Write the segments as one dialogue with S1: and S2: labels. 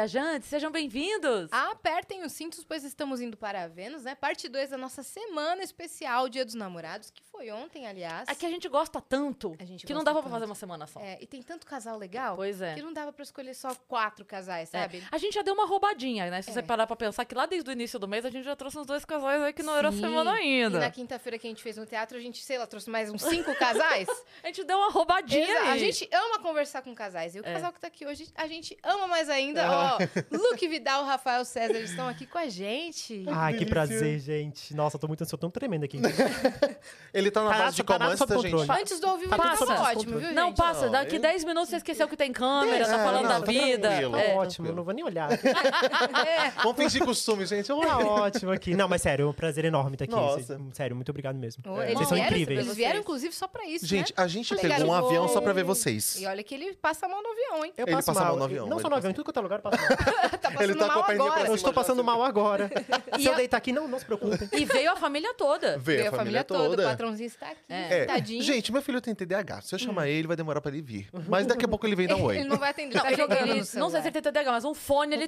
S1: Viajantes, sejam bem-vindos!
S2: Ah, Apertem os cintos, pois estamos indo para a Vênus, né? Parte 2 da nossa semana especial Dia dos Namorados, que foi ontem, aliás.
S1: É que a gente gosta tanto
S2: A gente
S1: que não
S2: gosta
S1: dava pra
S2: tanto.
S1: fazer uma semana só.
S2: É, e tem tanto casal legal
S1: Pois é.
S2: que não dava pra escolher só quatro casais,
S1: É.
S2: sabe?
S1: A gente já deu uma roubadinha, né? Se você
S2: É.
S1: parar pra pensar que lá desde o início do mês a gente já trouxe uns dois casais aí que não era
S2: Sim.
S1: semana ainda.
S2: E na quinta-feira que a gente fez no teatro, a gente, sei lá, trouxe mais uns cinco casais.
S1: A gente deu uma roubadinha.
S2: Exa-
S1: aí.
S2: A gente ama conversar com casais. E o
S1: É.
S2: casal que tá aqui hoje, a gente ama mais ainda.
S3: Ah.
S2: Ó, Luke Vidal, Rafael César eles estão aqui com a gente.
S4: Ai, que
S3: delícia.
S4: prazer, gente. Nossa, eu tô muito ansioso, tô tremendo aqui.
S3: Ele tá na
S4: Parado,
S3: base de
S4: parado
S3: comandos,
S4: sob
S3: tá, gente?
S4: controle.
S2: Antes do ao vivo,
S4: Tá
S2: ele
S1: tudo
S2: tava
S4: sob
S2: ótimo,
S4: controle.
S2: viu,
S1: Não,
S2: gente? Ah,
S1: passa,
S3: Não,
S1: daqui
S3: eu-
S1: 10 minutos você esqueceu que tem câmera, tá
S3: É,
S1: falando
S3: não,
S1: da
S3: tá
S1: vida.
S3: tranquilo.
S4: Tá
S1: É.
S4: ótimo, eu não vou nem olhar.
S3: Vamos fingir costume, gente. Vamos
S2: Né?
S4: Tá
S3: lá.
S4: ótimo aqui. Não, mas sério, é um prazer enorme estar aqui.
S3: Nossa.
S4: Vocês- Sério, muito obrigado mesmo.
S2: Oh,
S3: É.
S2: Eles
S4: Vocês são
S2: vieram,
S4: incríveis.
S2: Eles vieram, inclusive, só pra isso,
S3: Gente,
S2: né?
S3: a gente
S2: Obrigada,
S3: pegou um
S2: Ju.
S3: avião só pra ver vocês.
S2: E olha que ele passa mal no avião, hein?
S4: Eu
S3: Ele
S4: passo
S3: passa mal no avião,
S4: Não
S3: ele
S4: só no
S3: passa-
S4: avião, em tudo que eu tô lugar, eu passo
S2: Tá passando
S4: mal.
S3: Ele tá com a
S2: mal
S3: perninha pra
S2: agora.
S4: Eu estou
S3: Imagina
S4: passando
S3: você-
S4: mal agora.
S1: E
S4: Se eu
S1: a-
S4: deitar aqui, não, não se preocupem.
S1: E veio a família toda.
S3: Veio a família
S2: O
S3: toda.
S2: patrãozinho está aqui,
S1: É.
S2: tadinho. Uhum.
S3: Gente, meu filho tem TDAH. Se eu chamar ele, vai demorar pra ele vir. Mas daqui a pouco ele vem dar um
S2: Ele
S3: oi.
S2: não vai atender,
S1: Não,
S2: tá
S1: ele-
S2: jogando
S1: ele-
S2: no
S1: não sei
S2: celular.
S1: se ele tem TDAH, mas um fone ele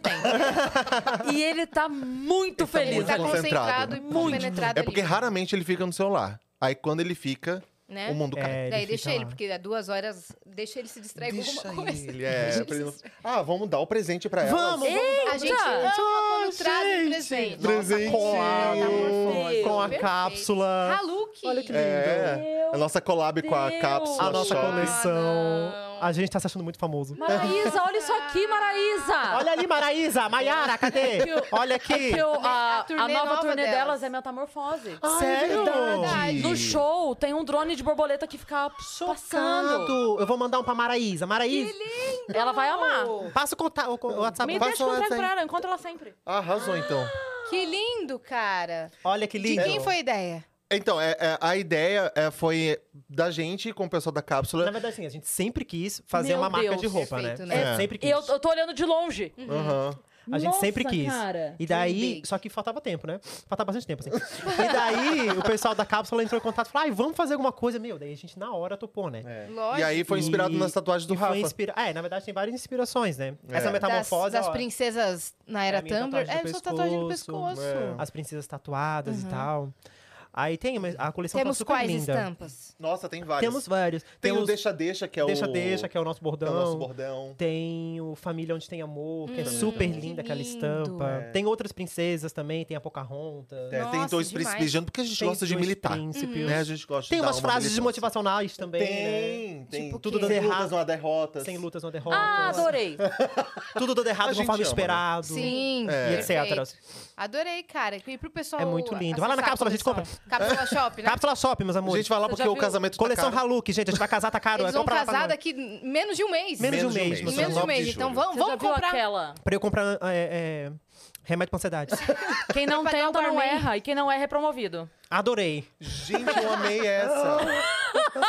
S1: tem. e ele tá muito feliz.
S2: Ele tá
S1: agora.
S2: concentrado e
S1: Muito.
S2: compenetrado
S3: É porque
S2: ali,
S3: raramente ele fica no celular. Aí quando ele fica,
S2: né?
S3: o mundo cai.
S4: É,
S2: Daí
S4: ele
S2: deixa
S4: fica
S2: ele,
S4: lá.
S2: porque há duas horas, deixa ele se distrair com alguma coisa.
S3: ele, é, pra ele não- Ah, vamos dar o presente pra ela.
S4: Vamos, vamos.
S2: A gente ama
S1: Eita,
S2: quando
S3: Ah,
S2: trazem presente. Tá
S4: Nossa, colado,
S1: perfeito.
S4: com a
S2: Perfeito.
S4: cápsula.
S2: Haluki!
S4: Olha que lindo.
S3: É, a nossa collab com a
S1: Deus.
S3: cápsula.
S4: A nossa
S3: shop.
S4: coleção.
S2: não.
S4: A gente tá se achando muito famoso.
S1: Maraísa, olha isso aqui, Maraísa!
S4: Olha ali, Maraísa, Maiara, cadê?
S1: que eu-
S4: Olha
S1: É
S4: aqui.
S1: que eu- a,
S2: A
S1: a
S2: turnê
S1: nova
S2: nova
S1: turnê delas.
S2: delas.
S1: é Metamorfose.
S4: Ai,
S3: Sério?
S2: verdade.
S1: No show tem um drone de borboleta que fica passando.
S4: Chocado. Eu vou mandar um pra Maraísa. Maraísa,
S1: Ela vai amar.
S4: passa o, conta- o co- o WhatsApp.
S1: Me
S4: Vai-
S1: deixa
S3: Passa
S1: o
S3: o
S1: contrato
S3: WhatsApp.
S1: pra ela, eu encontro ela sempre.
S3: Arrasou, então.
S2: Que lindo, cara.
S4: Olha que
S2: De
S4: lindo.
S2: quem foi a ideia?
S3: Então, é, é, a ideia é, foi da gente com o pessoal da cápsula.
S4: Na verdade, assim, a gente sempre quis fazer
S1: Meu
S4: uma marca
S1: Deus.
S4: de roupa,
S2: Perfeito,
S4: né?
S2: né?
S4: A gente
S3: É.
S4: Sempre quis.
S1: Eu, eu tô olhando de longe.
S4: Uhum.
S3: Aham.
S4: A gente
S1: Nossa,
S4: sempre quis.
S1: cara.
S4: E daí,
S2: Dream
S4: só que faltava tempo, né? Faltava bastante tempo, assim. e daí, o pessoal da cápsula entrou em contato e falou: ai, vamos fazer alguma coisa. Meu, daí a gente na hora topou, né?
S3: É.
S2: Lógico.
S3: E aí foi inspirado
S4: E-
S3: nas tatuagens do
S4: E foi
S3: Rafa.
S4: inspira- É, na verdade tem várias inspirações, né?
S3: É.
S4: Essa
S2: das,
S4: metamorfose.
S2: das
S4: ó,
S2: princesas na era
S4: a minha
S2: Tumblr. É,
S4: tatuagem do
S2: só tatuagem no
S4: pescoço.
S2: pescoço.
S3: É.
S4: As princesas tatuadas e tal. Aí tem mas a coleção
S2: Uhum. Temos
S4: tá super
S2: quais
S4: linda.
S2: estampas?
S3: Nossa, tem várias.
S4: Temos vários.
S3: tem o
S4: Temos
S3: Deixa Deixa, que é
S4: Deixa,
S3: o...
S4: deixa, que é o nosso
S3: que é
S4: bordão.
S3: o nosso bordão.
S4: Tem o Família Onde Tem Amor, que é super
S2: Hum. que
S4: linda aquela
S2: lindo.
S4: estampa.
S3: É.
S4: Tem outras princesas também, tem a Pocahontas.
S3: É, tem
S2: Nossa,
S3: dois
S2: demais.
S3: príncipes beijando, porque a gente
S4: Tem
S3: gosta de
S4: dois
S3: militar.
S4: príncipes.
S3: Né? A gente gosta
S4: Tem
S3: de dar
S4: umas
S3: uma
S4: frases
S3: militância.
S4: motivacionais também, né?
S3: Tem, tem.
S2: Tipo o
S3: tudo
S2: quê?
S3: dando
S4: Errado.
S3: erradas, não há derrotas.
S4: Sem lutas, não
S1: Ah,
S4: há derrotas.
S1: adorei.
S4: Tudo dando
S3: A
S4: errado
S3: gente
S4: conforme
S3: ama, né? É.
S4: esperado.
S2: Sim,
S4: E etc.
S2: perfeito. Adorei, cara. E pro pessoal.
S4: É muito lindo. Vai lá na
S2: acessar
S4: cápsula, a gente
S2: coleção. Cápsula Shop, né?
S4: Cápsula Shop, meus
S3: A
S4: amores.
S3: gente vai lá
S1: Você
S3: porque
S1: já
S3: o
S1: viu?
S3: casamento
S4: Coleção
S3: tá caro.
S4: Haluk, gente, a gente vai casar, tá caro.
S2: Eles
S4: é
S2: vão
S4: comprar lá pra
S2: casar
S4: nós.
S2: daqui menos de um mês.
S4: Menos de um mês,
S2: Em menos
S4: mas
S2: de um
S3: 19
S2: mês.
S3: de
S2: Então
S3: julho.
S2: vamos,
S1: Você já
S2: vamos
S1: viu
S2: comprar.
S1: aquela?
S4: Pra eu comprar é, é, remédio pra ansiedade.
S1: Quem não
S2: Vai dar um
S1: tenta não
S2: barman.
S1: erra. E quem não erra é promovido.
S4: Adorei.
S3: Gente, eu amei essa.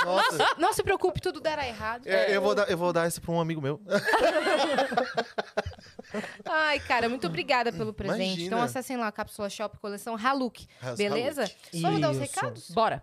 S3: Nossa.
S2: Não se preocupe, tudo dará errado.
S3: É, Eu, vou dar, eu vou dar isso pra um amigo meu.
S2: Ai, cara, muito obrigada pelo presente.
S3: Imagina.
S2: Então acessem lá a Cápsula Shop Coleção Haluk,
S3: Has-
S2: beleza?
S4: Haluk.
S2: Vamos dar os
S4: Isso.
S2: recados?
S1: Bora.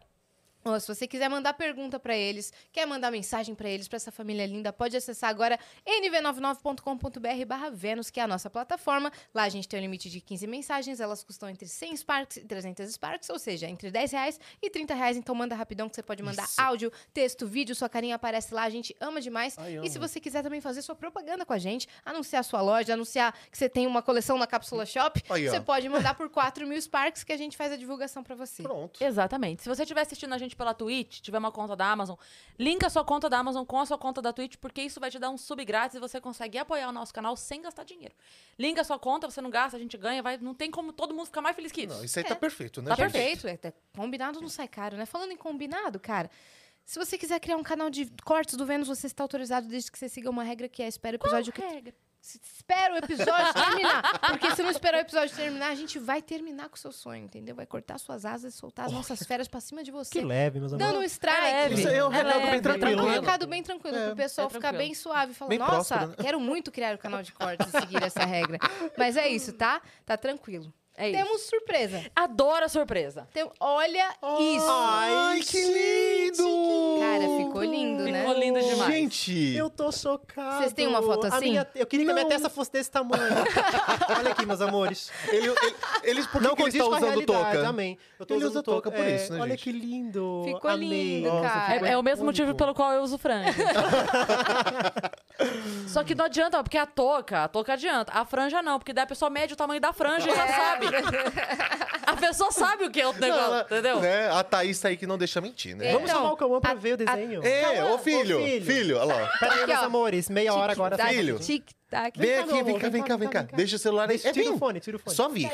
S2: Ó, se você quiser mandar pergunta pra eles, quer mandar mensagem pra eles, pra essa família linda, pode acessar agora nv99.com.br barra Vênus, que é a nossa plataforma. Lá a gente tem um limite de 15 mensagens, elas custam entre 100 Sparks e 300 Sparks, ou seja, entre 10 reais e 30 reais. Então manda rapidão que você pode mandar áudio, texto, vídeo, sua carinha aparece lá, a gente ama demais.
S3: Ai,
S2: e se
S3: amo.
S2: você quiser também fazer sua propaganda com a gente, anunciar sua loja, anunciar que você tem uma coleção na Cápsula Shop,
S3: Aí, ó.
S2: você pode mandar por 4 mil Sparks que a gente faz a divulgação pra você.
S3: Pronto.
S1: Exatamente. Se você estiver assistindo a gente pela Twitch, tiver uma conta da Amazon, linka a sua conta da Amazon com a sua conta da Twitch, porque isso vai te dar um sub grátis e você consegue apoiar o nosso canal sem gastar dinheiro. Linka a sua conta, você não gasta, a gente ganha, vai, não tem como todo mundo ficar mais feliz que isso.
S3: Não, isso aí tá perfeito, né,
S1: Tá
S3: gente?
S2: Perfeito. é, tá- Combinado não sai caro, né? Falando em combinado, cara. Se você quiser criar um canal de cortes do Vênus, você está autorizado desde que você siga uma regra que é espera o episódio que...
S1: regra?
S2: Se- Espera o episódio terminar. Porque se não esperar o episódio terminar, a gente vai terminar com o seu sonho, entendeu? Vai cortar suas asas e soltar as nossas feras pra cima de
S4: Que
S2: você.
S4: leve, meus amores.
S2: Dando um strike.
S1: É leve.
S3: Isso aí é um
S1: É
S3: recado
S1: leve,
S3: bem tranquilo.
S2: Um
S1: tranquilo.
S2: recado bem tranquilo pro pessoal
S1: é
S2: ficar
S1: tranquilo.
S2: bem suave e falar,
S3: Bem
S2: nossa,
S3: próspero, né?"
S2: quero muito criar o canal de cortes e seguir essa regra. Mas é isso, tá? Tá tranquilo.
S1: É isso.
S3: um-
S2: Temos surpresa.
S1: Adoro a surpresa.
S2: Tem- Olha isso.
S4: Ai, que lindo!
S2: Cara, ficou lindo, né?
S1: Ficou lindo demais.
S3: Gente!
S4: Eu tô chocado.
S2: Vocês têm uma foto
S4: A
S2: assim?
S4: minha- eu queria que a minha
S3: Não.
S4: testa fosse desse tamanho. Olha aqui, meus amores.
S3: ele- ele- eles por que,
S4: não
S3: que eles
S4: condiz
S3: estão
S4: com a
S3: usando
S4: realidade,
S3: touca?
S4: Amém. Eu tô
S3: Ele
S4: usando
S3: usa touca por
S4: é,
S3: isso, né,
S4: Olha
S3: gente?
S4: que lindo.
S2: Ficou
S4: Amei.
S2: lindo,
S4: Nossa,
S2: cara.
S4: ficou
S1: É, é o mesmo
S4: único.
S1: motivo pelo qual eu uso franja. Só que não adianta, porque a touca, a touca adianta. A franja não, porque daí a pessoa mede o tamanho da franja
S3: É.
S1: e já sabe.
S2: É.
S1: A pessoa sabe o que é o negócio,
S3: Não, ela-
S1: entendeu?
S3: Né? A Thaís tá aí que não deixa mentir, né?
S4: Vamos
S2: Então,
S4: chamar o Cauã pra
S2: a-
S4: ver o desenho.
S3: É,
S2: Calma,
S3: ô filho,
S4: É. Tá ô filho.
S3: filho, olha lá.
S4: Pera aí,
S2: Aqui,
S4: meus
S2: ó.
S4: amores. Meia É hora agora.
S2: Tic-tac,
S3: filho.
S2: Tic-tac.
S3: Vem
S4: cá, meu
S3: aqui, vem
S4: amor,
S3: cá, vem cá, vem cá. Deixa o celular aí. É,
S4: Tira o
S3: vem.
S4: fone, tira o fone.
S3: Só vir.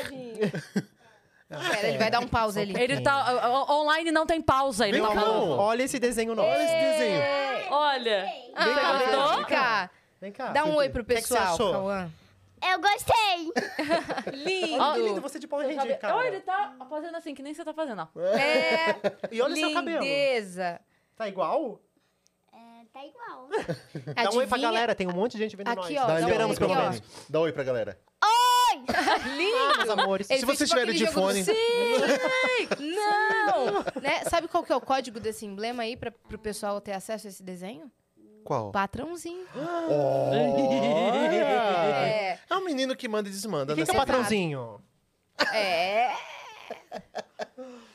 S2: Pera, ele vai dar um pause ali.
S1: Ele tá. o- o- Online não tem pausa, ele
S4: Meu
S1: tá
S3: cá.
S1: falando.
S4: amor, olha esse desenho nosso.
S3: Olha esse desenho.
S1: Olha.
S2: Ah,
S1: Você gostou?
S2: vem cá.
S4: Vem cá.
S2: Dá um oi pro
S4: O que que você
S2: pessoal,
S4: achou?
S2: Cauã.
S5: Eu gostei.
S2: Lindo.
S4: Olha que lindo você de Power Ranger, cara.
S1: Olha, ele tá fazendo assim, que nem você tá fazendo, ó.
S2: É.
S4: E olha o seu cabelo.
S2: Lindeza.
S4: Tá igual?
S5: É, tá igual.
S4: Dá um oi pra
S2: Adivinha?
S4: galera, tem um monte de gente vendo
S2: Aqui,
S4: nós.
S2: ó,
S3: Dá,
S2: dá um
S3: esperamos,
S2: oi
S3: pelo
S2: aqui, ó.
S3: menos. Dá oi pra galera.
S4: Ah, meus amores.
S2: Ele
S3: Se
S2: fez
S3: vocês
S2: tipo
S3: tiverem
S2: aquele
S3: de
S2: jogo do
S3: fone-
S2: Sim, não! Né? Sabe qual que é o código desse emblema aí pra, pro pessoal ter acesso a esse desenho?
S3: Qual?
S2: Patrãozinho.
S3: Olha!
S2: É.
S3: É um menino que manda e desmanda,
S4: E quem que
S3: né?
S4: é o patrãozinho?
S2: É.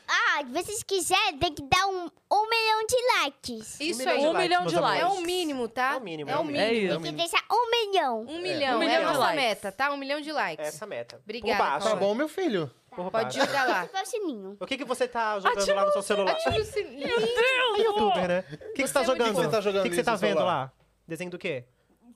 S5: Ah, se vocês quiserem, tem que dar um, um milhão de likes.
S2: Isso
S4: milhão
S2: aí.
S4: de
S1: Um
S4: likes,
S1: milhão
S4: meus
S1: de
S4: amores.
S2: É
S1: likes.
S2: o mínimo, tá?
S4: É o mínimo,
S2: É o mínimo.
S1: É isso.
S5: Tem que deixar um milhão.
S2: Um milhão.
S1: Um
S2: é
S1: milhão
S2: a
S1: de
S2: nossa
S1: likes.
S2: meta, tá? Um milhão de likes.
S4: Essa meta.
S2: Obrigada,
S4: Por baixo.
S3: Tá bom, meu filho.
S4: Por
S2: Pode
S4: baixo.
S2: jogar lá.
S5: Ativar o sininho.
S4: O que, que você tá jogando lá no seu celular?
S2: Ativa o sininho.
S4: É youtuber, né? O que, que você tá
S2: Você é muito
S4: jogando?
S3: bom. Você tá jogando
S4: O que, que você
S3: isso
S4: tá
S3: no
S4: vendo
S3: celular?
S4: lá? Desenho do quê?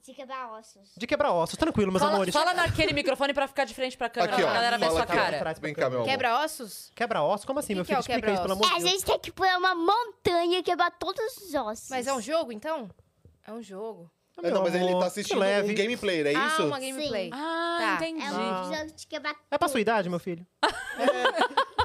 S5: De quebrar ossos.
S4: De quebra-ossos. Tranquilo, meus
S1: Fala,
S4: amores.
S1: fala naquele microfone pra ficar de frente pra câmera,
S3: Aqui,
S1: pra
S3: ó.
S1: galera ver
S3: Fala
S1: sua
S3: aqui, ó.
S1: cara.
S4: Atrás pra
S3: Vem cá, meu amor.
S2: Quebra ossos?
S4: Quebra-ossos? Como assim,
S2: O
S4: meu
S2: que que é o
S4: filho? Explica isso, pelo amor
S5: É, a
S4: de Deus.
S5: gente tem que pôr uma montanha e quebrar todos os ossos.
S2: Mas é um jogo, então? É um jogo.
S3: É, não, mas ele
S4: amor,
S3: tá
S4: que
S3: assistindo
S4: leve.
S3: um gameplay, é
S2: Ah,
S3: isso?
S2: uma gameplay.
S1: Ah,
S2: Tá.
S1: entendi.
S5: É um jogo de quebrar
S4: É pra sua idade, meu filho?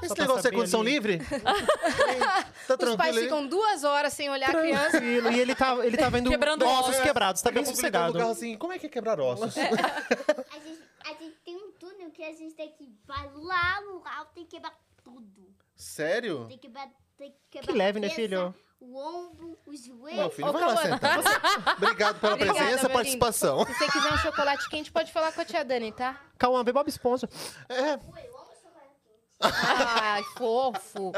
S3: Esse
S4: pra
S3: negócio é
S4: saber
S3: condição
S4: ali.
S3: livre? tá
S2: Os pais
S3: tranquilo aí?
S2: ficam duas horas sem olhar a criança.
S4: Tranquilo. E ele tá, ele tá vendo
S1: Quebrando
S4: ossos
S1: ossos.
S4: quebrados. Tá bem
S3: Ficam gritando
S4: sossegado.
S3: no carro assim, como é que é quebrar ossos?
S5: A gente, a gente tem um túnel que a gente tem que vai lá no alto e quebrar tudo.
S3: Sério?
S5: Tem que quebrar, tem que quebrar
S4: Que leve, né,
S5: a cabeça,
S4: filho?
S5: O ombro, o joelho.
S3: Meu filho,
S2: ô,
S3: vai lá
S2: Cauã.
S3: sentar. Obrigado pela
S2: Obrigada,
S3: presença
S2: meu
S3: e participação.
S2: Se você quiser um chocolate quente, pode falar com a tia Dani, tá?
S4: Cauã, vê Bob Esponja.
S2: Ai, fofo.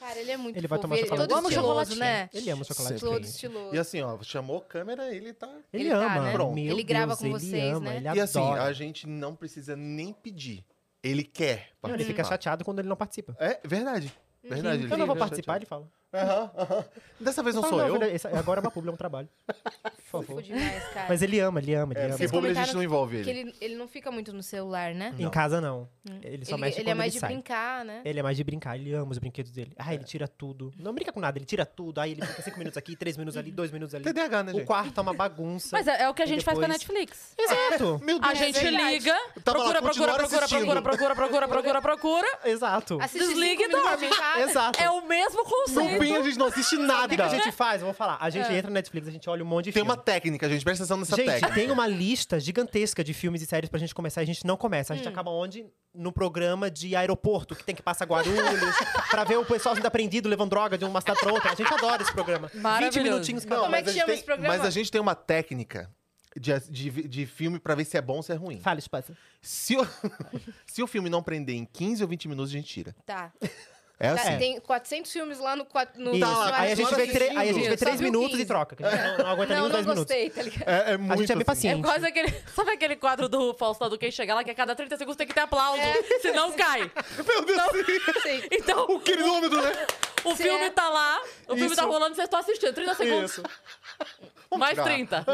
S2: Cara, ele é muito
S4: Ele vai
S2: fofo.
S4: tomar
S2: ele é
S4: chocolate
S2: todo
S1: quente.
S2: estiloso,
S1: Vamos,
S2: né?
S4: Ele é ama chocolate
S2: Todo
S4: quente.
S2: estiloso.
S3: é E assim, ó, chamou câmera, ele tá...
S4: Ele,
S2: Ele tá,
S4: ama.
S2: né?
S4: Pronto.
S2: Ele grava com vocês,
S4: ama,
S2: né?
S4: Ele
S3: E assim,
S4: adora.
S3: a gente não precisa nem pedir. Ele quer
S4: Não, ele fica
S3: participar.
S4: chateado quando ele não participa.
S3: É, verdade.
S2: Uhum.
S3: Verdade. ele
S4: Eu não vou
S3: fica
S4: participar, ele
S3: chateado.
S4: fala.
S3: Aham, aham. Dessa vez não
S4: Fala,
S3: sou eu.
S4: filha, esse- agora é uma publi, é um trabalho. Por
S2: é Fofo
S4: favor.
S2: demais, cara.
S4: Mas ele ama, ele ama, ele
S3: É,
S4: ama.
S3: porque publi a gente
S2: comentaram
S3: não envolve
S2: Porque
S3: ele.
S2: ele, ele não fica muito no celular, né?
S4: Em casa, não. Ele só
S2: Ele,
S4: mexe
S2: ele
S4: quando
S2: é mais
S4: ele
S2: de
S4: sai.
S2: brincar, né?
S4: Ele é mais de brincar, ele ama os brinquedos dele. Ah, ele tira tudo. Não brinca com nada, ele tira tudo. Aí ele fica cinco minutos aqui, três minutos ali, dois minutos ali.
S3: TDAH, né,
S4: O
S3: gente?
S4: quarto tá uma bagunça.
S1: Mas é, é o que a
S4: E
S1: gente faz com a
S4: depois-
S1: Netflix.
S4: Exato!
S3: Meu
S1: A
S3: Deus.
S1: gente
S2: É verdade.
S1: liga,
S3: Tava é
S1: procura,
S3: lá,
S1: procura,
S3: continua
S1: procura,
S3: assistindo.
S1: procura, procura, procura, procura, procura.
S4: Exato.
S2: Assiste
S1: Desliga e
S2: cinco minutos de cada-
S4: Exato.
S1: É o mesmo
S3: No
S1: conceito.
S3: fim, a gente não assiste
S4: Sabe o que a
S3: nada.
S4: gente faz? Eu vou falar. A gente entra na Netflix, a gente olha um monte de
S3: Tem
S4: filme.
S3: uma técnica, gente. Presta atenção nessa
S4: Gente,
S3: técnica.
S4: tem uma lista gigantesca de filmes e séries pra gente começar e a gente não começa.
S2: Hum.
S4: A gente acaba onde? No programa de aeroporto, que tem que passar Guarulhos, pra ver o pessoal sendo apreendido, levando droga de uma cidade pra outra. A gente adora esse programa. 20
S1: Maravilhoso.
S4: minutinhos cada
S3: Não,
S2: Como é
S3: mas
S2: que
S3: a gente
S2: chama
S3: tem-
S2: esse programa?
S3: Mas a gente tem uma técnica de, de, de filme pra ver se é bom ou se é ruim.
S4: Fala, espaço.
S3: Se o, se o filme não prender em 15 ou 20 minutos, a gente tira.
S2: Tá.
S3: É
S2: Tá,
S3: assim.
S2: Tem 400 filmes lá no... qua- no
S4: Isso.
S2: no
S4: aí, a gente
S2: Netflix.
S4: vê tre- aí a gente vê
S2: Só
S4: três
S2: viu
S4: minutos
S2: 15.
S4: e troca. que a gente não, não aguenta
S2: É.
S4: nem
S2: Não,
S4: os
S2: não
S4: dez minutos.
S2: gostei, tá ligado?
S3: É, é
S4: A
S3: muito
S4: gente é bem
S3: assim.
S1: É
S4: paciente.
S1: quase aquele. Sabe aquele quadro do Faustão do Quem Chega Lá, que a cada 30 segundos tem que ter aplauso,
S3: É.
S1: senão cai.
S3: Meu Deus,
S2: Sim.
S1: Então,
S3: o quilômetro, né?
S1: o
S2: Cê-
S1: filme tá lá, o filme tá
S4: Isso.
S1: rolando e vocês estão assistindo. 30 segundos,
S4: Isso,
S1: mais
S3: tirar.
S1: 30.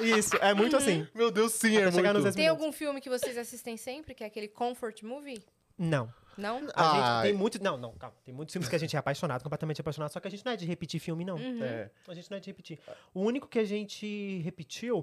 S4: isso. É muito assim.
S3: Uhum. Meu Deus, sim, é
S4: chegar nos
S3: muito.
S4: dez-
S2: Tem algum filme que vocês assistem sempre, que é aquele comfort movie?
S4: Não.
S2: Não?
S4: A gente
S3: Ai.
S4: tem muito. Não, não, calma. Tem muitos filmes que a gente é apaixonado, completamente apaixonado, só que a gente não é de repetir filme, não.
S2: Uhum.
S3: É.
S4: A gente não é de repetir. O único que a gente repetiu.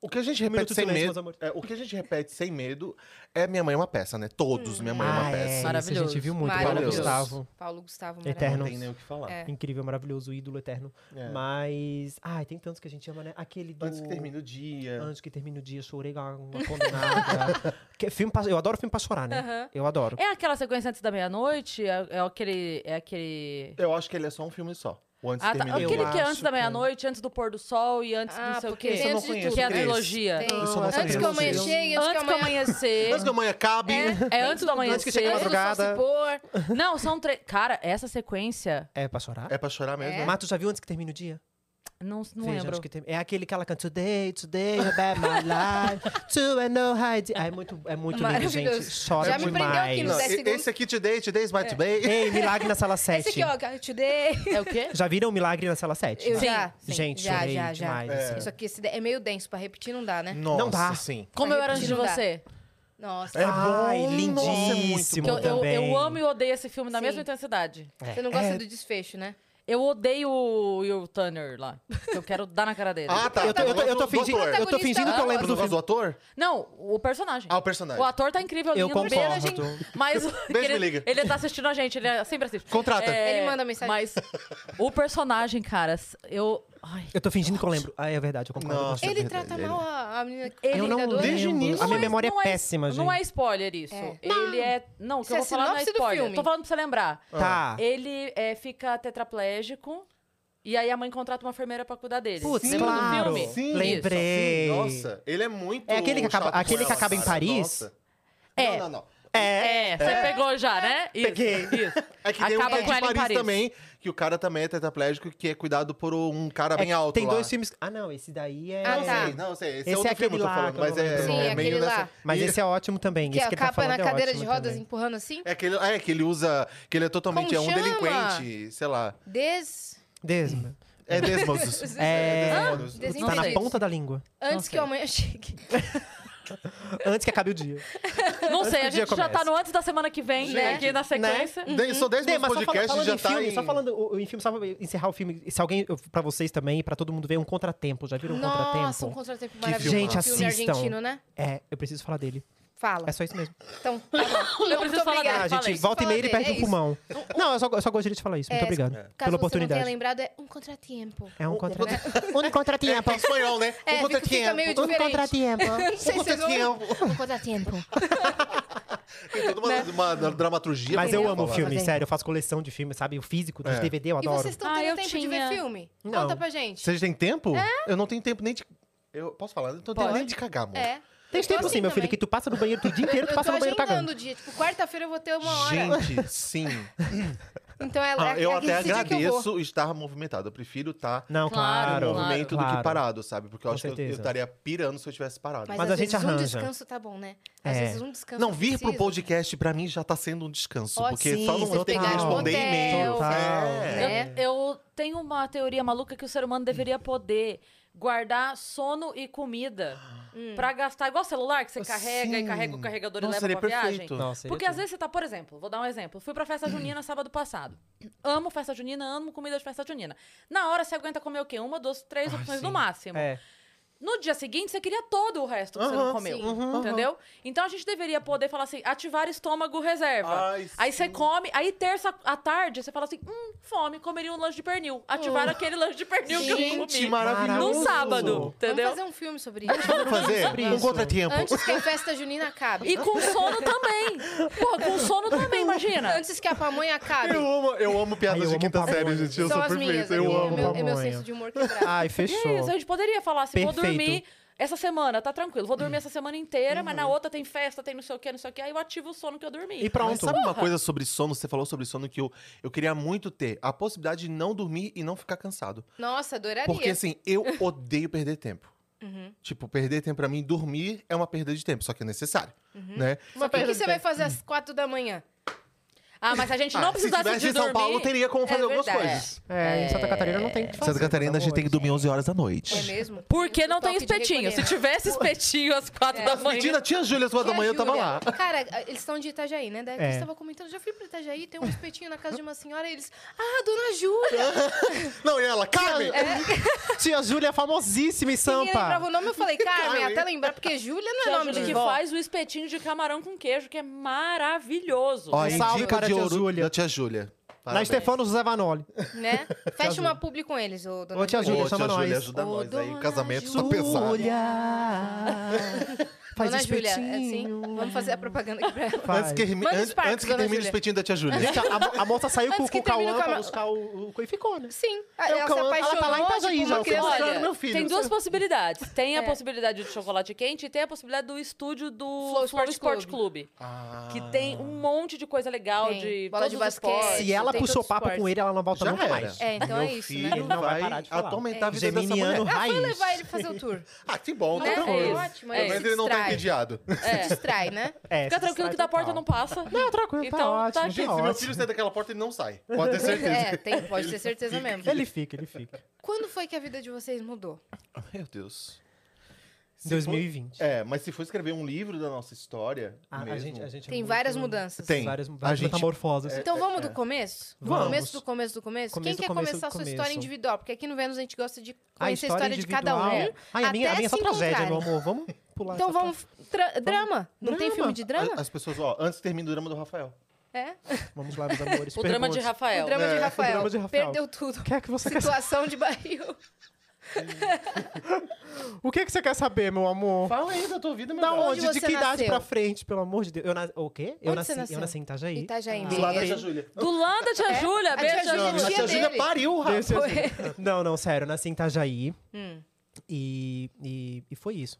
S3: O que a gente
S4: um minuto
S3: repete
S4: de
S3: sem
S4: silêncio, meus
S3: medo.
S4: amores.
S3: é, o que a gente repete sem medo é Minha Mãe é uma peça, né? Todos, Minha Mãe é uma
S4: Ah, é,
S3: peça.
S4: isso a
S1: Maravilhoso.
S4: gente viu muito. Paulo
S2: Maravilhoso.
S4: Gustavo.
S2: Paulo Gustavo,
S4: Eterno.
S3: Não tem nem o que falar.
S2: É.
S4: Incrível, maravilhoso, ídolo eterno.
S3: É.
S4: Mas. Ai, tem tantos que a gente ama, né? Aquele do.
S3: Antes que termine É. o dia.
S4: Antes que termine o dia, chorei igual uma condenada. Que é filme pra- eu adoro filme pra chorar, né?
S1: Aham.
S4: Eu adoro.
S1: É aquela sequência antes da meia-noite? É, é aquele. É aquele.
S3: Eu acho que ele é só um filme só. O Antes
S1: Ah,
S3: que
S1: tá.
S3: termine
S4: Eu
S3: o
S1: Aquele
S3: dia.
S1: que é antes
S4: acho
S1: da
S4: que-
S1: meia-noite, antes do pôr do sol e antes do não sei o quê.
S2: porque tem
S3: eu não
S2: antes de
S3: conheço,
S2: tudo.
S1: Que é a
S3: Cris.
S1: trilogia.
S2: Tem.
S3: Isso eu não
S2: Antes
S3: sabia.
S2: que eu amanhã chegue, antes que eu
S1: Antes do
S2: amanhã...
S1: amanhecer.
S3: Antes que amanhã acabe.
S1: É antes do amanhecer.
S4: Antes que chegue a
S2: Antes do sol se
S4: madrugada.
S2: pôr.
S1: Não, são três. Cara, essa sequência.
S4: É pra chorar?
S3: É pra chorar mesmo.
S2: É.
S3: né?
S4: Mato já viu antes que termine o dia?
S1: Não, não
S4: Veja,
S1: lembro.
S4: antes que termine- É aquele que ela canta Today, today, about my life. To and no hide. Ah, é muito, é muito lindo, gente.
S2: Maravilhoso.
S4: Chora
S2: Já me
S4: demais.
S2: prendeu aqui nos
S3: Não,
S2: dez
S3: e-
S2: segundos.
S3: Esse aqui, Today, Today's My Today.
S4: Ei, Milagre na Sala 7.
S2: Esse aqui, ó, que eu te dei.
S1: É o quê?
S4: Já viram Milagre na Sala 7?
S2: Eu já, sim,
S4: Gente,
S2: já,
S4: chorei
S2: já, já.
S4: demais. Hum. assim.
S2: Isso aqui esse é meio denso, pra repetir não dá, né?
S3: Nossa,
S4: Não dá.
S3: sim.
S1: Como eu era antes de
S2: Não dá.
S1: você.
S2: Nossa.
S3: É
S4: Ai,
S3: bom, nossa, é muito
S4: lindíssimo
S1: Que eu, eu,
S4: também.
S1: eu amo e odeio esse filme na
S2: Sim.
S1: mesma intensidade.
S2: Você não
S4: É.
S2: gosta do desfecho, né?
S1: Eu odeio o Will Turner lá. Eu quero dar na cara dele.
S3: Ah, tá.
S4: Eu tô, eu tô- eu tô
S3: Do
S4: fingindo,
S3: ator.
S4: eu tô fingindo que eu lembro do
S3: Por causa do
S4: filme.
S3: ator?
S1: Não, o personagem.
S3: Ah, o personagem.
S1: O ator tá incrível,
S4: Eu
S1: lindo, beijo,
S4: concordo.
S1: Mas o-
S3: Beijo,
S1: ele,
S3: me liga.
S1: ele tá assistindo a gente, ele é- sempre assiste. É,
S3: Contrata.
S2: Ele manda mensagem.
S1: Mas o personagem, cara, eu. Ai,
S4: Eu tô fingindo que eu lembro. Ah, é verdade, eu concordo.
S3: Nossa.
S4: com você.
S2: Ele
S3: verdade,
S2: trata
S3: ele-
S2: mal a, a menina que tá
S1: Ele-
S4: eu não
S2: cuidadora.
S4: lembro.
S3: Desde o início.
S4: A minha
S3: Não
S4: memória é,
S1: não
S4: péssima, gente.
S1: Não é spoiler isso.
S2: É.
S1: Ele é. Não, o que
S2: Isso é
S1: eu vou falar não é
S2: sinopse do
S1: spoiler.
S2: filme.
S1: Tô falando pra você lembrar.
S4: Tá.
S1: Ele é, fica tetraplégico e aí a mãe contrata uma enfermeira pra cuidar dele.
S4: Putz,
S1: Lembra
S4: claro.
S1: do filme?
S4: Sim. Lembrei.
S3: Sim, nossa, ele é muito.
S4: É aquele que acaba-
S3: chato com
S4: aquele que
S3: ela,
S4: acaba em
S3: cara,
S4: Paris?
S3: nossa.
S1: É.
S3: Não, não, não.
S4: É.
S1: É, você pegou já, né? Isso,
S4: Peguei.
S1: isso.
S3: É que tem um
S1: Acaba
S3: que é de
S1: com ela em
S3: Paris,
S1: Paris.
S3: também, que o cara também é tetraplégico, que é cuidado por um cara bem
S4: É,
S3: alto.
S4: Tem
S3: lá.
S4: dois filmes. Ah, não, esse daí é.
S2: Ah,
S3: Não
S2: tá.
S3: sei, não sei. Esse,
S4: Esse
S3: é
S4: é
S3: outro filme que
S4: aquele né?
S3: eu tô
S4: lá
S3: falando,
S4: que eu
S3: mas
S4: não
S3: é,
S4: lembro.
S2: Sim,
S3: é meio
S2: aquele
S3: nessa.
S2: lá.
S4: Mas
S3: e-
S4: esse é ótimo também.
S2: Que
S4: esse
S2: a
S4: que ele tá
S2: capa é
S4: falando
S2: na
S4: é
S2: cadeira
S4: ótimo
S2: de rodas
S4: também.
S2: empurrando assim.
S3: É que ele, é que ele usa. Que ele é totalmente é um
S2: Como chama?
S3: delinquente, sei lá.
S4: É.
S2: Des...
S4: Desma.
S3: É Desmosos.
S4: É.
S3: Desmosos.
S2: Des-
S4: Tá na
S1: sei.
S4: ponta da língua.
S2: Antes
S1: sei.
S2: que eu amanhã chegue.
S4: Antes que acabe o dia.
S1: Não
S4: Antes
S1: sei,
S4: que
S1: a
S4: o dia
S1: gente já tá
S4: comece.
S1: no antes da semana que vem, né?
S2: Gente,
S1: Aqui na sequência.
S3: De- São 10
S4: Dê,
S3: minutos
S4: mas
S3: de podcast
S4: só,
S3: e
S4: fala- falando
S3: já
S4: em
S3: tá
S4: filme,
S3: em...
S4: só falando o- o- em filme, só pra encerrar o filme. Se alguém, eu- pra vocês também, pra todo mundo ver, um contratempo. Já viram um
S2: Nossa, um
S4: contratempo?
S2: contratempo
S4: filme.
S2: maravilhoso.
S4: Gente,
S2: um filme
S4: assistam.
S2: argentino, né?
S4: É, eu preciso falar dele.
S2: Fala.
S4: É só isso mesmo.
S2: Então, tá bom.
S1: Eu preciso
S2: Muito
S1: falar
S2: obrigada.
S1: dela,
S4: Ah,
S1: fala
S4: gente,
S1: isso.
S4: volta e
S2: Fala
S4: meia ele
S2: dele,
S4: perde
S2: é
S4: um
S2: isso.
S4: pulmão. Não, eu só, eu só gostaria de falar isso.
S2: É,
S4: Muito obrigado
S2: Caso
S4: pela
S2: você não tenha
S4: oportunidade.
S2: lembrado, é um contratempo.
S4: É um
S3: Um
S4: contratempo.
S3: Um contratempo. É, em espanhol, né?
S2: É,
S3: um
S2: fica- fica
S3: contratempo.
S2: meio
S4: Um
S2: diferente.
S4: contratempo.
S2: Não sei
S3: Um
S2: se vocês vão...
S3: contratempo.
S2: Um contratempo.
S3: Tem toda
S2: né?
S3: uma, uma dramaturgia.
S4: Mas
S3: pra
S4: eu
S3: falar.
S4: amo o filme,
S2: Fazer.
S4: sério. Eu faço coleção de filme, sabe? O físico, dos
S3: É.
S4: DVD, eu
S2: E
S4: adoro.
S2: vocês estão
S1: Ah,
S2: tendo
S1: eu
S2: tempo de ver
S1: tinha.
S2: filme?
S4: Não.
S2: Conta pra gente.
S3: Vocês têm tempo?
S2: É?
S3: Eu não tenho tempo nem de... Eu posso falar? Eu não tenho tempo nem de cagar, amor.
S2: É.
S4: Tem
S2: Eu tô
S4: tempo sim,
S2: assim
S4: meu filho,
S2: também.
S4: que tu passa no banheiro, tu o dia inteiro tu
S2: Eu tô
S4: passa no banheiro
S2: agendando
S4: cagando.
S2: o dia. Tipo, quarta-feira eu vou ter uma hora.
S3: Gente, sim.
S2: Então é,
S3: Ah,
S2: é,
S3: eu
S2: é
S3: até
S2: esse dia que eu vou.
S3: agradeço estar movimentado. Eu prefiro estar
S4: Não,
S1: Claro,
S4: claro. É.
S1: claro.
S3: movimento do
S4: claro.
S3: que parado, sabe? Porque eu
S4: Com
S3: acho que eu- eu,
S4: certeza.
S3: estaria pirando se eu tivesse parado.
S2: Mas,
S4: Mas
S2: às
S4: a gente
S2: vezes um
S4: arranja.
S2: descanso tá bom, né? Às
S4: É.
S2: vezes um descanso
S3: não, vir pro
S2: precisa.
S3: podcast pra mim já tá sendo um descanso.
S2: Ó,
S3: porque
S4: sim,
S3: só não vou ter que
S2: total.
S3: responder
S2: Hotel,
S3: e-mail.
S4: total.
S3: É.
S2: né?
S1: Eu, eu tenho uma teoria maluca que o ser humano deveria poder guardar sono e comida pra gastar igual celular que você carrega e
S3: Sim.
S1: carrega o carregador
S3: Nossa,
S1: e
S3: ele
S1: leva
S3: é
S1: pra viagem.
S3: perfeito.
S4: Nossa,
S1: Porque
S4: ele- é
S1: às vezes você tá, por exemplo, vou dar um exemplo. Fui pra festa junina sábado passado. Amo festa junina, amo comida de festa junina. Na hora você aguenta comer o quê? Uma, duas, três opções no máximo.
S4: É.
S1: No dia seguinte, você queria todo o resto que você não
S3: Aham,
S1: comeu.
S2: sim.
S1: entendeu? Então a gente deveria poder falar assim: ativar estômago reserva.
S3: Ai,
S1: aí você
S3: sim.
S1: come, aí terça à tarde você fala assim: hum, fome, comeria um lanche de pernil. Ativar aquele lanche de pernil que eu
S3: Uh. Gente,
S1: comi.
S3: maravilhoso.
S1: Num sábado, entendeu?
S2: Vamos fazer um filme sobre isso.
S3: Vamos fazer
S4: sobre
S3: um
S4: isso.
S3: contratempo.
S2: Antes que a festa junina acabe.
S1: E com sono também. Porra, com sono também, imagina.
S2: Antes que a pamonha acabe.
S3: Eu amo, eu amo piadas
S4: Ai, eu
S3: de
S4: amo
S3: quinta
S4: pamonha.
S3: série, gente. Eu
S2: São
S3: sou
S2: as minhas.
S3: perfeito.
S2: é
S3: Eu
S2: meu-
S3: amo
S2: é meu,
S4: pamonha.
S2: senso de humor quebrado.
S1: E
S4: Ai,
S1: é isso, a
S4: fechou.
S1: gente poderia falar assim: vou
S4: Perfeito.
S1: dormir. Essa semana, tá tranquilo. Vou
S3: Hum.
S1: dormir essa semana inteira, mas
S3: Uhum.
S1: na outra tem festa, tem não sei o que, não sei o que. Aí eu ativo o sono que eu dormi.
S4: E pronto.
S3: Mas sabe uma coisa sobre sono? Você falou sobre sono que eu, eu queria muito ter. A possibilidade de não dormir e não ficar cansado.
S2: Nossa, adoraria.
S3: Porque assim, eu odeio perder tempo. Tipo, perder tempo pra mim, dormir é uma perda de tempo, só que é necessário, né?
S2: Só que o que você vai fazer às quatro da manhã?
S1: Ah, mas a gente não
S3: Ah, se
S1: precisasse de dormir.
S3: tivesse em São Paulo, teria como
S1: É
S3: fazer algumas
S1: verdade.
S3: coisas.
S4: É, em Santa Catarina não tem o que fazer.
S3: Santa Catarina, a gente
S4: pelo
S3: tem que
S4: amor
S3: dormir 11 horas da noite.
S2: É mesmo?
S1: Porque não tem
S2: Toque de
S1: espetinho. Se
S2: recolher.
S1: tivesse espetinho às quatro
S3: É,
S1: da manhã...
S3: Mentira, tinha Júlia às quatro da
S2: Tia
S3: manhã, eu tava
S2: Júlia.
S3: lá.
S2: Cara, eles estão de Itajaí, né? Daí
S4: É.
S2: eles estavam comentando, já fui pra Itajaí, tem um espetinho na casa de uma senhora, e eles, ah, dona Júlia!
S3: Não, e ela,
S4: de
S3: Carmen!
S4: Deus. Tia Júlia é famosíssima em
S2: Ninguém lembrava
S4: Sampa.
S2: o nome, eu falei, Carmen, até lembrar, porque Júlia não é nome de
S1: que
S2: vó.
S1: faz o espetinho de camarão com queijo, que é maravilhoso.
S3: Ó,
S4: Um salve
S3: indica
S4: para a
S3: de
S4: tia
S3: ouro
S4: Júlia.
S3: da tia Júlia.
S4: Na
S3: Parabéns.
S4: Stefano José Vanoli.
S2: né? Fecha
S4: Júlia.
S2: uma publi com eles, ô dona
S4: Ô, tia
S3: Ô,
S4: Júlia,
S3: tia
S4: chama
S3: Júlia,
S4: nós.
S3: ajuda
S2: Ô,
S3: nós aí. O
S2: dona
S3: casamento tá pesado.
S4: Júlia. Faz
S2: Dona Júlia, é assim,
S4: espetinho.
S2: vamos fazer a propaganda aqui pra ela.
S4: Faz.
S3: Antes que, termi-
S2: Manda os
S3: antes-
S2: parques,
S3: antes que
S2: dona
S3: termine o
S2: Júlia.
S3: espetinho da tia Júlia.
S4: Gente, a, mo- a moça saiu com,
S2: Antes que
S4: com o Cauã
S2: termine o
S4: pra
S2: Cauã.
S4: buscar o, o coificô, né?
S2: Sim, ela
S4: o
S2: se
S4: Cauã, ela
S2: apaixonou
S4: tá lá em
S2: tipo,
S4: Itajaí,
S2: uma
S4: já, eu
S2: criança.
S4: falei,
S1: Olha,
S4: Olha, meu filho,
S1: tem
S4: não
S1: duas
S4: sei.
S1: possibilidades. Tem a
S2: É.
S1: possibilidade de chocolate quente e tem a possibilidade do estúdio do Flow
S2: Flow
S1: Sport,
S2: Sport
S1: Clube. Que
S4: Ah.
S1: tem um monte de coisa legal
S2: Tem.
S1: de
S2: Bola de
S1: todos os
S2: basquete.
S1: esportes.
S4: Se ela
S2: tem
S4: puxou
S2: todos os
S4: papo
S2: esportes.
S4: com ele, ela não volta
S3: Já
S4: nunca
S3: era.
S4: mais.
S2: É, então
S3: Meu
S2: é isso,
S3: filho
S2: né?
S4: Ele não vai
S3: vai
S4: parar de falar.
S3: atormentar a vida dessa
S4: Geminiano
S3: mulher.
S2: Ah, foi
S4: raiz.
S2: levar ele fazer o tour.
S3: Ah, que bom, tá
S2: Né?
S3: tranquilo.
S1: É isso.
S2: Ótimo,
S1: É
S3: Pelo
S2: ele
S1: isso.
S3: menos
S2: se
S3: ele não tá
S2: distrai.
S3: entediado.
S1: É.
S2: Se distrai, né?
S4: É,
S1: Fica tranquilo
S4: se
S1: que
S4: distrai
S1: da porta
S4: total.
S1: não passa.
S4: Não, tranquilo,
S1: Então,
S4: tá
S1: tá,
S4: ótimo. tá
S3: Gente, se meu
S4: ótimo.
S3: filho sair daquela porta, ele não sai. Pode ter certeza.
S2: É, tem, pode ter certeza mesmo.
S4: Ele fica, ele fica.
S2: Quando foi que a vida de vocês mudou?
S3: Meu Deus. Se for-
S4: 2020.
S3: É, mas se for escrever um livro da nossa história,
S4: A, a
S3: mesmo,
S4: gente, a gente é
S2: Tem
S4: muito-
S2: várias mudanças.
S3: Tem.
S4: Várias,
S3: A
S4: várias
S3: gente- é,
S4: metamorfoses.
S2: Então vamos do começo? Do
S4: é, Vamos.
S2: começo do começo do começo?
S4: Começo
S2: Quem
S4: do
S2: quer
S4: começo
S2: começar a
S4: do
S2: sua
S4: começo. Ah,
S2: história individual? Porque aqui no Vênus a gente gosta de conhecer a história, de cada um.
S4: individual. Ai, a minha, a
S2: até
S4: minha é só
S2: se
S4: tragédia, meu
S2: encontrarem.
S4: amor. Vamos pular
S2: Então
S4: essa
S2: vamos. tra- Drama. Não tem
S4: tá- Drama.
S2: filme de drama?
S3: As pessoas, ó, antes termina o drama do Rafael.
S2: É.
S4: parte. Vamos lá, meus amores.
S1: O drama de
S4: pergunte.
S1: Rafael.
S2: O drama,
S3: É,
S2: de
S3: o
S2: Rafael.
S4: drama de Rafael.
S2: Perdeu tudo.
S4: O que é que você quer saber?
S2: Situação de barril.
S4: O que, é que você quer saber, meu amor?
S3: Fala aí da tua vida, meu
S4: Da
S3: amor.
S4: onde?
S2: Onde
S4: De
S2: você
S4: que idade
S2: nasceu?
S4: pra frente, pelo amor de Deus? Eu nas... O quê? Eu
S2: Onde
S4: nasci,
S2: você nasceu?
S4: eu nasci em Itajaí.
S2: Itajaí
S3: Do lado da tia
S2: mesmo.
S3: Júlia.
S1: Do lado da tia Júlia,
S2: É. a
S1: beijo,
S2: tia
S1: tia
S2: Júlia
S1: Júlia.
S3: Não, a
S2: tia
S3: tia Júlia
S2: dele.
S3: pariu, Rafa.
S4: Esse- Não, não, sério. Eu nasci em Itajaí.
S2: Hum.
S4: E, e, e foi isso.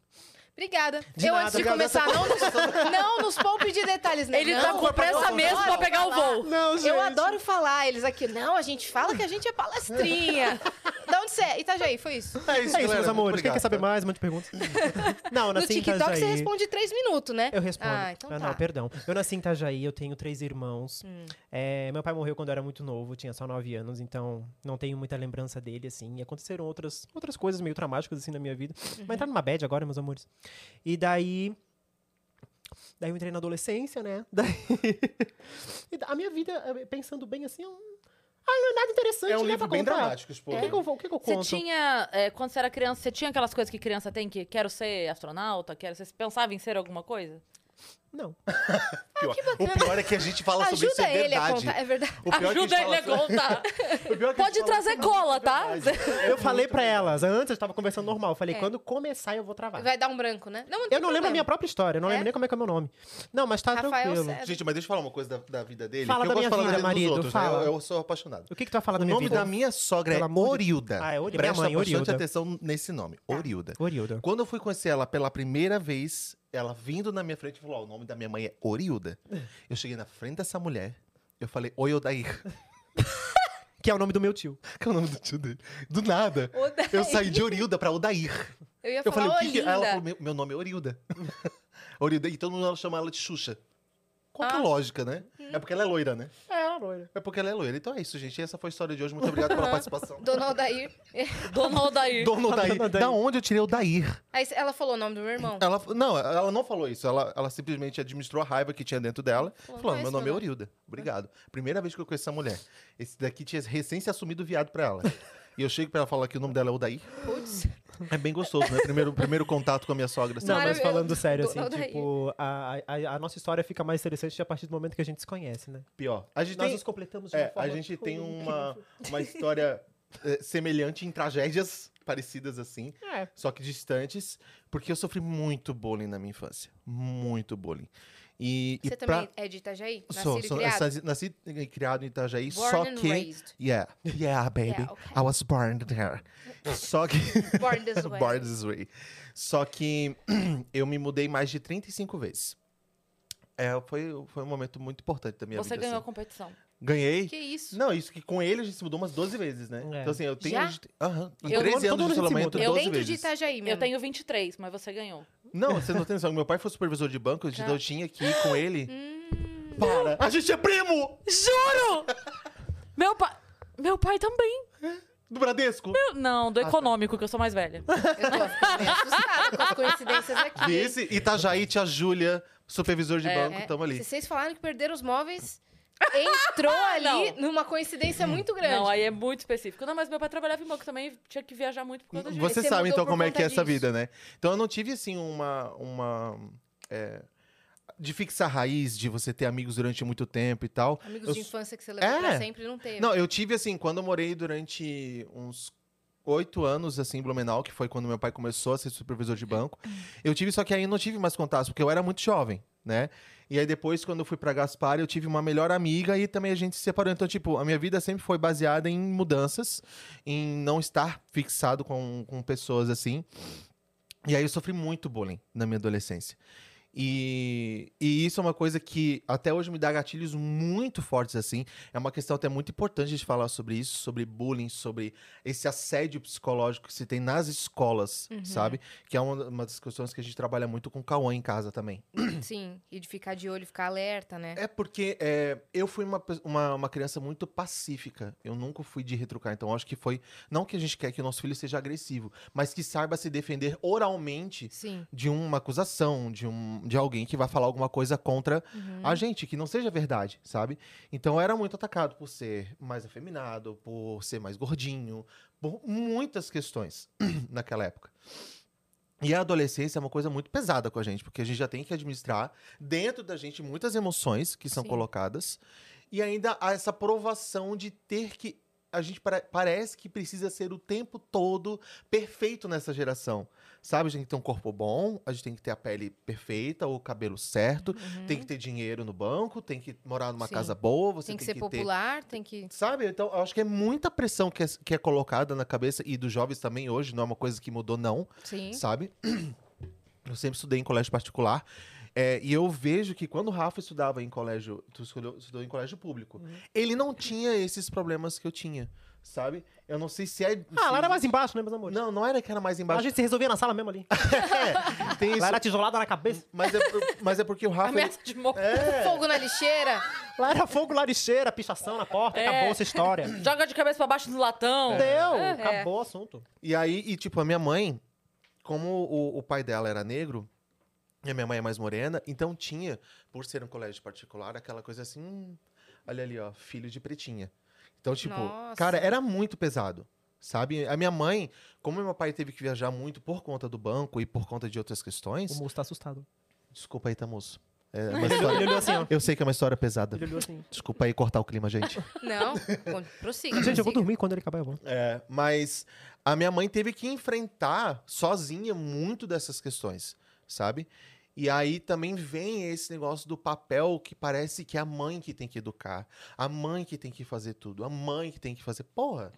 S2: Obrigada.
S4: De
S2: eu
S4: nada,
S2: antes de
S4: obrigado,
S2: começar, não nos, não nos poupe de detalhes, né?
S1: Ele
S2: não,
S1: tá com pressa
S2: eu
S1: mesmo pra
S2: adoro
S1: pegar o
S2: falar.
S1: voo.
S4: Não,
S2: Eu adoro falar, eles aqui. Não, a gente fala que a gente é palestrinha. da onde você é? Itajaí, foi isso.
S3: É isso,
S4: É isso,
S3: galera.
S4: meus
S3: Muito
S4: amores. Quem
S3: obrigado,
S4: quer saber
S3: tá?
S4: mais? Um monte de perguntas. Não, eu
S2: No
S4: nasci assim em
S2: TikTok
S4: Itajaí.
S2: você responde três minutos, né?
S4: Eu respondo.
S2: Ah, então
S4: Ah,
S2: tá. Hum.
S4: Não, perdão. Eu nasci em Itajaí, eu tenho três irmãos. É, meu pai morreu quando eu era muito novo, tinha só nove anos, então não tenho muita lembrança dele, assim. E aconteceram outras, outras coisas meio traumáticas, assim, na minha vida.
S2: Uhum.
S4: Mas tá numa bad agora, meus amores. E daí... Daí eu entrei na adolescência, né? Daí... e da- a minha vida, eh, pensando bem assim, é um... Ah, não é nada interessante,
S3: É um
S4: né,
S3: livro
S4: pra
S3: bem
S4: contar.
S3: dramático, tipo.
S4: O que, que eu, vou- o que que eu
S1: Você
S4: conto?
S1: tinha, é, quando você era criança, você tinha aquelas coisas que criança tem, que quero ser astronauta, quero... Você pensava em ser alguma coisa?
S4: Não.
S3: O pior é que a gente fala sobre isso,
S2: Ajuda
S3: é
S2: ele a
S3: verdade.
S2: contar. É verdade.
S3: O pior é que
S1: Ajuda ele a
S3: gente fala sobre-
S1: contar.
S3: O pior é que a gente
S1: Pode
S3: fala
S1: trazer
S3: sobre-
S1: cola, tá?
S3: É verdade.
S4: Eu falei pra elas, antes eu tava conversando normal, eu falei,
S2: É.
S4: quando começar eu vou travar.
S2: Vai dar um branco, né? Não, tem
S4: Eu não lembro a minha
S2: problema.
S4: própria história, eu não
S2: É?
S4: lembro nem como é que é o meu nome. Não, mas tá
S2: Rafael
S4: tranquilo.
S2: César.
S3: Gente, mas deixa eu falar uma coisa da, da vida dele.
S4: Fala
S3: que
S4: da
S3: eu gosto de
S4: minha
S3: falar da
S4: vida,
S3: vida
S4: marido,
S3: dos outros, né?
S4: fala.
S3: Eu, eu sou apaixonado.
S4: O que que tu vai falar da
S3: O
S4: minha
S3: nome
S4: vida?
S3: da minha sogra é
S4: Pelo amor de-
S3: Orilda.
S4: Ah, é Orilda.
S3: Presta
S4: Minha mãe,
S3: bastante
S4: Orilda. Ah.
S3: atenção nesse nome, Orilda.
S4: Orilda.
S3: Quando eu fui conhecer ela pela primeira vez, ela vindo na minha frente falou: "Ó, o nome da minha mãe é Orilda. Eu cheguei na frente dessa mulher, eu falei, Oi, Odair,
S4: Que é o nome do meu tio.
S3: que é o nome do tio dele. Do nada.
S2: Odair.
S3: Eu saí de Orilda pra Odair.
S2: Eu ia
S3: Eu
S2: falar,
S3: falei, o que, que é?
S2: Olinda.
S3: Ela falou, meu, meu nome é Orilda. Orilda, e todo mundo chama ela de Xuxa. Qual que é
S2: Ah.
S3: a lógica, né? É porque ela é loira, né?
S4: É, a loira.
S3: É porque ela é loira. Então é isso, gente. Essa foi a história de hoje. Muito obrigado pela participação.
S2: Dona Odair.
S1: Dona Odair.
S3: Dono
S4: Dona
S3: Odair.
S4: Odair.
S3: Da onde eu tirei o Dair?
S2: Aí ela falou o nome do meu irmão.
S3: Ela, não, ela não falou isso. Ela, ela simplesmente administrou a raiva que tinha dentro dela.
S2: Falou,
S3: Falou,
S2: não é
S3: meu
S2: esse
S3: nome é
S2: meu
S3: Orilda. Obrigado. Primeira vez que eu conheço essa mulher. Esse daqui tinha recém se assumido viado pra ela. E eu chego pra ela falar que o nome dela é Odair.
S2: Putz.
S3: É bem gostoso, né? Primeiro, primeiro contato com a minha sogra. assim.
S4: Não, mas
S2: Maravilhoso.
S4: falando sério, assim,
S2: Dona Odair.
S4: tipo, a, a, a nossa história fica mais interessante a partir do momento que a gente se conhece, né?
S3: Pior. A gente
S4: Nós
S3: tem,
S4: nos completamos de uma
S3: é, a
S4: forma,
S3: gente
S4: tipo,
S3: tem
S4: incrível.
S3: uma, uma história eh, semelhante em tragédias parecidas assim.
S4: É.
S3: só que distantes, porque eu sofri muito bullying na minha infância. Muito bullying. E, e
S2: Você
S3: pra...
S2: também é de Itajaí? Nascido
S3: Sou,
S2: e
S3: sou-
S2: criado?
S3: nasci- nasci e criado em Itajaí,
S2: Born
S3: só
S2: and
S3: que.
S2: raised.
S3: Yeah, yeah, baby.
S2: Yeah, okay.
S3: I was born there. Só que.
S2: Born this way.
S3: Born this way. Só que eu me mudei mais de 35 vezes. É, foi, foi um momento muito importante da minha
S1: Você
S3: vida.
S1: ganhou a
S3: assim.
S1: competição.
S3: Ganhei.
S2: Que isso?
S3: Não, isso que com ele a gente se mudou umas 12 vezes, né?
S4: É.
S3: Então, assim, eu tenho.
S2: Já?
S3: Aham. Em
S1: Eu-
S4: Todo
S3: 13 anos
S4: mundo
S3: de
S4: se
S3: isolamento,
S4: muda.
S3: 12
S1: Eu
S2: Dentro
S3: vezes.
S2: de tá- Itajaí mesmo.
S1: Eu tenho 23, mas você ganhou.
S3: Não, você não tem noção. Meu pai foi supervisor de banco, então eu tinha que ir com ele Para! A gente é primo!
S1: Juro! Meu pai. Meu pai também. Ah, tá.
S3: Do Bradesco!
S1: Eu- Não, do econômico, que eu sou mais velha.
S2: Eu tô ficando meio assustada com as coincidências aqui.
S3: Disse Itajaí, tia Júlia, supervisor de
S1: É,
S3: banco, tamo ali.
S2: Se vocês falaram que perderam os móveis, entrou ali
S1: Ah, Não.
S2: numa coincidência muito grande.
S1: Não, aí é muito específico. Não, mas meu pai trabalhava em banco também, tinha que viajar muito por conta disso.
S3: Você
S2: Você
S3: sabe
S2: mudou
S3: então
S2: por
S3: como é
S2: conta
S3: que é essa
S2: disso.
S3: vida, né? Então eu não tive assim uma. uma é, de fixar raiz, de você ter amigos durante muito tempo e tal.
S1: é-
S2: Amigos
S3: Eu
S2: de
S3: s-
S2: infância que você levou
S3: É.
S2: pra sempre não teve.
S3: Não, eu tive assim, quando eu morei durante uns oito anos, assim, em Blumenau, que foi quando meu pai começou a ser supervisor de banco, eu tive, só que aí eu não tive mais contatos, porque eu era muito jovem, né? E aí depois, quando eu fui pra Gaspar, eu tive uma melhor amiga e também a gente se separou. Então, tipo, a minha vida sempre foi baseada em mudanças, em não estar fixado com, com pessoas assim. E aí eu sofri muito bullying na minha adolescência. E, e isso é uma coisa que até hoje me dá gatilhos muito fortes, assim. É uma questão até muito importante a gente falar sobre isso, sobre bullying, sobre esse assédio psicológico que se tem nas escolas, sabe? Que é uma, uma das questões que a gente trabalha muito com o Cauã em casa também.
S2: Sim, e de ficar de olho, ficar alerta, né?
S3: É porque é, eu fui uma, pe- uma, uma criança muito pacífica. Eu nunca fui de retrucar. Então, acho que foi. Não que a gente quer que o nosso filho seja agressivo, mas que saiba se defender oralmente
S2: Sim.
S3: de uma acusação, de, um, de alguém que vai falar alguma coisa contra
S2: Uhum.
S3: a gente, que não seja verdade, sabe? Então eu era muito atacado por ser mais afeminado, por ser mais gordinho, por muitas questões naquela época. E a adolescência é uma coisa muito pesada com a gente, porque a gente já tem que administrar dentro da gente muitas emoções que são
S2: Sim.
S3: colocadas e ainda há essa provação de ter que a gente pare- parece que precisa ser o tempo todo perfeito nessa geração. Sabe, a gente tem que ter um corpo bom, a gente tem que ter a pele perfeita, o cabelo certo,
S2: Uhum.
S3: tem que ter dinheiro no banco, tem que morar numa
S2: Sim.
S3: casa boa, você
S2: Tem
S3: tem,
S2: que ser
S3: ter-
S2: popular, tem que.
S3: Sabe? Então, eu acho que é muita pressão que é, que é colocada na cabeça e dos jovens também hoje, não é uma coisa que mudou, não,
S2: Sim.
S3: sabe? Eu sempre estudei em colégio particular. é, e eu vejo que quando o Rafa estudava em colégio, tu escolheu- estudou em colégio público,
S2: Uhum.
S3: ele não tinha esses problemas que eu tinha, sabe? Eu não sei se é.
S4: Ah,
S3: se-
S4: lá era mais embaixo, né, meus amores?
S3: Não, não era que era mais
S4: A
S3: embaixo.
S4: gente se resolvia na sala mesmo ali.
S3: É, tem isso.
S4: Lá era tijolada na cabeça.
S3: Mas, é, por- mas é porque o Rafa. ele-
S1: Ameaça de morrer.
S3: É.
S2: Fogo na lixeira.
S4: Lá era fogo, laricheira, pichação na porta.
S1: É.
S4: Acabou essa história.
S1: Joga de cabeça pra baixo no latão.
S4: Deu,
S1: É.
S4: acabou o assunto.
S3: E aí, e tipo, a minha mãe, como o, o pai dela era negro, e a minha mãe é mais morena, então tinha, por ser um colégio particular, aquela coisa assim, "Hum, olha ali, ó, filho de pretinha. Então, tipo,
S2: Nossa.
S3: cara, era muito pesado. Sabe? A minha mãe, como meu pai teve que viajar muito por conta do banco e por conta de outras
S4: O
S3: questões.
S4: moço tá assustado.
S3: Desculpa aí, tá, moço? É uma
S4: Ele,
S3: história-
S4: ele olhou assim, ó.
S3: Eu sei que é uma história pesada.
S4: Ele olhou assim.
S3: Desculpa aí cortar o clima, gente.
S2: Não, con- prossiga.
S4: Gente, eu vou
S2: prossiga.
S4: dormir quando ele acabar, eu vou.
S3: É, mas a minha mãe teve que enfrentar sozinha muito dessas questões, sabe? E aí também vem esse negócio do papel que parece que é a mãe que tem que educar, a mãe que tem que fazer tudo, a mãe que tem que fazer. Porra!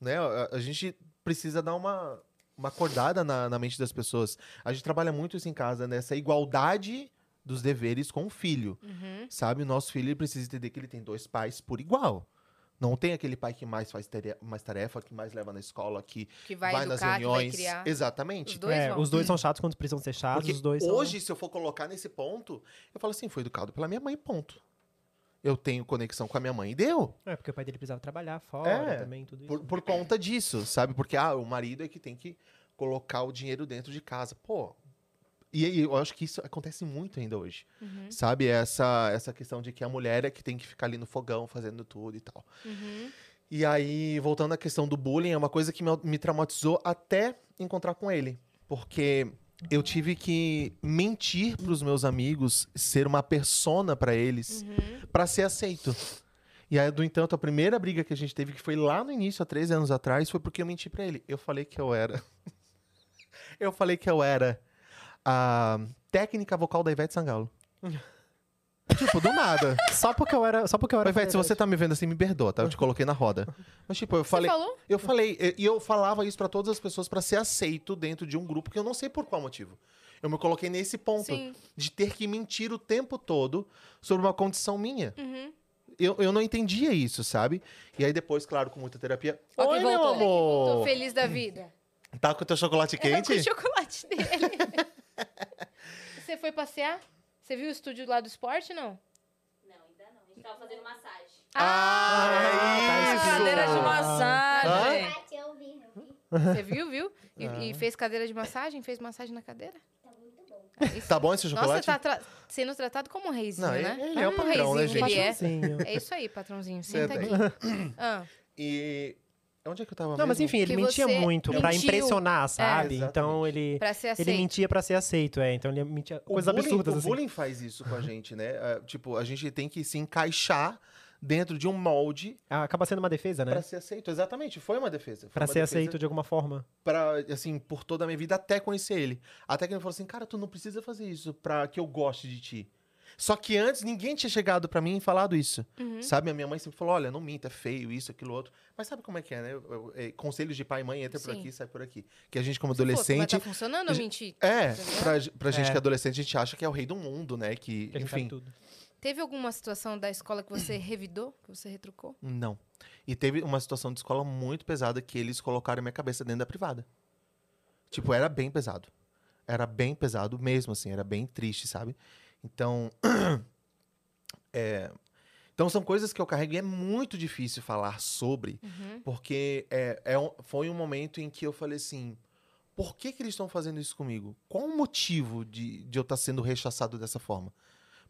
S3: Né? A, a gente precisa dar uma, uma acordada na, na mente das pessoas. A gente trabalha muito isso em casa, nessa igualdade dos deveres com o filho
S2: Uhum.
S3: sabe? O nosso filho ele precisa entender que ele tem dois pais por igual. Não tem aquele pai que mais faz tere- mais tarefa, que mais leva na escola, que
S2: Que vai,
S3: vai, nas
S2: educar, que vai
S3: reuniões.
S2: criar.
S3: Exatamente.
S2: Os dois
S4: É,
S2: vão.
S4: os dois são chatos quando precisam ser chatos.
S3: Porque
S4: os dois são-
S3: hoje, se eu for colocar nesse ponto, eu falo assim, fui educado pela minha mãe, ponto. Eu tenho conexão com a minha mãe e deu.
S4: É, porque o pai dele precisava trabalhar fora
S3: É,
S4: também, tudo isso.
S3: Por, por conta disso, sabe? Porque ah, o marido é que tem que colocar o dinheiro dentro de casa. Pô. E aí, eu acho que isso acontece muito ainda hoje.
S2: Uhum.
S3: Sabe? Essa, essa questão de que a mulher é que tem que ficar ali no fogão fazendo tudo e tal.
S2: Uhum.
S3: E aí, voltando à questão do bullying, é uma coisa que me, me traumatizou até encontrar com ele. Porque eu tive que mentir pros meus amigos, ser uma persona pra eles,
S2: Uhum.
S3: pra ser aceito. E aí, do entanto, a primeira briga que a gente teve, que foi lá no início, há três anos atrás, foi porque eu menti pra ele. Eu falei que eu era. eu falei que eu era a técnica vocal da Ivete Sangalo. tipo, do nada.
S4: Só porque eu era. Só porque eu
S3: Ô,
S4: era.
S3: Ivete, se você tá me vendo assim, me perdoa, tá? Eu te coloquei na roda. Mas, tipo, eu falei.
S2: é Você falou?
S3: Eu falei, e- e eu falava isso pra todas as pessoas pra ser aceito dentro de um grupo que eu não sei por qual motivo. Eu me coloquei nesse ponto
S2: Sim.
S3: de ter que mentir o tempo todo sobre uma condição minha.
S2: Uhum.
S3: Eu, eu não entendia isso, sabe? E aí depois, claro, com muita terapia.
S2: Ó,
S3: Oi,
S2: quem
S3: meu
S2: voltou. Tô
S3: amor!
S2: feliz da vida.
S3: Tá com o teu chocolate
S2: Ela com o
S3: quente?
S2: chocolate dele. Você foi passear? Você viu o estúdio lá do esporte, não? Ah,
S6: Tava fazendo massagem.
S4: tá,
S3: Ah, é isso!
S1: Cadeira de
S4: Ah,
S1: massagem.
S4: é?
S5: Tati, eu vi, eu vi.
S3: Ah.
S2: Você viu, viu? E, e fez cadeira de massagem? Fez massagem na cadeira?
S5: Tá muito bom.
S3: Tá bom esse
S2: Nossa,
S3: chocolate?
S2: tá tra- sendo tratado como um reizinho,
S3: Não, ele-
S2: né?
S3: ele é o
S2: um
S3: patrão, né,
S2: reizinho que ele é.
S4: Patrãozinho.
S2: É isso aí, patrãozinho.
S3: Cê
S2: Senta
S3: é
S2: aqui. Ah,
S3: E onde é que eu tava
S4: Não, mas
S3: mesmo?
S4: enfim, ele
S2: Que
S4: mentia
S2: você
S4: muito pra
S2: mentiu.
S4: impressionar, sabe?
S3: exatamente.
S4: então ele
S2: pra
S3: é
S2: ser
S4: ele
S2: aceito.
S4: mentia pra ser aceito, é. Então ele mentia
S3: O
S4: coisas
S3: bullying-
S4: absurdas
S3: O
S4: assim.
S3: bullying faz isso com a gente, né? Ah, tipo, a gente tem que se encaixar dentro de um molde
S4: Ah, Acaba sendo uma defesa, né?
S3: pra
S4: Pra,
S3: ser aceito. Exatamente, foi uma defesa. Foi uma
S4: ser
S3: defesa
S4: aceito de alguma forma.
S3: Pra, assim, por toda a minha vida até conhecer ele. Até que ele falou assim, cara, tu não precisa fazer isso pra que eu goste de ti. Só que antes ninguém tinha chegado pra mim e falado isso. Sabe? A minha mãe sempre falou: olha, não minta, é feio, isso, aquilo, outro. Mas sabe como é que é, né? Eu- eu- eh, Conselhos de pai e mãe, entra por
S2: Sim.
S3: aqui, sai por aqui. Que a gente, como
S2: Pô,
S3: adolescente.
S2: tá funcionando ou mentir?
S3: É,
S2: Entendeu?
S3: pra, pra gente
S4: É.
S3: que é adolescente, a gente acha que é o rei do mundo, né? Que,
S4: Que a gente sabe
S3: enfim.
S4: tudo.
S2: Teve alguma situação da escola que você revidou? Que você retrucou?
S3: Não. E teve uma situação de escola muito pesada que eles colocaram minha cabeça dentro da privada. Tipo, era bem pesado. Era bem pesado mesmo, assim, era bem triste, sabe? Então. é, Então são coisas que eu carrego e é muito difícil falar sobre,
S1: Uhum.
S3: porque é, é um- foi um momento em que eu falei assim. Por que, que eles estão fazendo isso comigo? Qual o motivo de, de eu estar sendo rechaçado dessa forma?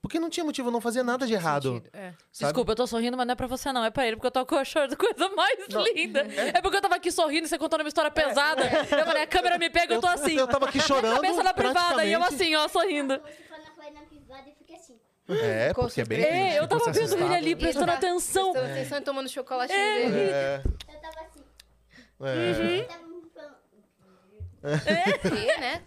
S3: Porque não tinha motivo, eu não fazia nada de errado.
S2: Sentido, é.
S3: Sabe?
S1: Desculpa, eu tô sorrindo, mas não é pra você, não. É pra ele, porque eu tô achando coisa mais linda. É porque eu tava aqui sorrindo, você contando uma história pesada. Eu falei, a câmera me pega, eu tô assim.
S3: Eu tava aqui chorando.
S1: Cabeça na privada e eu assim,
S3: praticamente.
S1: ó, sorrindo.
S5: Você foi na, foi na privada e fiquei assim.
S3: É,
S2: Com
S3: porque é bem
S2: certeza.
S3: triste.
S1: É, eu tava
S3: Ficou
S1: vendo ele
S3: assustado.
S1: ali,
S2: E ele
S1: prestando
S2: tá
S1: atenção.
S2: Prestando atenção e tomando o chocolatinho dele.
S3: É,
S5: Eu tava assim.
S3: é.
S1: Hum?
S5: Eu tava me falando.
S2: Quê, né?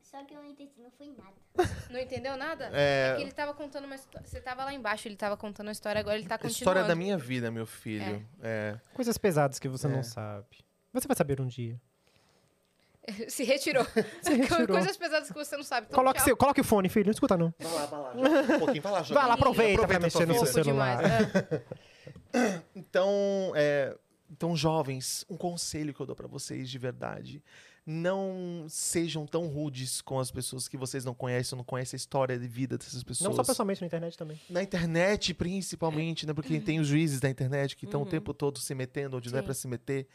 S5: Só que eu não entendi, não foi nada.
S2: Não entendeu nada?
S3: É.
S2: que ele tava contando uma história. Você tava lá embaixo, ele tava contando uma história, agora ele tá continuando.
S3: História é da minha vida, meu filho. É.
S4: Coisas pesadas que você
S3: É.
S4: não sabe. Você vai saber um dia.
S2: Se retirou. é
S4: Se retirou.
S2: Coisas pesadas que você não sabe. Então,
S4: Coloque,
S2: tchau.
S4: seu, coloque o fone, filho. Não escuta, não.
S3: Vai lá, vai lá. joga Um pouquinho, vai lá, joga.
S4: Vai lá, aproveita, pra
S3: Aproveita
S4: mexer
S3: a
S4: no
S3: sua
S2: Fofo
S4: seu celular.
S2: demais. é.
S3: Então, é, então, jovens, um conselho que eu dou pra vocês de verdade. Não sejam tão rudes com as pessoas que vocês não conhecem, não conhecem a história de vida dessas pessoas.
S4: Não só pessoalmente, na internet também.
S3: Na internet, principalmente, né? Porque tem os juízes da internet que estão o tempo todo se metendo onde não é
S2: Uhum. Sim.
S3: pra se meter.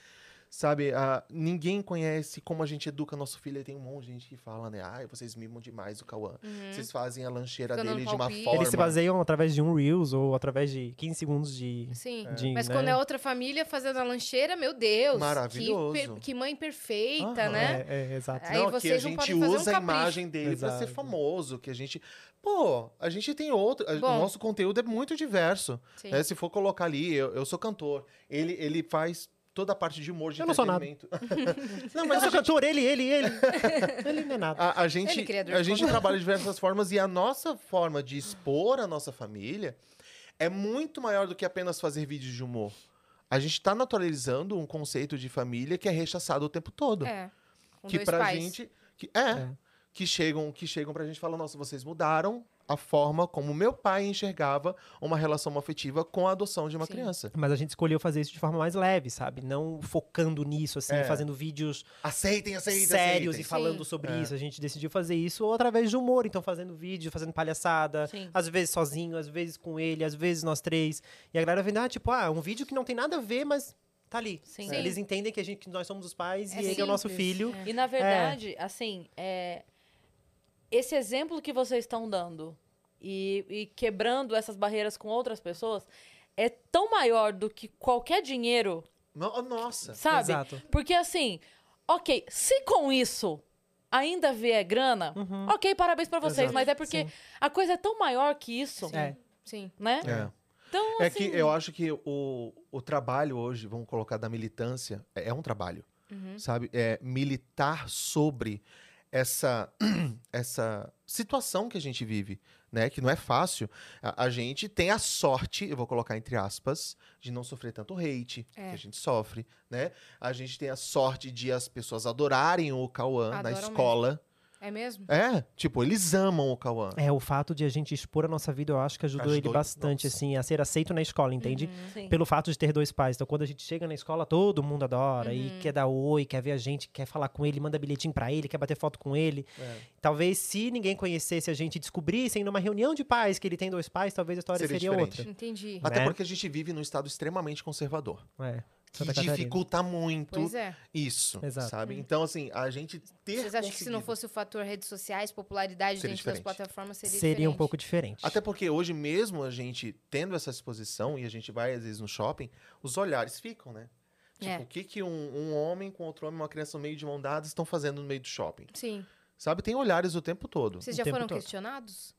S3: Sabe, Ah, ninguém conhece como a gente educa nosso filho. E tem um monte de gente que fala, né? Ai, vocês mimam demais o Cauã. Vocês fazem a lancheira
S2: Fica dando
S3: dele de uma
S2: Uhum. palpite.
S3: forma.
S4: Eles se baseiam através de um Reels ou através de 15 segundos de.
S2: Sim.
S4: de,
S2: Mas
S4: né?
S2: quando é outra família fazendo a lancheira, meu Deus.
S3: Maravilhoso.
S2: Que, per- que mãe perfeita,
S3: Aham.
S2: né?
S4: É, é, exato.
S2: Aí
S3: não, que a
S2: vocês não
S3: gente
S2: podem fazer um
S3: usa a
S2: capricho.
S3: imagem dele pra ser
S4: Exato.
S3: famoso, que a gente... Pô, a gente tem outro... a-
S2: Bom.
S3: O nosso conteúdo é muito diverso.
S2: Sim.
S3: né? Se for colocar ali, eu, eu sou cantor. Ele, ele faz toda a parte de humor, de
S4: Eu não sou nada.
S3: entretenimento.
S4: Não,
S3: Então,
S4: mas eu sou cantor, ele, ele, ele. ele não é nada.
S3: A, a
S2: Ele
S3: gente,
S2: criador
S3: a
S2: de
S3: gente
S2: conteúdo.
S3: trabalha de diversas formas e a nossa forma de expor a nossa família é muito maior do que apenas fazer vídeos de humor. A gente tá naturalizando um conceito de família que é rechaçado o tempo todo.
S2: É. Com
S3: que
S2: dois
S3: pra
S2: pais.
S3: gente. Que, é, Que chegam, que chegam pra gente e falam: nossa, vocês mudaram a forma como meu pai enxergava uma relação afetiva com a adoção de uma
S2: Sim.
S3: criança.
S4: Mas a gente escolheu fazer isso de forma mais leve, sabe? Não focando nisso, assim,
S3: É.
S4: fazendo vídeos
S3: Aceitem, aceitem,
S4: sérios e
S3: aceitem.
S4: falando sobre
S3: É.
S4: isso. A gente decidiu fazer isso através de humor, então fazendo vídeo, fazendo palhaçada,
S1: Sim.
S4: às vezes sozinho, às vezes com ele, às vezes nós três. E a galera vendo, ah, tipo, ah, um vídeo que não tem nada a ver, mas tá ali.
S1: Sim.
S4: Eles entendem que a gente, que nós somos os pais e
S2: É
S4: ele é o nosso
S2: simples,
S4: filho.
S2: é.
S1: E na verdade, assim, é, esse exemplo que vocês estão dando e, e quebrando essas barreiras com outras pessoas é tão maior do que qualquer dinheiro,
S3: No- Nossa.
S1: sabe?
S4: Exato.
S1: Porque assim, ok, se com isso ainda vier grana,
S4: Uhum.
S1: ok, parabéns pra vocês,
S4: Exato.
S1: mas é porque
S4: Sim.
S1: a coisa é tão maior que isso,
S4: É.
S2: Sim.
S1: né?
S3: É.
S1: Então,
S3: É
S1: assim,
S3: que eu acho que o, o trabalho hoje, vamos colocar da militância, é, é um trabalho,
S2: Uhum.
S3: sabe? É militar sobre essa, essa situação que a gente vive, né? Que não é fácil. A, a gente tem a sorte, eu vou colocar entre aspas, de não sofrer tanto hate
S2: É.
S3: que a gente sofre, né? A gente tem a sorte de as pessoas adorarem o Cauã na
S2: Adoram mesmo.
S3: escola.
S2: É mesmo?
S3: É, tipo, eles amam o Cauã.
S4: É, o fato de a gente expor a nossa vida, eu acho que ajudou, ele
S3: Ajudou,
S4: bastante,
S3: nossa.
S4: assim, a ser aceito na escola, entende?
S1: Sim.
S4: Pelo fato de ter dois pais. Então, quando a gente chega na escola, todo mundo adora e quer dar oi, quer ver a gente, quer falar com ele, manda bilhetinho pra ele, quer bater foto com ele.
S3: É.
S4: Talvez se ninguém conhecesse a gente e descobrissem numa reunião de pais que ele tem dois pais, talvez a história
S3: Seria
S4: seria,
S3: diferente.
S4: outra.
S2: Entendi.
S3: Até
S4: Né?
S3: porque a gente vive num estado extremamente conservador.
S4: É.
S3: Que
S4: Santa Catarina.
S3: dificulta muito
S2: Pois é.
S3: isso,
S4: Exato.
S3: sabe? Então, assim, a gente ter
S2: Hum. Vocês acham que se não
S3: conseguido-
S2: fosse o fator redes sociais, popularidade
S3: Seria
S2: dentro das
S3: diferente.
S2: plataformas seria,
S4: Seria,
S2: diferente?
S4: um pouco diferente.
S3: Até porque hoje mesmo a gente tendo essa exposição, e a gente vai às vezes no shopping, os olhares ficam, né? Tipo,
S2: É.
S3: o que, que um, um homem com outro homem, uma criança no meio de mão dada, estão fazendo no meio do shopping?
S2: Sim.
S3: Sabe? Tem olhares o tempo todo.
S2: Vocês
S4: O
S2: já
S4: tempo
S2: foram
S4: todo.
S2: questionados?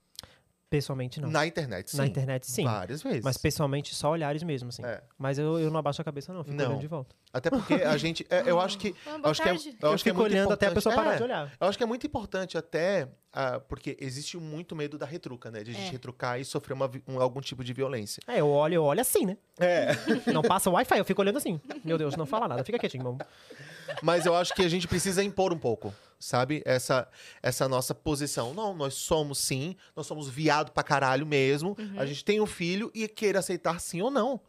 S4: Pessoalmente, não. Na,
S3: Na internet, sim.
S4: internet, sim.
S3: Várias vezes.
S4: Mas pessoalmente, só olhares mesmo, assim.
S3: É.
S4: Mas eu, eu não abaixo a cabeça, não. eu Fico
S3: Não.
S4: olhando de volta.
S3: Até porque a gente. é, eu acho que.
S2: Ah,
S3: Eu
S2: boa
S3: acho que é,
S2: tarde.
S3: eu
S4: Eu,
S3: acho que é
S4: fico
S3: muito
S4: olhando até a pessoa
S3: importante-
S4: parar
S3: É.
S4: de olhar.
S3: Eu acho que é muito importante até, ah, porque existe muito medo da retruca, né? De a gente
S2: É.
S3: retrucar e sofrer uma vi- um- algum tipo de violência.
S4: É, eu olho, eu olho assim, né?
S3: É.
S4: Não passa o Wi-Fi, eu fico olhando assim. Meu Deus, não fala nada, fica quietinho, irmão.
S3: Mas eu acho que a gente precisa impor um pouco, sabe? Essa, essa nossa posição. Não, nós somos sim, nós somos viado pra caralho mesmo. A
S2: Uhum.
S3: gente tem um filho e queira aceitar sim ou não.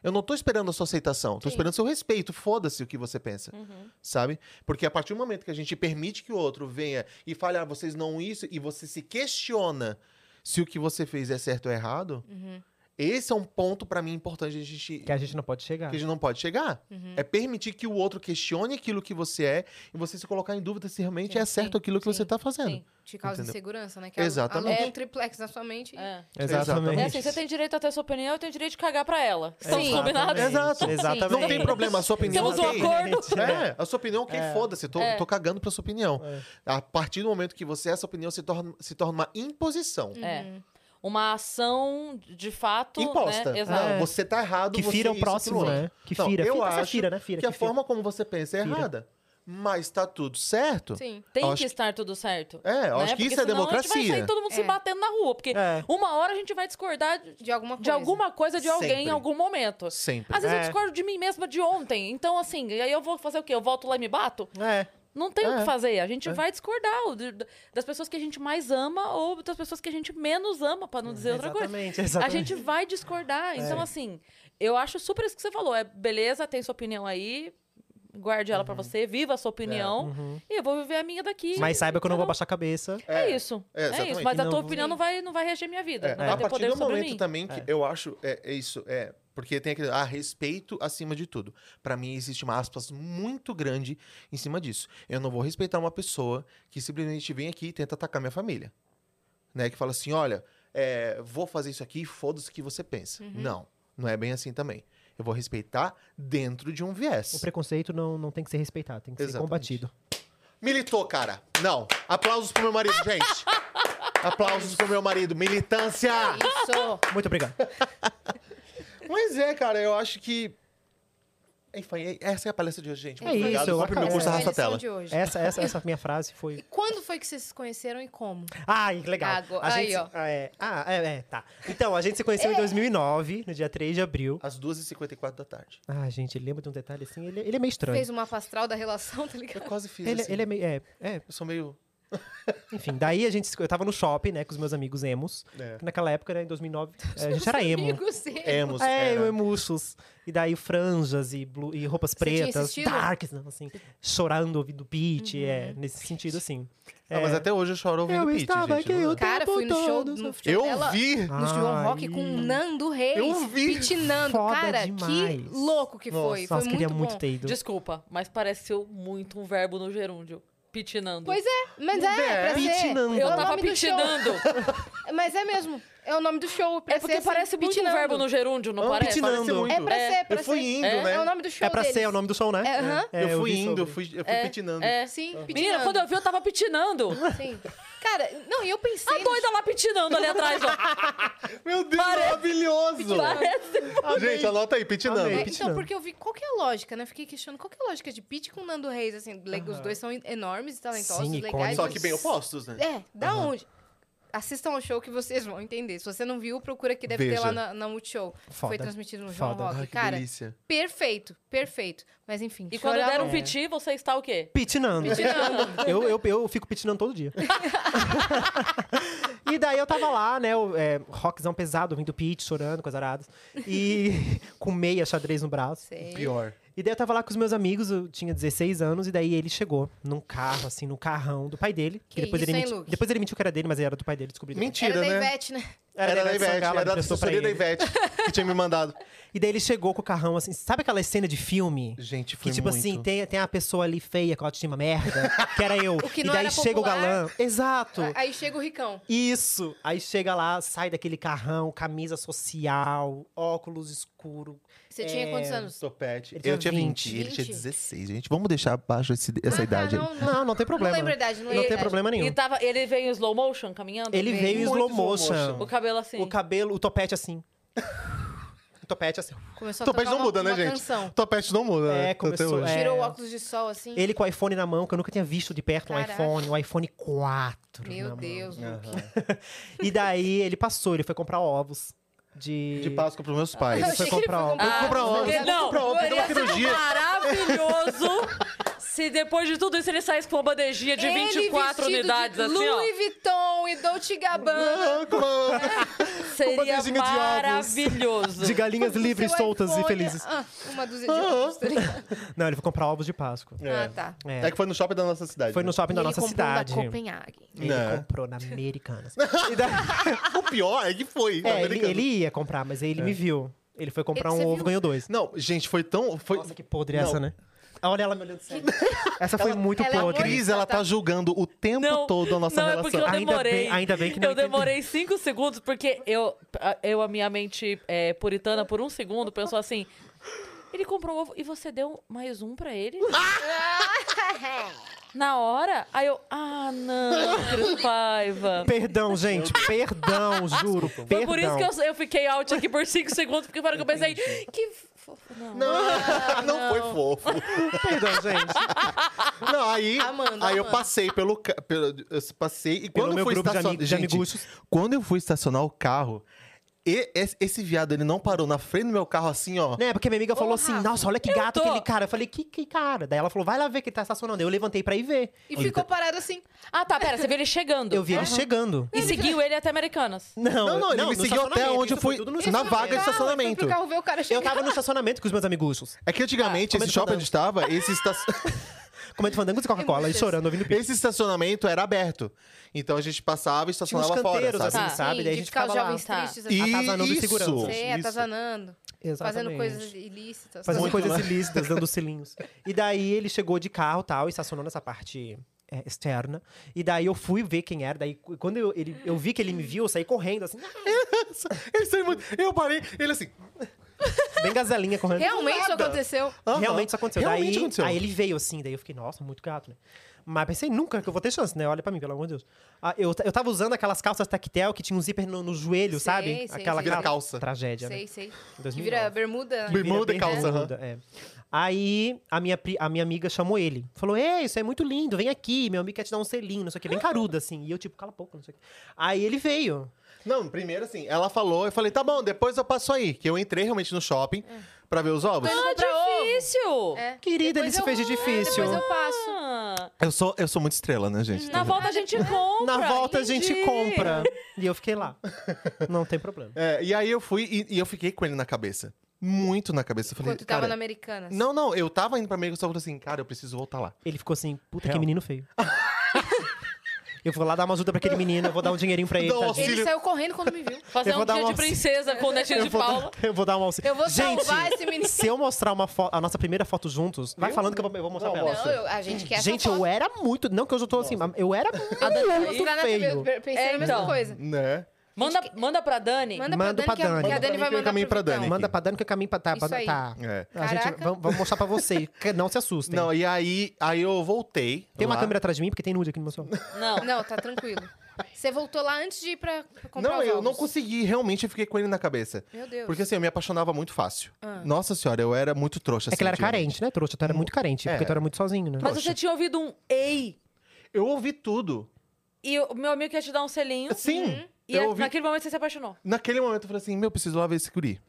S3: Eu não tô esperando a sua aceitação, tô
S2: Sim.
S3: esperando seu respeito. Foda-se o que você pensa,
S1: Uhum.
S3: sabe? Porque a partir do momento que a gente permite que o outro venha e fale, ah, vocês não isso, e você se questiona se o que você fez é certo ou errado,
S2: Uhum.
S3: esse é um ponto pra mim importante a gente
S4: Que a gente não pode chegar.
S3: que a gente não pode chegar.
S1: Uhum.
S3: É permitir que o outro questione aquilo que você é e você se colocar em dúvida se realmente
S1: Sim,
S3: é certo
S1: sim,
S3: aquilo que
S1: sim,
S3: você está fazendo.
S1: sim.
S2: Te causa
S3: Entendeu?
S2: insegurança, né? Que
S3: Exatamente.
S2: É um triplex na sua mente. e-
S1: É.
S4: Exatamente.
S3: Exatamente.
S1: É assim, você tem direito a ter sua opinião, eu tenho direito de cagar pra ela. Estamos
S2: Sim.
S1: combinados?
S3: É. Exato.
S4: Exatamente.
S3: Não tem problema, a sua opinião
S1: Temos um
S3: ok.
S1: acordo?
S3: É, a sua opinião ok, foda-se, tô,
S1: É.
S3: tô cagando pra sua opinião.
S4: É.
S3: A partir do momento que você, essa opinião se torna, se torna uma imposição.
S1: É. Uma ação de fato.
S3: Imposta.
S1: Né? Exato.
S3: Ah, Você tá errado,
S4: Que
S3: você
S4: fira o
S3: isso, aquilo
S4: próximo,
S3: outro.
S4: né? Que
S3: Não,
S4: fira.
S3: eu
S4: fira,
S3: acho
S4: fira, né? Fira.
S3: que a
S4: que fira.
S3: forma como você pensa é
S4: Fira.
S3: errada. Mas tá tudo certo.
S2: Sim.
S1: Tem
S3: Eu
S1: que
S3: acho
S1: estar tudo certo.
S3: É, eu
S1: né?
S3: acho que
S1: Porque
S3: isso é
S1: senão A gente vai sair
S3: democracia.
S1: todo mundo se
S2: É.
S1: batendo na rua. Porque
S4: É.
S1: uma hora a gente vai discordar de
S2: De alguma coisa.
S1: de alguma coisa de alguém em
S3: Sempre.
S1: algum momento.
S3: Sempre.
S1: Às vezes eu
S4: É.
S1: discordo de mim mesma de ontem. Então, assim, e aí eu vou fazer o quê? Eu volto lá e me bato?
S4: É.
S1: Não tem o que
S3: É.
S1: fazer. A gente
S3: É.
S1: vai discordar ou de- das pessoas que a gente mais ama ou das pessoas que a gente menos ama, pra não dizer outra coisa.
S4: Exatamente, exatamente.
S1: A gente vai
S3: É.
S1: discordar. Então, assim, eu acho super isso que você falou. É beleza, tem sua opinião aí, guarde ela pra
S3: Uhum.
S1: você, viva a sua opinião.
S4: Uhum.
S1: E eu vou viver a minha daqui.
S4: Mas saiba que eu não vou
S1: Então,
S4: abaixar a cabeça.
S1: É, isso.
S3: É. É,
S1: É, isso.
S3: exatamente.
S1: Mas a
S4: Não
S1: tua
S4: vou-
S1: opinião não vai, não vai reger minha vida.
S3: É,
S1: Não
S3: A
S1: vai ter
S3: partir
S1: poder
S3: do
S1: sobre
S3: momento
S1: mim.
S3: também que
S4: É.
S3: eu acho, é, é isso, é, porque tem aquele, ah, respeito acima de tudo. Pra mim existe uma aspas muito grande em cima disso. Eu não vou respeitar uma pessoa que simplesmente vem aqui e tenta atacar minha família. Né, que fala assim, olha, é, vou fazer isso aqui, foda-se o que você pensa.
S1: Uhum.
S3: Não, não é bem assim também. Eu vou respeitar dentro de um
S4: O
S3: viés.
S4: preconceito não, não tem que ser respeitado, tem que ser
S3: Exatamente.
S4: combatido.
S3: Militou, cara. Não. Aplausos pro meu marido, gente. Aplausos pro meu marido. Militância!
S2: É Isso.
S4: Muito obrigado.
S3: Mas é, cara, eu acho que. Enfim, essa é a palestra de hoje, gente.
S4: É
S3: Muito obrigado.
S4: isso, eu
S3: Compre meu
S4: acho que
S3: curso
S2: Essa foi a
S3: Arrasta
S2: lição
S3: Tela.
S2: de
S1: É.
S2: hoje.
S4: Essa, essa, essa minha frase foi.
S2: Quando foi que vocês se conheceram e como?
S4: Ai, Ah, que legal.
S2: Agora-
S4: A gente
S2: aí,
S4: se-
S2: ó. É.
S4: Ah, é. Ah, é, é, tá. Então, a gente se conheceu em 2009, no dia 3 de abril.
S3: Às 2h54 da tarde.
S4: Ah, gente, ele lembra de um detalhe assim? Ele, ele é meio estranho.
S2: Fez um uma astral da relação, tá
S3: Eu
S2: ligado?
S3: quase fiz
S4: Ele,
S3: assim.
S4: ele é meio. É, é,
S3: Eu sou meio.
S4: enfim. Daí a gente. se- Eu tava no shopping, né, com os meus amigos emos.
S3: É.
S4: Que naquela época, né, em 2009, a gente era emo.
S2: Amigos, emo.
S3: Emos.
S4: É, eu
S3: era.
S4: emuchos. E daí franjas e, blu- e roupas
S2: Você tinha
S4: pretas,
S2: insistido?
S4: darks, não, assim, chorando ouvindo
S2: Uhum.
S4: beat, é, nesse sentido, assim.
S3: Ah, mas
S4: É.
S3: até hoje eu choro ouvindo
S4: Eu
S3: Pete,
S4: estava
S3: gente.
S4: aqui,
S3: não
S4: eu-
S3: dá.
S2: Cara, fui no show
S4: Todo
S2: no show
S3: Eu
S2: dela.
S3: vi!
S2: No João
S4: Ai,
S2: Rock com o Nando Reis.
S3: Eu vi.
S2: Pitinando.
S4: Foda
S2: Cara,
S4: demais.
S2: que louco que foi.
S4: Nossa,
S2: foi
S4: nossa, queria
S2: muito,
S4: muito
S2: bom.
S4: ter ido.
S1: Desculpa, mas pareceu muito um verbo no gerúndio. Pitinando.
S2: Pois é, mas é,
S3: É.
S2: pra ser.
S4: Pitinando.
S1: Eu
S2: é o
S1: tava
S2: nome do show.
S1: pitinando.
S2: Mas é mesmo. É o nome do show. pra
S1: É porque
S2: ser assim,
S1: parece muito um
S2: pitinando.
S1: verbo no gerúndio, não
S3: Ah,
S1: parece?
S3: parece
S4: Pitinando.
S3: muito.
S2: É pra
S1: É.
S2: ser, pra
S3: Eu fui
S2: ser.
S3: indo,
S1: É.
S3: né?
S2: É o nome do show
S4: É pra
S2: deles.
S4: ser, é o nome do show, né?
S2: É, aham.
S4: É,
S3: eu fui
S4: vi
S3: indo, eu
S4: sobre.
S3: fui, eu fui
S1: É.
S3: pitinando.
S1: É.
S2: Sim,
S1: Menina, quando eu vi, eu tava pitinando.
S2: Sim. assim? Cara, não, e eu pensei...
S1: A doida lá pitinando ali atrás, ó.
S3: Meu Deus, maravilhoso!
S1: Parece.
S3: Gente, anota aí, pitinando.
S4: Amei.
S2: É,
S4: Pete
S2: então,
S4: não.
S2: porque eu vi qual que é a lógica, né? Eu Fiquei questionando qual que é a lógica de Pete com Nando Reis, assim. le- Os
S4: Aham.
S2: dois são enormes, talentosos,
S4: Sim,
S2: legais.
S4: icônicos.
S3: Só que bem opostos, né?
S2: É, da
S4: Aham.
S2: onde? assistam ao show que vocês vão entender. Se você não viu, procura que deve ter lá
S3: Veja.
S2: na, na Multishow. Foi
S4: Foda.
S2: transmitido no João
S4: Foda.
S2: Rock.
S3: Ai, que
S2: Cara,
S3: delícia.
S2: perfeito, perfeito. Mas enfim,
S1: E quando
S2: chorar
S1: der um
S2: não.
S1: piti, você está o quê?
S4: Pitinando.
S2: Pitinando.
S4: Eu, eu, eu fico pitinando todo dia. e daí eu tava lá, né? o, É, rockzão pesado, vindo pit, chorando, coisa aradas. E com meia xadrez no braço.
S2: Sei.
S3: Pior.
S4: E daí eu tava lá com os meus amigos, eu tinha 16 anos, e daí ele chegou num carro, assim, num carrão do pai dele. Que
S2: Que
S4: depois,
S2: isso,
S4: ele
S2: hein,
S4: menti-
S2: Luke?
S4: depois ele mentiu que era dele, mas ele era do pai dele, descobri. depois.
S3: Mentira,
S2: Era da
S3: né?
S2: Ivete, né?
S3: Era da
S4: Ivete
S3: Ivete,
S4: Sangalo,
S3: era da
S4: emprestou pra
S3: assessoria da
S4: ele.
S3: Ivete que tinha me mandado.
S4: E daí ele chegou com o carrão, assim, sabe aquela cena de filme?
S3: Gente,
S4: Que,
S3: foi
S4: tipo
S3: muito.
S4: assim, tem, tem a pessoa ali feia, com a autoestima merda, que era eu.
S2: que
S4: e
S2: não
S4: daí
S2: era
S4: chega
S2: popular.
S4: o galã. Exato.
S2: Aí chega o Ricão.
S4: Isso! Aí chega lá, sai daquele carrão, camisa social, óculos escuro.
S2: Você tinha
S4: É,
S2: quantos anos?
S3: Topete.
S4: Ele tinha
S3: Eu tinha 20,
S4: 20.
S3: ele tinha
S2: 20?
S3: 16, gente. Vamos deixar abaixo esse-
S2: Ah,
S3: essa
S2: tá,
S3: idade aí.
S2: não, não,
S4: Não, não tem
S2: não
S4: problema.
S2: lembro a idade. Não,
S4: Não
S2: lembro a
S4: tem
S2: idade.
S4: problema nenhum.
S1: E tava, ele veio em slow motion caminhando?
S4: Ele veio em
S3: Muito
S4: slow
S3: slow
S4: motion.
S3: motion.
S1: O cabelo assim.
S4: O cabelo, o topete assim. o topete assim.
S2: Começou a
S3: Topete
S2: tocar
S3: não
S2: uma-
S3: muda, né,
S2: uma
S3: gente?
S2: canção.
S3: Topete não muda,
S4: É,
S3: né? Até
S4: começou,
S3: hoje.
S4: é.
S2: Tirou o óculos de sol, assim.
S4: Ele com o iPhone na mão, que eu nunca tinha visto de perto um
S2: Caraca.
S4: iPhone, um iPhone 4. na
S2: Meu
S4: mão.
S2: Deus, Luke.
S4: E daí ele passou, ele foi comprar ovos de.
S3: De Páscoa pros meus pais.
S2: Eu
S4: Ele
S2: achei
S4: foi
S2: que ele foi
S4: comprar
S2: comprar-
S4: ovos.
S3: comprar
S1: Ah, não,
S3: óculos, eu vou comprar óculos,
S1: teria
S3: eu vou
S1: sido
S3: cirurgia.
S1: maravilhoso se depois de tudo isso ele saísse com uma bandejinha de 24
S2: Ele vestido
S1: unidades,
S2: de
S1: assim, ó.
S2: Louis Vuitton e Dolce Gabbana.
S3: Ah, como-
S1: Seria
S3: bandejinha de ovos.
S1: maravilhoso.
S4: De galinhas livres,
S2: Seu
S4: soltas e
S2: iPhone,
S4: felizes.
S2: ah, uma dúzia de ovos, tá ligado?
S4: Não, ele foi comprar ovos de Páscoa.
S2: Ah, tá.
S4: É.
S3: É que foi no shopping da nossa cidade.
S4: Foi no
S3: né?
S4: shopping
S2: E
S4: da
S2: ele
S4: nossa
S2: comprou um
S4: cidade.
S2: Da Copenhague.
S4: Ele
S3: Né.
S4: comprou na Americanas.
S3: O pior é que foi.
S4: É, ele,
S3: americano.
S4: ele ia comprar, mas aí
S3: É.
S4: ele me viu. Ele foi comprar
S2: Ele-
S4: um
S2: você
S4: ovo,
S2: viu?
S4: ganhou dois.
S3: Não, gente, foi tão. Foi...
S4: Nossa, que podre
S3: Não.
S4: essa, né? Ah, Olha ela me olhando sério. Essa foi muito
S2: ela é
S4: podre.
S2: amor-
S3: Cris, ela tá julgando o tempo
S1: Não,
S3: todo a nossa
S1: não, é porque
S3: relação.
S1: eu
S4: Ainda
S1: demorei.
S4: bem- ainda bem que não
S1: Eu demorei cinco segundos, porque eu, a- eu a minha mente é, puritana, por um segundo, pensou assim... Ele comprou um ovo e você deu mais um pra ele? Na hora? Aí eu... Ah, não, Cris Paiva.
S4: Perdão, gente. Perdão, juro.
S1: Foi
S4: Perdão.
S1: por isso que eu, eu fiquei out aqui por 5 segundos, porque para que eu pensei, que fofo, não.
S3: Não, não foi fofo.
S4: Perdão, gente.
S3: Não, aí,
S2: Amanda,
S3: aí eu
S2: Amanda.
S3: passei pelo, ca- pelo- Eu passei e
S4: Pelo
S3: quando eu
S4: meu
S3: fui
S4: grupo de
S3: estacionar.
S4: amigos- de
S3: gente,
S4: amiguchos.
S3: quando eu fui estacionar o carro, e- esse, esse viado ele não parou na frente do meu carro assim, ó.
S4: Né, porque minha amiga falou assim,
S2: Rafa,
S4: nossa, olha que gato
S1: tô-
S4: aquele cara. Eu falei, que, que cara? Daí ela falou, vai lá ver que ele tá estacionando. Eu levantei pra ir ver.
S2: E ficou parado assim.
S1: Ah, tá, pera, você viu ele chegando.
S4: Eu vi ele chegando.
S1: E seguiu ele até Americanas.
S4: Não,
S3: Não, não, ele
S4: no
S3: me seguiu até
S4: estacionamento.
S3: onde eu
S4: Isso foi
S3: fui.
S4: tudo no
S3: Isso na
S4: estacionamento.
S3: vaga de
S2: Ah, ele foi
S3: estacionamento.
S2: pro carro ver o cara
S4: Eu
S2: chegar.
S4: tava no estacionamento com os meus amiguchos.
S3: É que antigamente,
S4: Ah, comendo
S3: esse shopping
S4: fandango.
S3: onde estava, esse, esta-
S4: Comendo fandangos e Coca-Cola e
S2: Embuchas.
S4: chorando, ouvindo pizza.
S3: esse estacionamento era aberto. Então a gente passava e
S4: Tinha uns
S3: estacionava fora,
S4: canteiros,
S3: sabe?
S4: assim,
S1: Tá.
S2: Sim,
S4: sabe? Daí a
S2: de
S4: gente
S2: ficar os
S4: ficava lá.
S2: jovens
S1: Tá.
S2: tristes.
S3: E
S2: assim.
S4: Atazanando
S3: isso,
S4: segurança.
S2: Sei,
S3: isso.
S2: atazanando. Fazendo
S4: Exatamente.
S2: coisas ilícitas. assim.
S4: Fazendo
S3: Muito
S4: coisas
S3: lá.
S4: ilícitas, dando cilinhos. E daí ele chegou de carro tal, e estacionou nessa parte é, externa. E daí eu fui ver quem era. Daí quando eu, ele, eu vi que ele me viu, eu saí correndo, assim,
S3: Ele saiu muito- Eu parei, ele assim.
S4: bem gazelinha correndo.
S2: Realmente isso
S3: Nada.
S2: aconteceu.
S3: aham.
S4: Realmente isso aconteceu.
S3: Realmente
S4: daí,
S3: aconteceu.
S4: Aí ele veio assim, daí eu fiquei, nossa, muito gato, né? Mas pensei nunca que eu vou ter chance, né? Olha pra mim, pelo amor de Deus. Ah, eu, eu tava usando aquelas calças tactel que tinha um zíper no, no
S2: Sei,
S4: joelho, sabe?
S2: sei,
S4: Aquela
S2: sei.
S3: Vira calça.
S4: Tragédia, né?
S2: Sei, sei. Que
S4: 2009.
S2: vira bermuda.
S3: Bem-
S2: né?
S3: Bermuda e
S4: bem
S3: calça,
S4: bermuda, é. Aí a minha, pri- a minha amiga chamou ele. Falou: Ei, isso é muito lindo, vem aqui. Meu amigo quer te dar um selinho, não sei o quê. Bem caruda, assim. E eu, tipo, cala a boca, não sei o quê. Aí ele veio.
S3: Não, primeiro assim, ela falou, eu falei, tá bom, depois eu passo aí. Que eu entrei realmente no shopping pra ver os ovos.
S2: Tô indo comprar ovo.
S1: Difícil!
S2: É.
S4: Querida,
S2: Depois
S4: ele se
S2: eu-
S4: fez de
S2: é,
S4: difícil.
S2: Depois eu passo.
S1: Ah,
S3: Eu sou, eu sou muito estrela, né, gente?
S1: na volta a gente compra.
S4: Na volta a gente
S1: entendi.
S4: compra. E eu fiquei lá. Não tem problema.
S3: É, e aí eu fui e, e eu fiquei com ele na cabeça. Muito na cabeça. Eu falei,
S2: Enquanto tava
S3: cara,
S2: na Americanas.
S3: Não, não, eu tava indo pra América, só falei assim, cara, eu preciso voltar lá.
S4: Ele ficou assim: Puta, que
S3: Real.
S4: menino feio. eu vou lá dar uma ajuda pra aquele menino, eu vou dar um dinheirinho pra ele.
S3: Dou um
S4: tadinho.
S2: Ele
S3: Filho-
S2: saiu correndo quando me viu.
S1: Fazer
S4: Eu vou
S1: um
S4: dar
S1: dia
S4: uma-
S1: de princesa com o netinho de
S4: Eu vou,
S1: Paula.
S4: dar, eu vou dar um auxílio.
S2: Eu vou
S4: Gente,
S2: salvar esse menino.
S4: Se eu mostrar uma fo- a nossa primeira foto juntos, vai
S3: Eu-
S4: falando que eu vou, eu vou mostrar
S3: Não,
S4: pra ela.
S2: Não, eu- a gente quer
S4: Gente,
S2: essa foto.
S4: eu era muito. Não, que hoje eu tô assim, mas eu era muito
S2: Entrar na TV, eu
S4: feio.
S2: pe- pensei
S1: É,
S2: a mesma
S1: então.
S2: coisa.
S3: Né?
S1: Manda, manda pra Dani.
S2: Manda
S4: Manda
S2: pra Dani,
S4: pra
S2: que a-
S4: Dani.
S2: que a Dani vai
S3: Manda
S2: mandar
S3: também pra
S2: pro Vitão.
S3: Dani.
S4: Manda pra Dani que eu caminho pra tá.
S2: Isso
S4: pra-
S2: aí.
S4: tá.
S3: É.
S4: A gente
S2: Caraca.
S4: vamos, vamos mostrar pra vocês. que Não se assustem.
S3: Não, e aí, aí eu voltei.
S4: Tem uma
S3: lá.
S4: câmera atrás de mim, porque tem nude aqui no meu celular.
S1: Não.
S2: Não, tá tranquilo. Você voltou lá antes de ir pra pra comprar
S3: Não,
S2: os
S3: eu
S2: ovos.
S3: não consegui, realmente eu fiquei com ele na cabeça.
S2: Meu Deus.
S3: Porque assim, eu me apaixonava muito fácil. Nossa senhora, eu era muito trouxa.
S4: É que ele era
S3: assim, antigamente.
S4: carente, né, trouxa? Tu era muito carente,
S3: É.
S4: porque tu era muito sozinho, né?
S1: Mas você tinha ouvido um ei.
S3: Eu ouvi tudo.
S1: E o meu amigo quer te dar um selinho.
S3: Sim.
S1: E
S3: eu
S1: a-
S3: ouvi-
S1: naquele momento você se apaixonou.
S3: Naquele momento eu falei assim, meu, preciso lá ver esse guri.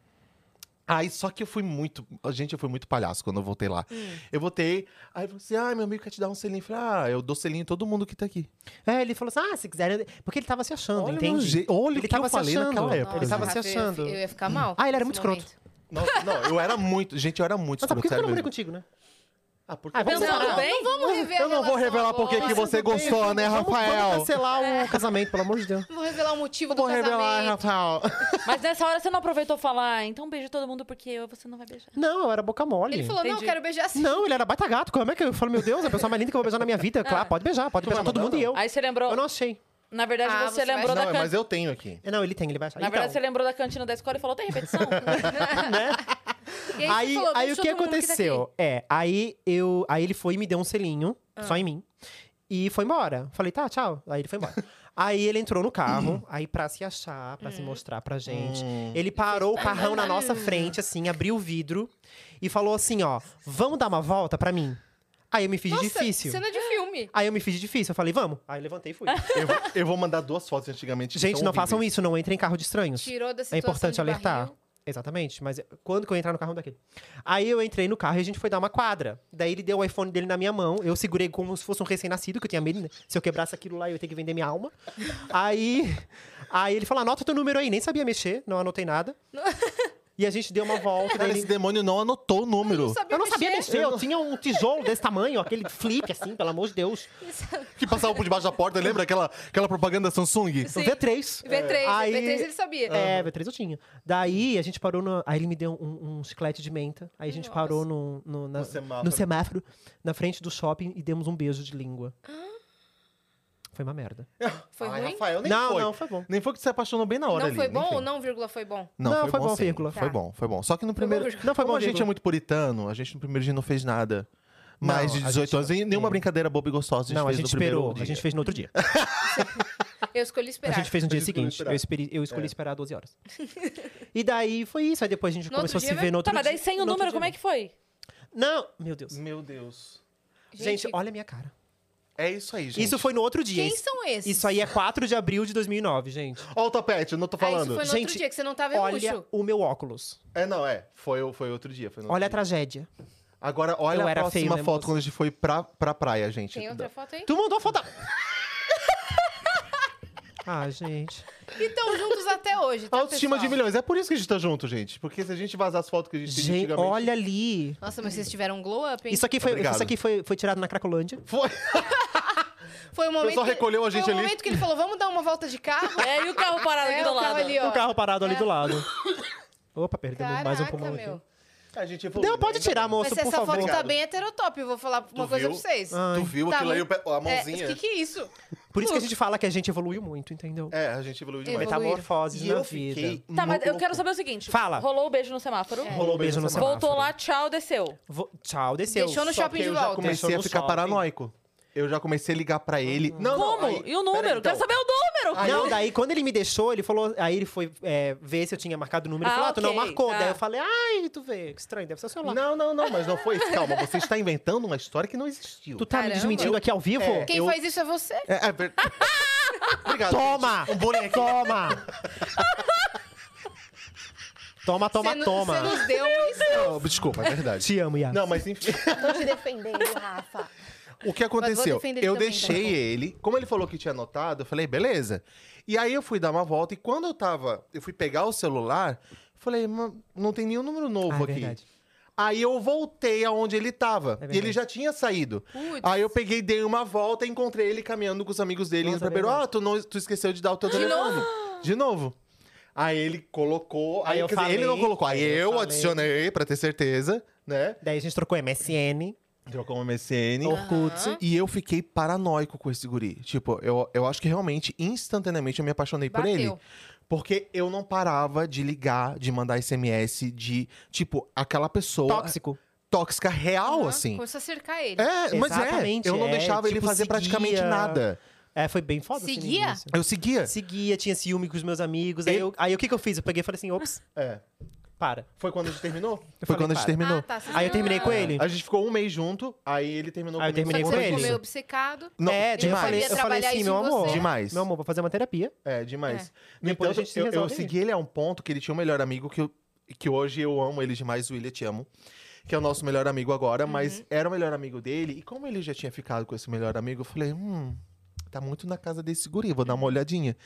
S3: Aí, só que eu fui muito... Gente, eu fui muito palhaço quando eu voltei lá. Eu voltei, aí falou assim, ah, meu amigo quer te dar um selinho. Eu falei, ah, eu dou selinho em todo mundo que tá aqui.
S4: É, ele falou assim, ah, se quiser... eu- Porque ele tava se achando,
S3: Olha o meu
S4: entende?
S3: jeito- olha o
S4: ele
S3: que eu
S4: tava se
S3: falei
S4: achando.
S3: naquela época,
S4: Ele tava se
S2: Rafa, eu ia fi-
S4: achando.
S2: Eu ia ficar mal.
S4: Ah, ele era
S2: nesse
S4: muito
S2: momento.
S3: Nossa, não, eu era muito... Gente, eu era muito
S4: Mas sabe por que que
S3: escroto,
S4: eu
S3: sério
S4: namorei
S3: mesmo.
S4: contigo, né?
S3: Ah, porque...
S4: Ah, vamos
S1: Não,
S4: falar.
S1: tudo bem?
S2: Vamos rever
S3: Eu não vou revelar por que
S2: porque
S3: que você
S4: Tudo bem,
S3: gostou, né,
S4: vamos- Vamos
S3: Rafael?
S4: cancelar o casamento, pelo amor de Deus.
S2: Vou revelar o motivo
S3: Eu vou
S2: do
S3: revelar,
S2: casamento.
S3: Rafael.
S1: Mas nessa hora você não aproveitou falar, então beija todo mundo porque eu, você não vai beijar.
S4: Não, eu era boca mole.
S2: Ele falou, não,
S1: Entendi.
S2: eu quero beijar assim.
S4: Não, ele era baita gato. Como é que eu falo, meu Deus, é a pessoa mais linda que eu vou beijar na minha vida. Claro, pode beijar, pode
S3: Tu
S4: beijar
S3: vai
S4: todo
S3: mandar,
S4: mundo e eu.
S1: Aí você lembrou.
S4: Eu não achei.
S1: Na verdade,
S2: Ah,
S1: você
S2: você vai-
S1: lembrou da
S3: Não,
S1: can-
S3: mas eu tenho aqui.
S4: Não, ele tem, ele vai achar.
S1: Na
S4: Então,
S1: verdade, você lembrou da cantina da escola e falou: tem repetição?
S2: E aí, você
S4: aí,
S2: falou,
S4: aí o
S2: "Beijou
S4: que
S2: todo mundo tá
S4: aconteceu? é, aí eu, aí ele foi e me deu um selinho,
S2: Ah.
S4: só em mim, e foi embora. Falei, tá, tchau. Aí ele foi embora. aí ele entrou no carro, aí pra se achar, pra se
S2: Hum.
S4: mostrar pra gente. Ele parou o
S2: tá
S4: carrão na nossa frente, assim, abriu o vidro e falou assim: ó, vamos dar uma volta pra mim. Aí eu me fiz de
S2: aqui." Nossa,
S4: difícil.
S2: cena de filme.
S4: Aí eu me fiz de difícil, eu falei, vamos. Aí levantei e fui.
S3: Eu vou, eu vou mandar duas fotos antigamente. então,
S4: gente, não façam isso, não entrem em carro de estranhos.
S2: Tirou da
S4: É
S2: situação
S4: importante
S2: de
S4: alertar.
S2: barril.
S4: Exatamente, mas quando que eu entrar no carro daquele? Aí eu entrei no carro e a gente foi dar uma quadra. Daí ele deu o iPhone dele na minha mão, eu segurei como se fosse um recém-nascido, que eu tinha medo, né? Se eu quebrasse aquilo lá, eu ia ter que vender minha alma. Aí, aí ele falou: anota teu número aí, nem sabia mexer, não anotei nada. E a gente deu uma volta. daí
S3: Cara,
S4: ele-
S3: esse demônio não anotou o número.
S4: Eu não sabia mexer, eu tinha um tijolo desse tamanho, aquele flip assim, pelo amor de Deus.
S3: Que passava por debaixo da porta, lembra aquela, aquela propaganda Samsung?
S2: Sim.
S4: V3.
S2: V3,
S4: Aí-
S2: V3 ele sabia.
S4: É, V3 eu tinha. Daí a gente parou no. Aí ele me deu um, um chiclete de menta. Aí a gente parou no, no, na-
S3: No semáforo.
S4: no semáforo, na frente do shopping, e demos um beijo de língua. Foi uma merda.
S2: Foi
S3: Ai,
S2: ruim?
S3: Rafael, Ah, nem
S4: não,
S3: foi.
S4: não, foi bom.
S3: Nem foi que você apaixonou bem na hora
S2: não
S3: ali.
S2: foi bom
S3: enfim.
S2: ou não, vírgula, foi bom?
S3: Não,
S4: Não,
S3: foi,
S4: foi
S3: bom,
S4: bom,
S3: sim.
S4: vírgula.
S3: Foi
S2: Tá.
S3: bom, foi bom. Só que no primeiro...
S2: vírgula.
S4: Não, foi
S3: Como
S4: bom,
S3: a gente
S4: vírgula.
S3: é muito puritano, a gente no primeiro dia não fez nada. Mais
S4: Não,
S3: de
S4: a
S3: 18
S4: gente-
S3: anos, e nenhuma
S4: é.
S3: brincadeira boba e gostosa a gente
S4: Não, a
S3: fez
S4: gente
S3: no primeiro
S4: esperou.
S3: dia.
S4: A gente fez no outro dia.
S2: Eu escolhi
S4: A
S2: esperar.
S4: gente fez no dia
S3: gente É. escolheu
S4: seguinte. Eu, esperi- eu escolhi esperar 12 horas. E daí foi isso. Aí depois a gente
S2: No
S4: começou
S2: outro
S4: a se
S2: dia
S4: ver no outro
S1: tá, mas
S4: dia.
S1: daí sem o
S4: no outro
S1: número,
S4: dia
S1: como é que foi?
S4: Não, meu Deus.
S3: Meu Deus.
S4: Gente, olha a minha cara.
S3: É isso aí, gente.
S4: Isso foi no outro dia.
S2: Quem
S4: Isso-
S2: são esses?
S4: Isso aí é 4 de abril de 2009, gente.
S3: Olha o topete, eu não tô
S2: Ah, isso
S3: falando.
S2: foi no
S4: Gente,
S2: outro dia, que você não tava
S4: Olha
S2: murcho.
S4: o meu óculos.
S3: É, não, é. Foi, foi outro dia. Foi no
S4: Olha a
S3: outro dia.
S4: tragédia.
S3: Agora, olha
S4: Eu
S3: a
S4: era
S3: próxima
S4: feio, né,
S3: foto
S4: moço?
S3: quando a gente foi pra, pra praia, gente.
S2: Tem outra foto aí?
S4: Tu mandou foto. ah, gente.
S2: E estão juntos até hoje, tá,
S3: Autoestima de
S2: pessoal?
S3: milhões. É por isso que a gente tá junto, gente. Porque se a gente vazar as fotos que a gente, fez
S4: Gente,
S3: antigamente...
S4: olha ali.
S2: Nossa, mas vocês tiveram um glow up, hein?
S4: Isso aqui foi,
S3: Obrigado.
S4: isso aqui foi, foi tirado na Cracolândia.
S3: Foi.
S2: Foi o momento.
S3: pessoal
S2: que-
S3: recolheu a gente
S2: foi o
S3: ali.
S2: momento que ele falou: vamos dar uma volta de carro.
S1: É, e o carro parado
S2: É,
S1: aqui
S2: o
S1: do
S2: carro
S1: lado.
S2: ali, ó.
S4: O carro parado ali do lado. É. Opa, perdemos mais um
S2: Caraca,
S4: pulmão
S2: meu.
S4: aqui.
S3: A gente evoluiu,
S4: Não, pode
S3: ainda
S4: tirar,
S3: bem.
S4: moço,
S2: Mas
S4: por
S2: essa foto
S4: favor.
S2: tá bem heterotópica, eu vou falar uma
S3: Tu
S2: coisa
S3: viu?
S2: pra vocês.
S4: Ai.
S3: Tu viu
S2: Tá
S3: aquilo aí,
S2: muito-
S3: o pé- a
S2: É,
S3: mãozinha? É,
S2: que que é isso?
S4: Por isso que a gente fala que a gente evoluiu muito, entendeu?
S3: É, a gente evoluiu demais.
S2: Evoluiu.
S4: Metamorfoses
S3: E
S4: na
S3: eu
S4: vida.
S3: fiquei
S1: Tá, mas
S3: muito
S1: eu quero
S3: louco.
S1: saber o seguinte:
S4: Fala.
S1: rolou o beijo no semáforo.
S4: Rolou um beijo no semáforo.
S1: Voltou lá, tchau, desceu.
S4: Vo- Tchau, desceu.
S2: Deixou no
S4: Só
S2: shopping
S4: que
S2: de
S4: eu Hum. já
S2: volta.
S4: comecei
S3: Comecei a ficar paranoico. Eu já comecei a ligar pra ele. Não, não,
S1: Como?
S3: aí-
S1: e o
S3: pera,
S1: número?
S3: então.
S1: Quero saber o número!
S3: Aí
S4: não,
S3: eu-
S4: daí quando ele me deixou, ele falou. Aí ele foi é, ver se eu tinha marcado o número.
S1: Ah,
S4: Ele falou, ah, tu não
S1: ok,
S4: marcou.
S1: tá.
S4: Daí eu falei, ai, tu vê, que estranho, deve ser o celular.
S3: Não, não, não, mas não foi isso. Calma, você está inventando uma história que não existiu.
S4: Tu tá
S2: Caramba.
S4: me desmentindo aqui ao vivo?
S3: É.
S2: Quem
S3: Eu-
S2: faz isso é você.
S3: É, é ver- Obrigado.
S4: Toma!
S3: gente. Um boneco.
S4: Toma! toma, toma,
S2: Você não-
S4: toma.
S2: Você nos deu um
S3: Não, desculpa, é verdade.
S4: Te amo, Yas.
S3: Não, mas enfim.
S2: Tô te defendendo, Rafa.
S3: O que aconteceu?
S2: defender ele
S3: Eu
S2: também,
S3: deixei
S2: então.
S3: ele. Como ele falou que tinha anotado, eu falei, beleza. E aí eu fui dar uma volta e quando eu tava. Eu fui pegar o celular, eu falei, "Mano, não tem nenhum número novo
S4: Ah, é
S3: aqui.
S4: verdade.
S3: Aí eu voltei aonde ele tava.
S4: É
S3: e ele
S4: verdade.
S3: já tinha saído.
S2: Putz.
S3: Aí eu peguei, dei uma volta e encontrei ele caminhando com os amigos dele.
S4: Nossa,
S3: indo pra beira.
S4: é verdade.
S3: Ah, tu, não, tu esqueceu de dar o teu telefone. De novo. Aí ele colocou.
S4: Aí
S3: Aí,
S4: eu
S3: quer dizer, ele
S4: falei,
S3: não colocou. Aí
S4: aí eu
S3: eu,
S4: falei.
S3: adicionei pra ter certeza, né?
S4: Daí a gente trocou MSN,
S3: Trocou uma MSN.
S4: Orkut.
S3: E eu fiquei paranoico com esse guri. Tipo, eu, eu acho que realmente, instantaneamente, eu me apaixonei por
S2: Bateu.
S3: ele. Porque eu não parava de ligar, de mandar SMS, de, tipo, aquela pessoa
S4: Tóxico.
S3: tóxica real,
S2: Aham,
S3: assim.
S2: Começou a cercar ele.
S3: É, mas
S4: Exatamente,
S3: é. Eu não
S4: é,
S3: deixava ele
S4: tipo,
S3: fazer praticamente
S4: seguia.
S3: nada.
S4: É, foi bem foda. assim, no
S2: Seguia?
S4: início.
S3: Eu seguia.
S4: Seguia, tinha ciúme com os meus amigos. Aí,
S3: Ele-
S4: eu- aí o que que eu fiz? Eu peguei e falei assim, ops,
S3: É.
S4: para.
S3: Foi quando a gente terminou?
S4: Eu
S3: Foi
S4: falei,
S3: quando a gente
S4: para.
S3: terminou.
S2: Ah, tá. vocês
S4: Aí eu
S2: não-
S4: terminei com ele.
S3: A gente ficou um mês junto, aí ele terminou
S4: Aí eu
S3: comigo
S4: terminei
S3: por
S2: Só
S4: com
S2: que
S3: conta
S2: você
S4: ele.
S3: disso.
S2: ficou meio obcecado.
S3: Não,
S4: é, daí eu
S3: demais.
S4: falei,
S2: Sabia
S4: eu falei
S2: trabalhar
S4: assim,
S2: isso
S4: meu
S2: em
S4: amor.
S2: você.
S3: Demais.
S4: Meu amor, vou fazer uma terapia.
S3: É, demais. No
S4: Depois a
S3: entanto,
S4: gente se
S3: eu, eu
S4: resolve.
S3: segui ele a um ponto que ele tinha um melhor amigo que, eu- que hoje eu amo ele demais, o William te amo. Que é o nosso melhor amigo agora, mas
S4: Uhum.
S3: era o melhor amigo dele. E como ele já tinha ficado com esse melhor amigo, eu falei, hum, tá muito na casa desse guri, vou dar uma olhadinha.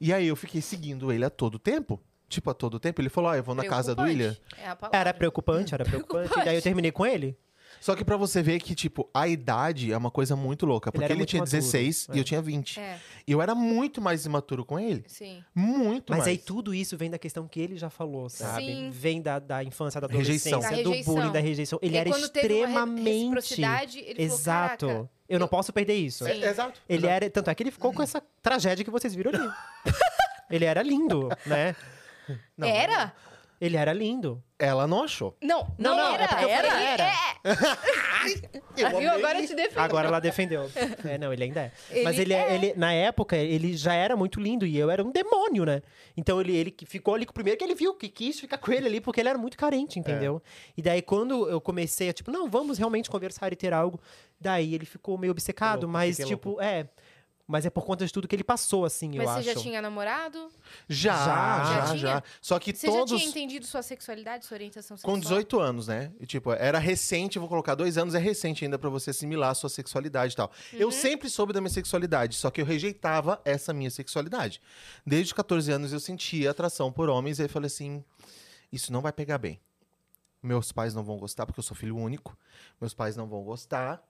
S3: E aí eu fiquei seguindo ele a todo tempo. Tipo, a todo tempo. Ele falou, ah, eu vou na casa do William.
S2: Preocupante. É a palavra.
S4: Era preocupante, era preocupante. E daí eu terminei com ele.
S3: Só que pra você ver que, tipo, a idade é uma coisa muito louca. Porque
S4: era
S3: ele,
S4: muito
S3: tinha
S4: maduro,
S3: 16 e
S4: é.
S3: eu tinha 20.
S2: É,
S3: E eu era muito mais imaturo com ele.
S2: sim.
S3: Muito
S4: Mas
S3: mais.
S4: aí tudo isso vem da questão que ele já falou, sabe?
S2: Sim.
S4: Vem da, da infância, da
S3: Rejeição.
S4: adolescência,
S2: Da
S4: do
S2: rejeição.
S4: bullying, da rejeição. Ele
S2: E
S4: era
S2: quando teve uma re-
S4: extremamente.
S2: reciprocidade, ele falou,
S4: Exato.
S2: "Caraca,
S4: eu não posso perder isso.
S2: Sim.
S3: É, exato.
S4: Ele era. Tanto é que ele ficou com essa tragédia que vocês viram ali. ele era lindo, né?
S3: Não,
S2: era?
S4: Ele era lindo.
S3: Ela não achou.
S2: Não, não,
S4: Não, não, é
S2: era.
S4: porque eu
S2: era.
S4: falei, era.
S2: É. Viu? Agora eu te defendo.
S4: Agora ela defendeu. É, não, ele ainda é. Mas
S2: Ele
S4: ele, é- ele, na época, ele já era muito lindo e eu era um demônio, né? Então ele, ele que ficou ali com o primeiro que ele viu, que quis ficar com ele ali, porque ele era muito carente, entendeu?
S3: É.
S4: E daí, quando eu comecei a, tipo, não, vamos realmente conversar e ter algo, daí ele ficou meio obcecado,
S3: Louco,
S4: mas,
S3: fiquei
S4: tipo, é. Mas é por conta de tudo que ele passou, assim, eu
S2: Mas você já
S4: acho.
S2: tinha namorado?
S3: Já,
S4: Já,
S3: já,
S2: já
S3: já.
S2: tinha?
S3: Só que
S2: Você
S3: todos
S2: já tinha entendido sua sexualidade, sua orientação sexual?
S3: com 18 anos, né? E, tipo, era recente, vou colocar dois anos, é recente ainda pra você assimilar a sua sexualidade e tal. Eu sempre soube da minha sexualidade, só que eu rejeitava essa minha sexualidade. Desde os 14 anos eu sentia atração por homens e aí eu falei assim: isso não vai pegar bem. Meus pais não vão gostar, porque eu sou filho único. Meus pais não vão gostar.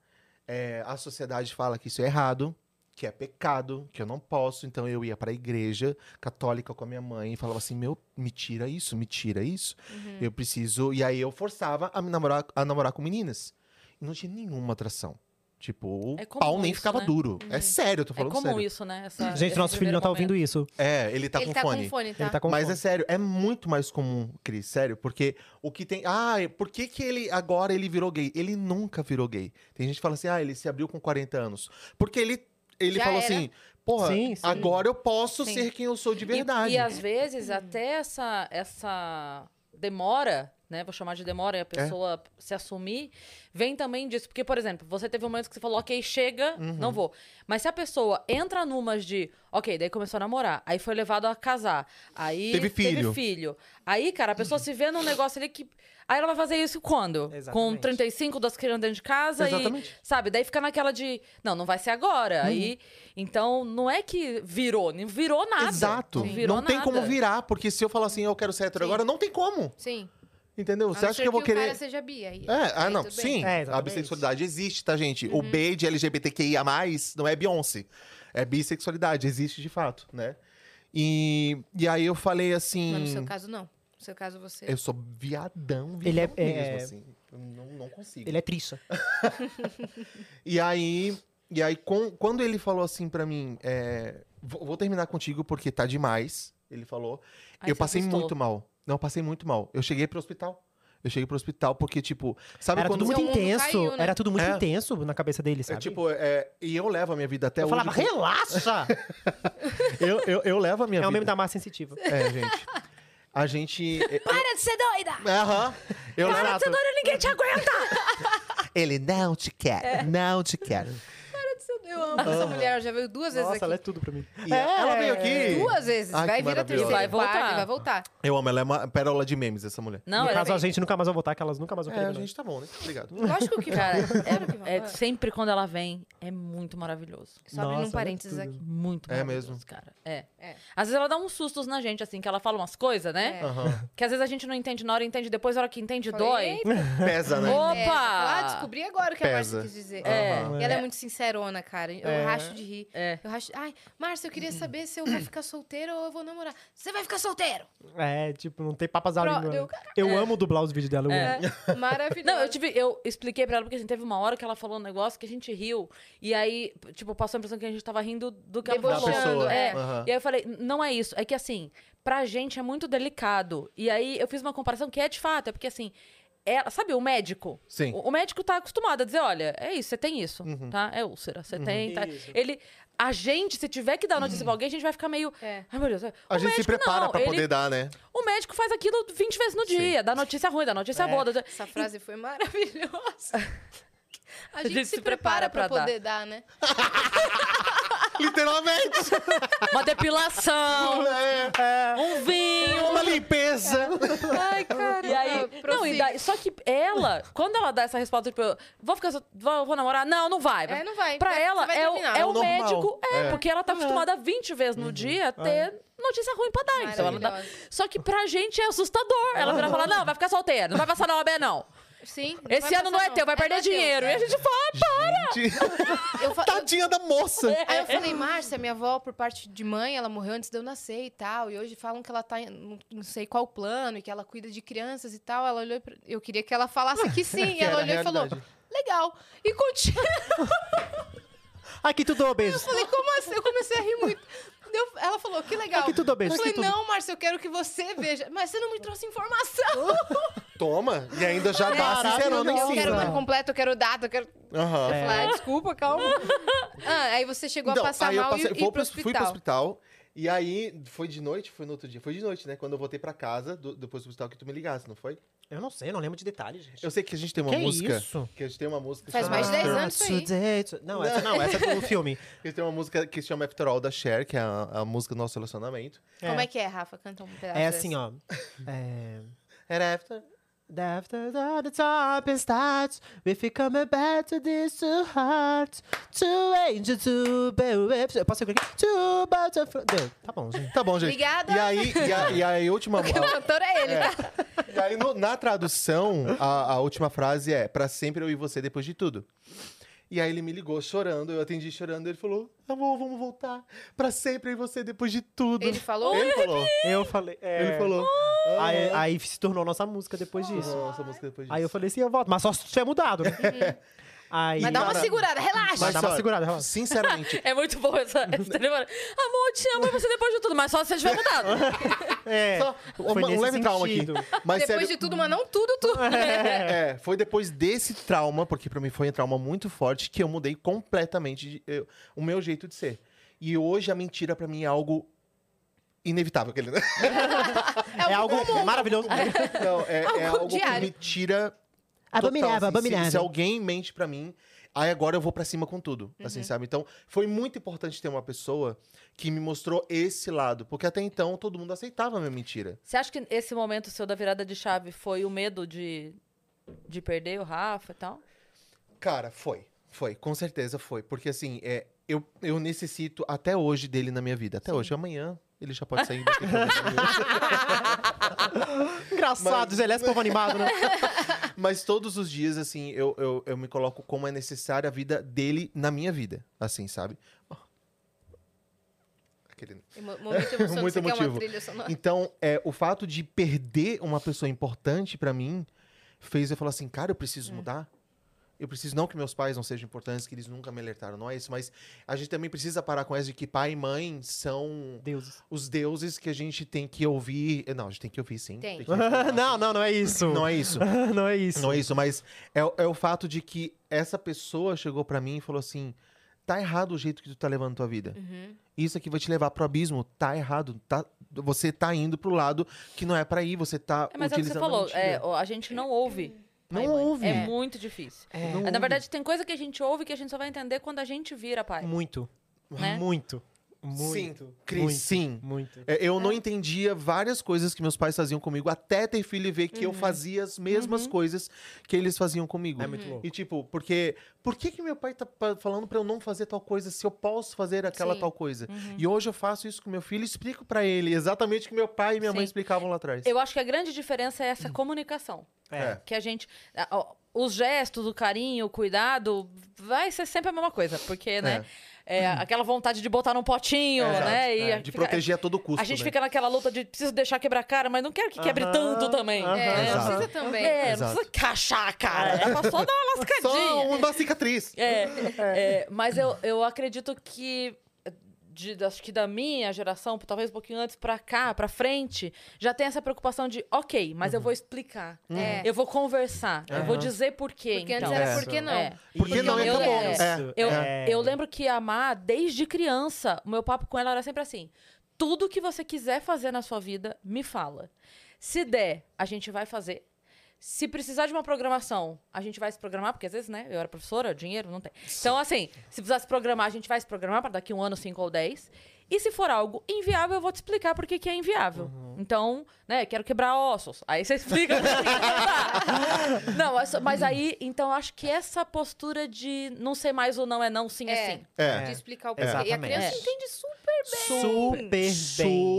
S3: É, a sociedade fala que isso é errado, que é pecado, que eu não posso. Então eu ia pra igreja católica com a minha mãe e falava assim: meu, me tira isso, me tira isso.
S1: Uhum.
S3: Eu preciso. E aí eu forçava a me namorar, a namorar com meninas. E não tinha nenhuma atração. Tipo, o
S1: É comum
S3: pau nem
S1: isso,
S3: ficava
S1: né?
S3: duro. É sério, eu tô
S1: É
S3: falando
S1: comum
S3: sério.
S1: isso, né? Essa,
S4: Gente,
S1: esse
S4: nosso filho não tá
S1: primeiro
S4: ouvindo isso.
S3: É, ele tá
S2: ele
S3: com
S2: tá
S3: fone.
S2: com fone, tá?
S4: Ele tá com
S3: Mas
S4: fome.
S3: é sério, é muito mais comum, Cris, sério, porque o que tem. Ah, e por que, que ele agora ele virou gay? Ele nunca virou gay. Tem gente que fala assim, ah, ele se abriu com 40 anos. Porque ele, ele
S2: Já
S3: falou
S2: era.
S3: assim, porra,
S4: Sim, sim.
S3: agora eu posso
S2: Sim.
S3: ser quem eu sou de verdade.
S1: E, e às vezes até essa, essa demora, né? Vou chamar de
S3: É.
S1: demora, e a pessoa se assumir, vem também disso. Porque, por exemplo, você teve um momento que você falou, ok, chega,
S3: Uhum.
S1: não vou. Mas se a pessoa entra numas de, ok, daí começou a namorar, aí foi levado a casar, aí
S3: Teve filho.
S1: filho. Aí, cara, a pessoa se vê num negócio ali que. Aí ela vai fazer isso quando? Com
S4: Exatamente.
S1: 35, duas crianças dentro de casa
S3: Exatamente. Uhum.
S1: e. Sabe? Daí fica naquela de. Não, não vai ser agora. Aí. Então, não é que virou, não virou nada.
S3: Exato.
S1: Não virou
S3: Não tem
S1: nada.
S3: como virar, porque se eu falar assim, eu quero ser hétero
S2: Sim.
S3: agora, não tem como.
S2: Sim.
S3: Entendeu? Você
S2: A não
S3: acha
S2: ser
S3: que eu vou
S2: o
S3: querer.
S2: cara seja bi, aí-
S3: É, ah,
S2: aí
S3: não,
S2: tudo bem. Uhum.
S3: sim.
S4: É,
S3: a
S4: exatamente.
S3: bissexualidade existe, tá, gente? O B de LGBTQIA, não é Beyoncé. É bissexualidade, existe de fato, né? E, e aí eu falei assim.
S2: Mas no seu caso, não. No seu caso, você...
S3: Eu sou viadão, viadão
S4: Ele é-
S3: mesmo,
S4: é-
S3: assim. Eu não, não consigo.
S4: Ele é triste.
S3: E aí, e aí com- quando ele falou assim pra mim, é, vou, vou terminar contigo porque tá demais, ele falou,
S1: Aí
S3: eu
S1: você
S3: passei
S1: assustou.
S3: muito mal. Não, eu passei muito mal. Eu cheguei pro hospital. Eu cheguei pro hospital porque, tipo, sabe
S4: Era
S3: quando...
S4: tudo muito
S2: Seu mundo
S4: intenso.
S2: caiu, né?
S4: Era tudo muito
S3: É.
S4: intenso na cabeça dele,
S3: É,
S4: sabe?
S3: tipo, é, e eu levo a minha vida até
S4: eu
S3: hoje.
S4: falava,
S3: com-
S4: relaxa!
S3: eu, eu, eu levo a minha
S4: é o
S3: vida.
S4: meme da massa sensitiva.
S3: É, gente. A gente. é-
S1: Para de ser doida!
S3: é- Aham. Eu levo.
S1: Para de ser doida, ninguém te aguenta!
S3: Ele não te quer.
S1: É.
S3: Não te quer.
S2: Eu amo essa mulher, ela já veio duas vezes
S4: Nossa,
S2: aqui.
S4: ela é tudo pra mim.
S3: E Ela veio aqui.
S2: Duas vezes.
S3: Ai,
S2: vai
S3: que
S2: vir a terceira.
S3: maravilhosa.
S1: Vai voltar.
S2: quarta, vai voltar.
S3: Eu amo, ela é uma pérola de memes, essa mulher.
S1: Não,
S2: é
S4: no
S1: era
S4: caso, a gente nunca mais vai voltar, que elas nunca mais vão
S3: É,
S4: querer.
S3: a
S4: nós.
S3: gente tá bom, né? Obrigado.
S2: Lógico que
S1: Cara,
S2: vai. Claro que vai.
S1: é, sempre quando ela vem, é muito maravilhoso.
S2: Só abrindo
S4: Nossa,
S2: um
S4: é
S2: parênteses
S4: tudo.
S2: aqui.
S1: Muito
S3: É
S1: maravilhoso,
S3: mesmo.
S1: cara. É.
S2: É.
S1: Às vezes ela dá uns sustos na gente, assim, que ela fala umas coisas, né?
S2: É.
S3: Aham.
S1: Que às vezes a gente não entende na hora, entende depois, na hora que entende, dói.
S2: Falei, "Eita,
S3: Pesa, né?
S1: Opa!
S2: é, vou falar, descobri agora o que a Márcia
S3: Pesa.
S2: quis dizer.
S1: É.
S3: Aham.
S2: E ela é muito sincerona, cara. Eu
S4: É.
S2: racho de rir.
S1: É.
S2: Eu racho... Ai, Márcia, eu queria saber se eu vou ficar solteira ou eu vou namorar. Você vai ficar solteiro!
S4: É, tipo, não tem papas à
S2: Pro-
S4: língua. né?
S2: eu-
S4: Eu amo dublar os vídeos dela. eu amo.
S2: É. Maravilhoso.
S1: Não, eu tive, eu expliquei pra ela, porque assim, teve uma hora que ela falou um negócio que a gente riu. E aí, tipo, passou a impressão que a gente tava rindo do que ela
S3: Da
S1: falou.
S2: Debochando,
S3: pessoa.
S1: É.
S3: Aham.
S1: E aí eu falei, não é isso. É que assim, pra gente é muito delicado. E aí eu fiz uma comparação que é de fato, é porque assim, ela, sabe o médico?
S3: Sim. Uhum.
S1: O, o médico tá acostumado a dizer, olha, é isso, você tem isso, tá? É úlcera, você tem, tá? Ele, A gente, se tiver que dar notícia pra alguém, a gente vai ficar meio.
S2: É.
S1: Ai, meu Deus.
S3: Uhum. A
S1: o
S3: gente se
S1: médico
S3: prepara
S1: não,
S3: pra
S1: ele-
S3: poder dar, né?
S1: O médico faz aquilo 20 vezes no dia. Dá notícia ruim, dá notícia
S3: É.
S1: boa. dá notícia-
S2: Essa frase foi maravilhosa. A gente, se, prepara, pra
S1: dar.
S2: poder dar, né?
S3: Literalmente!
S1: Uma depilação,
S3: É.
S1: um vinho.
S3: Uma limpeza!
S2: Ai, cara.
S1: E aí,
S3: É,
S1: não, e daí- só que ela, quando ela dá essa resposta, tipo, vou ficar, so- vou, vou namorar? Não, não vai.
S2: É, não vai.
S1: Pra
S2: Vai-
S1: ela,
S2: vai
S1: é o,
S2: terminar.
S1: é
S2: É
S1: o
S3: o normal.
S1: médico, é,
S3: É. Uhum.
S1: porque ela tá acostumada 20 vezes no dia a ter notícia ruim pra dar. Então ela dá.
S2: Maravilhosa.
S1: Só que pra gente é assustador. Ela vai falar, não, vai ficar solteira, não vai passar na OAB, não.
S2: Sim.
S1: Esse ano não é teu, é. vai perder dinheiro. Tá E a gente fala, para!
S2: Eu, fa- eu-
S3: Tadinha da
S1: É.
S3: moça!
S2: Aí eu falei, Márcia, minha avó, por parte de mãe, ela morreu antes de eu nascer e tal. E hoje falam que ela tá em não- não sei qual plano e que ela cuida de crianças e tal. Ela olhou pra... Eu queria que ela falasse que sim. e
S3: Que
S2: ela
S3: era a
S2: olhou e falou,
S3: realidade.
S2: legal. E continua.
S4: Aqui tu dou beijo.
S2: Eu falei, como assim? Eu comecei a rir muito. Deu- Ela falou, que legal.
S4: Aqui É tudo bem,
S2: Eu
S4: aqui
S2: falei,
S4: tudo.
S2: não, Márcia, eu quero que você veja. Mas você não me trouxe informação.
S3: Toma! E ainda já dá
S4: Maravilhosa.
S3: sincerona em
S4: Eu
S2: Eu quero o
S3: cima.
S2: nome completo, eu quero o dado, eu quero...
S3: Aham.
S2: Eu falei, ah, desculpa, calma. Ah, aí você chegou
S3: Então,
S2: a passar
S3: aí
S2: mal
S3: eu passei,
S2: e,
S3: vou
S2: e pro
S3: pro- fui pro
S2: hospital.
S3: hospital. E aí, foi de noite? Foi no outro dia? Foi de noite, né? Quando eu voltei pra casa, do- depois do hospital, que tu me ligasse, não foi?
S4: Eu não sei, eu não lembro de detalhes, gente.
S3: Eu sei que a gente tem uma
S4: Que
S3: música...
S4: isso?
S3: Que a gente tem uma música...
S2: Faz
S3: chamada
S2: mais de 10
S3: After-
S2: anos isso aí.
S4: Today, to- Não, essa não, essa é do filme.
S3: Que tem uma música que se chama After All da Cher, que é a, a música do nosso relacionamento.
S2: Como é que é, Rafa? Canta um pedaço
S4: É assim,
S2: dessa.
S4: ó. É...
S3: Era After...
S4: And After all the top is starts, we feel coming back to this too hard. Two angels, two babies. Eu posso segurar aqui? Two butterflies. Deu, Tá bom, gente.
S3: Tá bom, gente.
S2: Obrigada.
S3: E aí, e a, e a última...
S2: Porque o cantor é ele, tá?
S3: E aí, no- na tradução, a, a última frase é: Pra sempre eu e você depois de tudo. E aí ele me ligou chorando, eu atendi chorando, ele falou: Amor, vamos voltar. Pra sempre eu e você depois de tudo.
S2: Ele falou?
S3: Ele falou.
S4: Eu falei. é.
S3: Ele falou. Ah,
S4: Aí, aí se tornou nossa música depois disso.
S3: Nossa, música depois disso.
S4: Aí eu falei assim, eu volto. Mas só se tiver mudado, né? Aí.
S2: Uhum. Mas dá uma
S3: Cara,
S2: segurada, relaxa.
S4: Mas dá uma
S3: olha,
S4: segurada, relaxa.
S3: Sinceramente,
S1: É muito boa essa, essa demora. Amor, eu te amo e você depois de tudo, mas só se você tiver mudado.
S4: É,
S3: só
S4: foi
S3: uma- um
S4: nesse
S3: leve trauma aqui.
S4: sentido.
S3: Mas
S2: Depois
S3: sério,
S2: de tudo, mas não tudo, tudo.
S3: É, foi depois desse trauma, porque pra mim foi um trauma muito forte, que eu mudei completamente de- eu- o meu jeito de ser. E hoje a mentira pra mim é algo inevitável. Aquele, né?
S4: É
S2: um
S4: algo maravilhoso.
S3: Não, é, é
S2: Algo
S3: algo que
S2: diário.
S3: me tira Total,
S4: Abominável,
S3: assim, se- Se,
S4: abominável.
S3: alguém mente pra mim, aí agora eu vou pra cima com tudo,
S4: Uhum.
S3: assim, sabe? Então, foi muito importante ter uma pessoa que me mostrou esse lado, porque até então todo mundo aceitava a minha mentira.
S1: Você acha que esse momento seu da virada de chave foi o medo de, de perder o Rafa e tal?
S3: Cara, foi. Foi, com certeza foi. Porque assim, é, eu, eu necessito até hoje dele na minha vida. Até hoje, amanhã ele já pode sair daqui.
S4: Engraçado, Zé Leste, povo animado, né?
S3: Mas todos os dias, assim, eu, eu, eu me coloco como é necessária a vida dele na minha vida, assim, sabe? Aquele...
S2: Mo- Momento emocionante,
S3: Muito
S2: você quer uma
S3: emotivo.
S2: trilha sonora?
S3: Então, é, o fato de perder uma pessoa importante pra mim fez eu falar assim, cara, eu preciso mudar. Eu preciso não que meus pais não sejam importantes, que eles nunca me alertaram, não é isso, mas a gente também precisa parar com essa de que pai e mãe são
S4: Deuses.
S3: os deuses que a gente tem que ouvir. Não, a gente tem que ouvir sim.
S2: Tem.
S3: que respeitar.
S4: Não, não, não é isso.
S3: não é isso.
S4: Não é isso.
S3: Não é isso, mas é, o- é o fato de que essa pessoa chegou pra mim e falou assim: tá errado o jeito que tu tá levando tua vida.
S1: Uhum.
S3: Isso aqui vai te levar pro abismo, tá errado. Tá, você tá indo pro lado que não é pra ir, você tá
S1: É, mas é o que você
S3: utilizando a
S1: falou,
S3: mentira.
S1: é, ó, a gente não ouve.
S3: Não
S1: pai e mãe.
S3: ouve.
S1: É
S3: É.
S1: muito difícil.
S3: Não
S1: É. Na
S3: ouve.
S1: verdade, tem coisa que a gente ouve que a gente só vai entender quando a gente vira pai.
S4: Muito.
S1: Né?
S4: Muito. Muito.
S3: Sim, Cris,
S4: muito,
S3: sim.
S4: Muito.
S3: É, Eu não entendia várias coisas que meus pais faziam comigo até ter filho e ver
S1: Uhum.
S3: que eu fazia as mesmas coisas que eles faziam comigo.
S4: É muito
S1: Uhum.
S4: louco.
S3: E tipo, porque por que que meu pai tá pa- falando pra eu não fazer tal coisa se eu posso fazer aquela
S2: Sim.
S3: tal coisa?
S1: Uhum.
S3: E hoje eu faço isso com meu filho e explico pra ele exatamente o que meu pai e minha mãe
S1: Sim.
S3: explicavam lá atrás.
S1: Eu acho que a grande diferença é
S3: Hum.
S1: essa comunicação.
S3: É.
S1: Que a gente. a- ó, Os gestos, o carinho, o cuidado, vai ser sempre a mesma coisa. Porque, né? é, aquela vontade de botar num potinho,
S3: Uhum. É,
S1: né? E
S3: De
S1: fica-
S3: proteger a todo custo.
S1: A gente
S3: né?
S1: fica naquela luta de preciso deixar quebrar a cara, mas não quero que quebre
S4: Aham,
S1: tanto também.
S4: aham.
S2: É,
S1: né?
S2: não
S3: Exato.
S2: precisa também.
S1: É, não
S3: Exato. um-
S1: precisa cachar a cara. É pra só dar uma lascadinha.
S3: Só uma cicatriz.
S1: É, é, mas eu, eu acredito que de- da- acho que da minha geração, talvez um pouquinho antes pra cá, pra frente, já tem essa preocupação de, ok, mas
S3: Uhum.
S1: eu vou explicar.
S3: Hum.
S2: É.
S1: Eu vou conversar. Eu vou
S4: Aham.
S1: dizer por quê.
S2: Porque
S1: então.
S2: antes era
S3: É.
S2: por que não?
S1: É.
S3: Por que
S1: Porque
S3: não?
S1: eu-
S3: E acabou.
S1: é,
S3: É.
S1: Eu,
S4: É.
S1: eu lembro que a Má, desde criança, o meu papo com ela era sempre assim: tudo que você quiser fazer na sua vida, me fala. Se der, a gente vai fazer. Se precisar de uma programação, a gente vai se programar, porque às vezes, né? Eu era professora, dinheiro não tem. Então, assim, se precisar se programar, a gente vai se programar para daqui um ano, cinco ou dez. E se for algo inviável, eu vou te explicar por que que é inviável.
S3: Uhum.
S1: Então, né, quero quebrar ossos. Aí você explica por que que não dá. Não, mas- mas aí, então, acho que essa postura de não sei mais o não é não, sim é,
S2: É.
S1: sim.
S3: É.
S2: De explicar o porquê.
S4: Exatamente.
S2: E a criança
S1: É.
S2: entende super
S4: Super bem.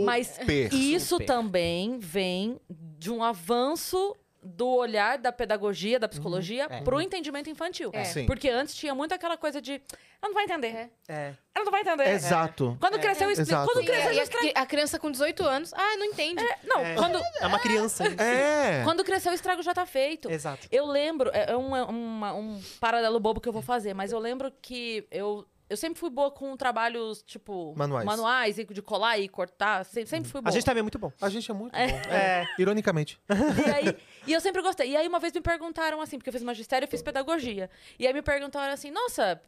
S1: Mas
S3: Super.
S1: isso
S4: Super.
S1: também vem de um avanço do olhar da pedagogia, da psicologia,
S4: é.
S1: pro entendimento infantil.
S2: É.
S3: Uhum. Sim.
S1: Porque antes tinha muito aquela coisa de ela não vai entender.
S2: É.
S4: É.
S1: Ela não vai entender.
S3: Exato.
S1: Quando crescer, eu explico.
S3: Exato.
S1: Quando
S3: Sim,
S1: crescer,
S2: É, E
S1: eu
S2: a,
S1: explico.
S2: cri- a criança com 18 anos, ah, não entende.
S1: Não,
S4: É.
S1: quando,
S4: É uma criança. ainda.
S3: É.
S1: quando crescer, o estrago já tá feito.
S4: Exato.
S1: Eu lembro, é é um, é uma- um paralelo bobo que eu vou fazer, mas eu lembro que eu, eu sempre fui boa com trabalhos, tipo,
S3: Manuais.
S1: manuais e de colar e cortar. se- Sempre, fui boa.
S4: A gente também é muito bom.
S3: A gente é muito
S1: É.
S3: bom. É. Ironicamente.
S1: E, aí, e eu sempre gostei. E aí uma vez me perguntaram assim, porque eu fiz magistério e fiz pedagogia. E aí me perguntaram assim, nossa,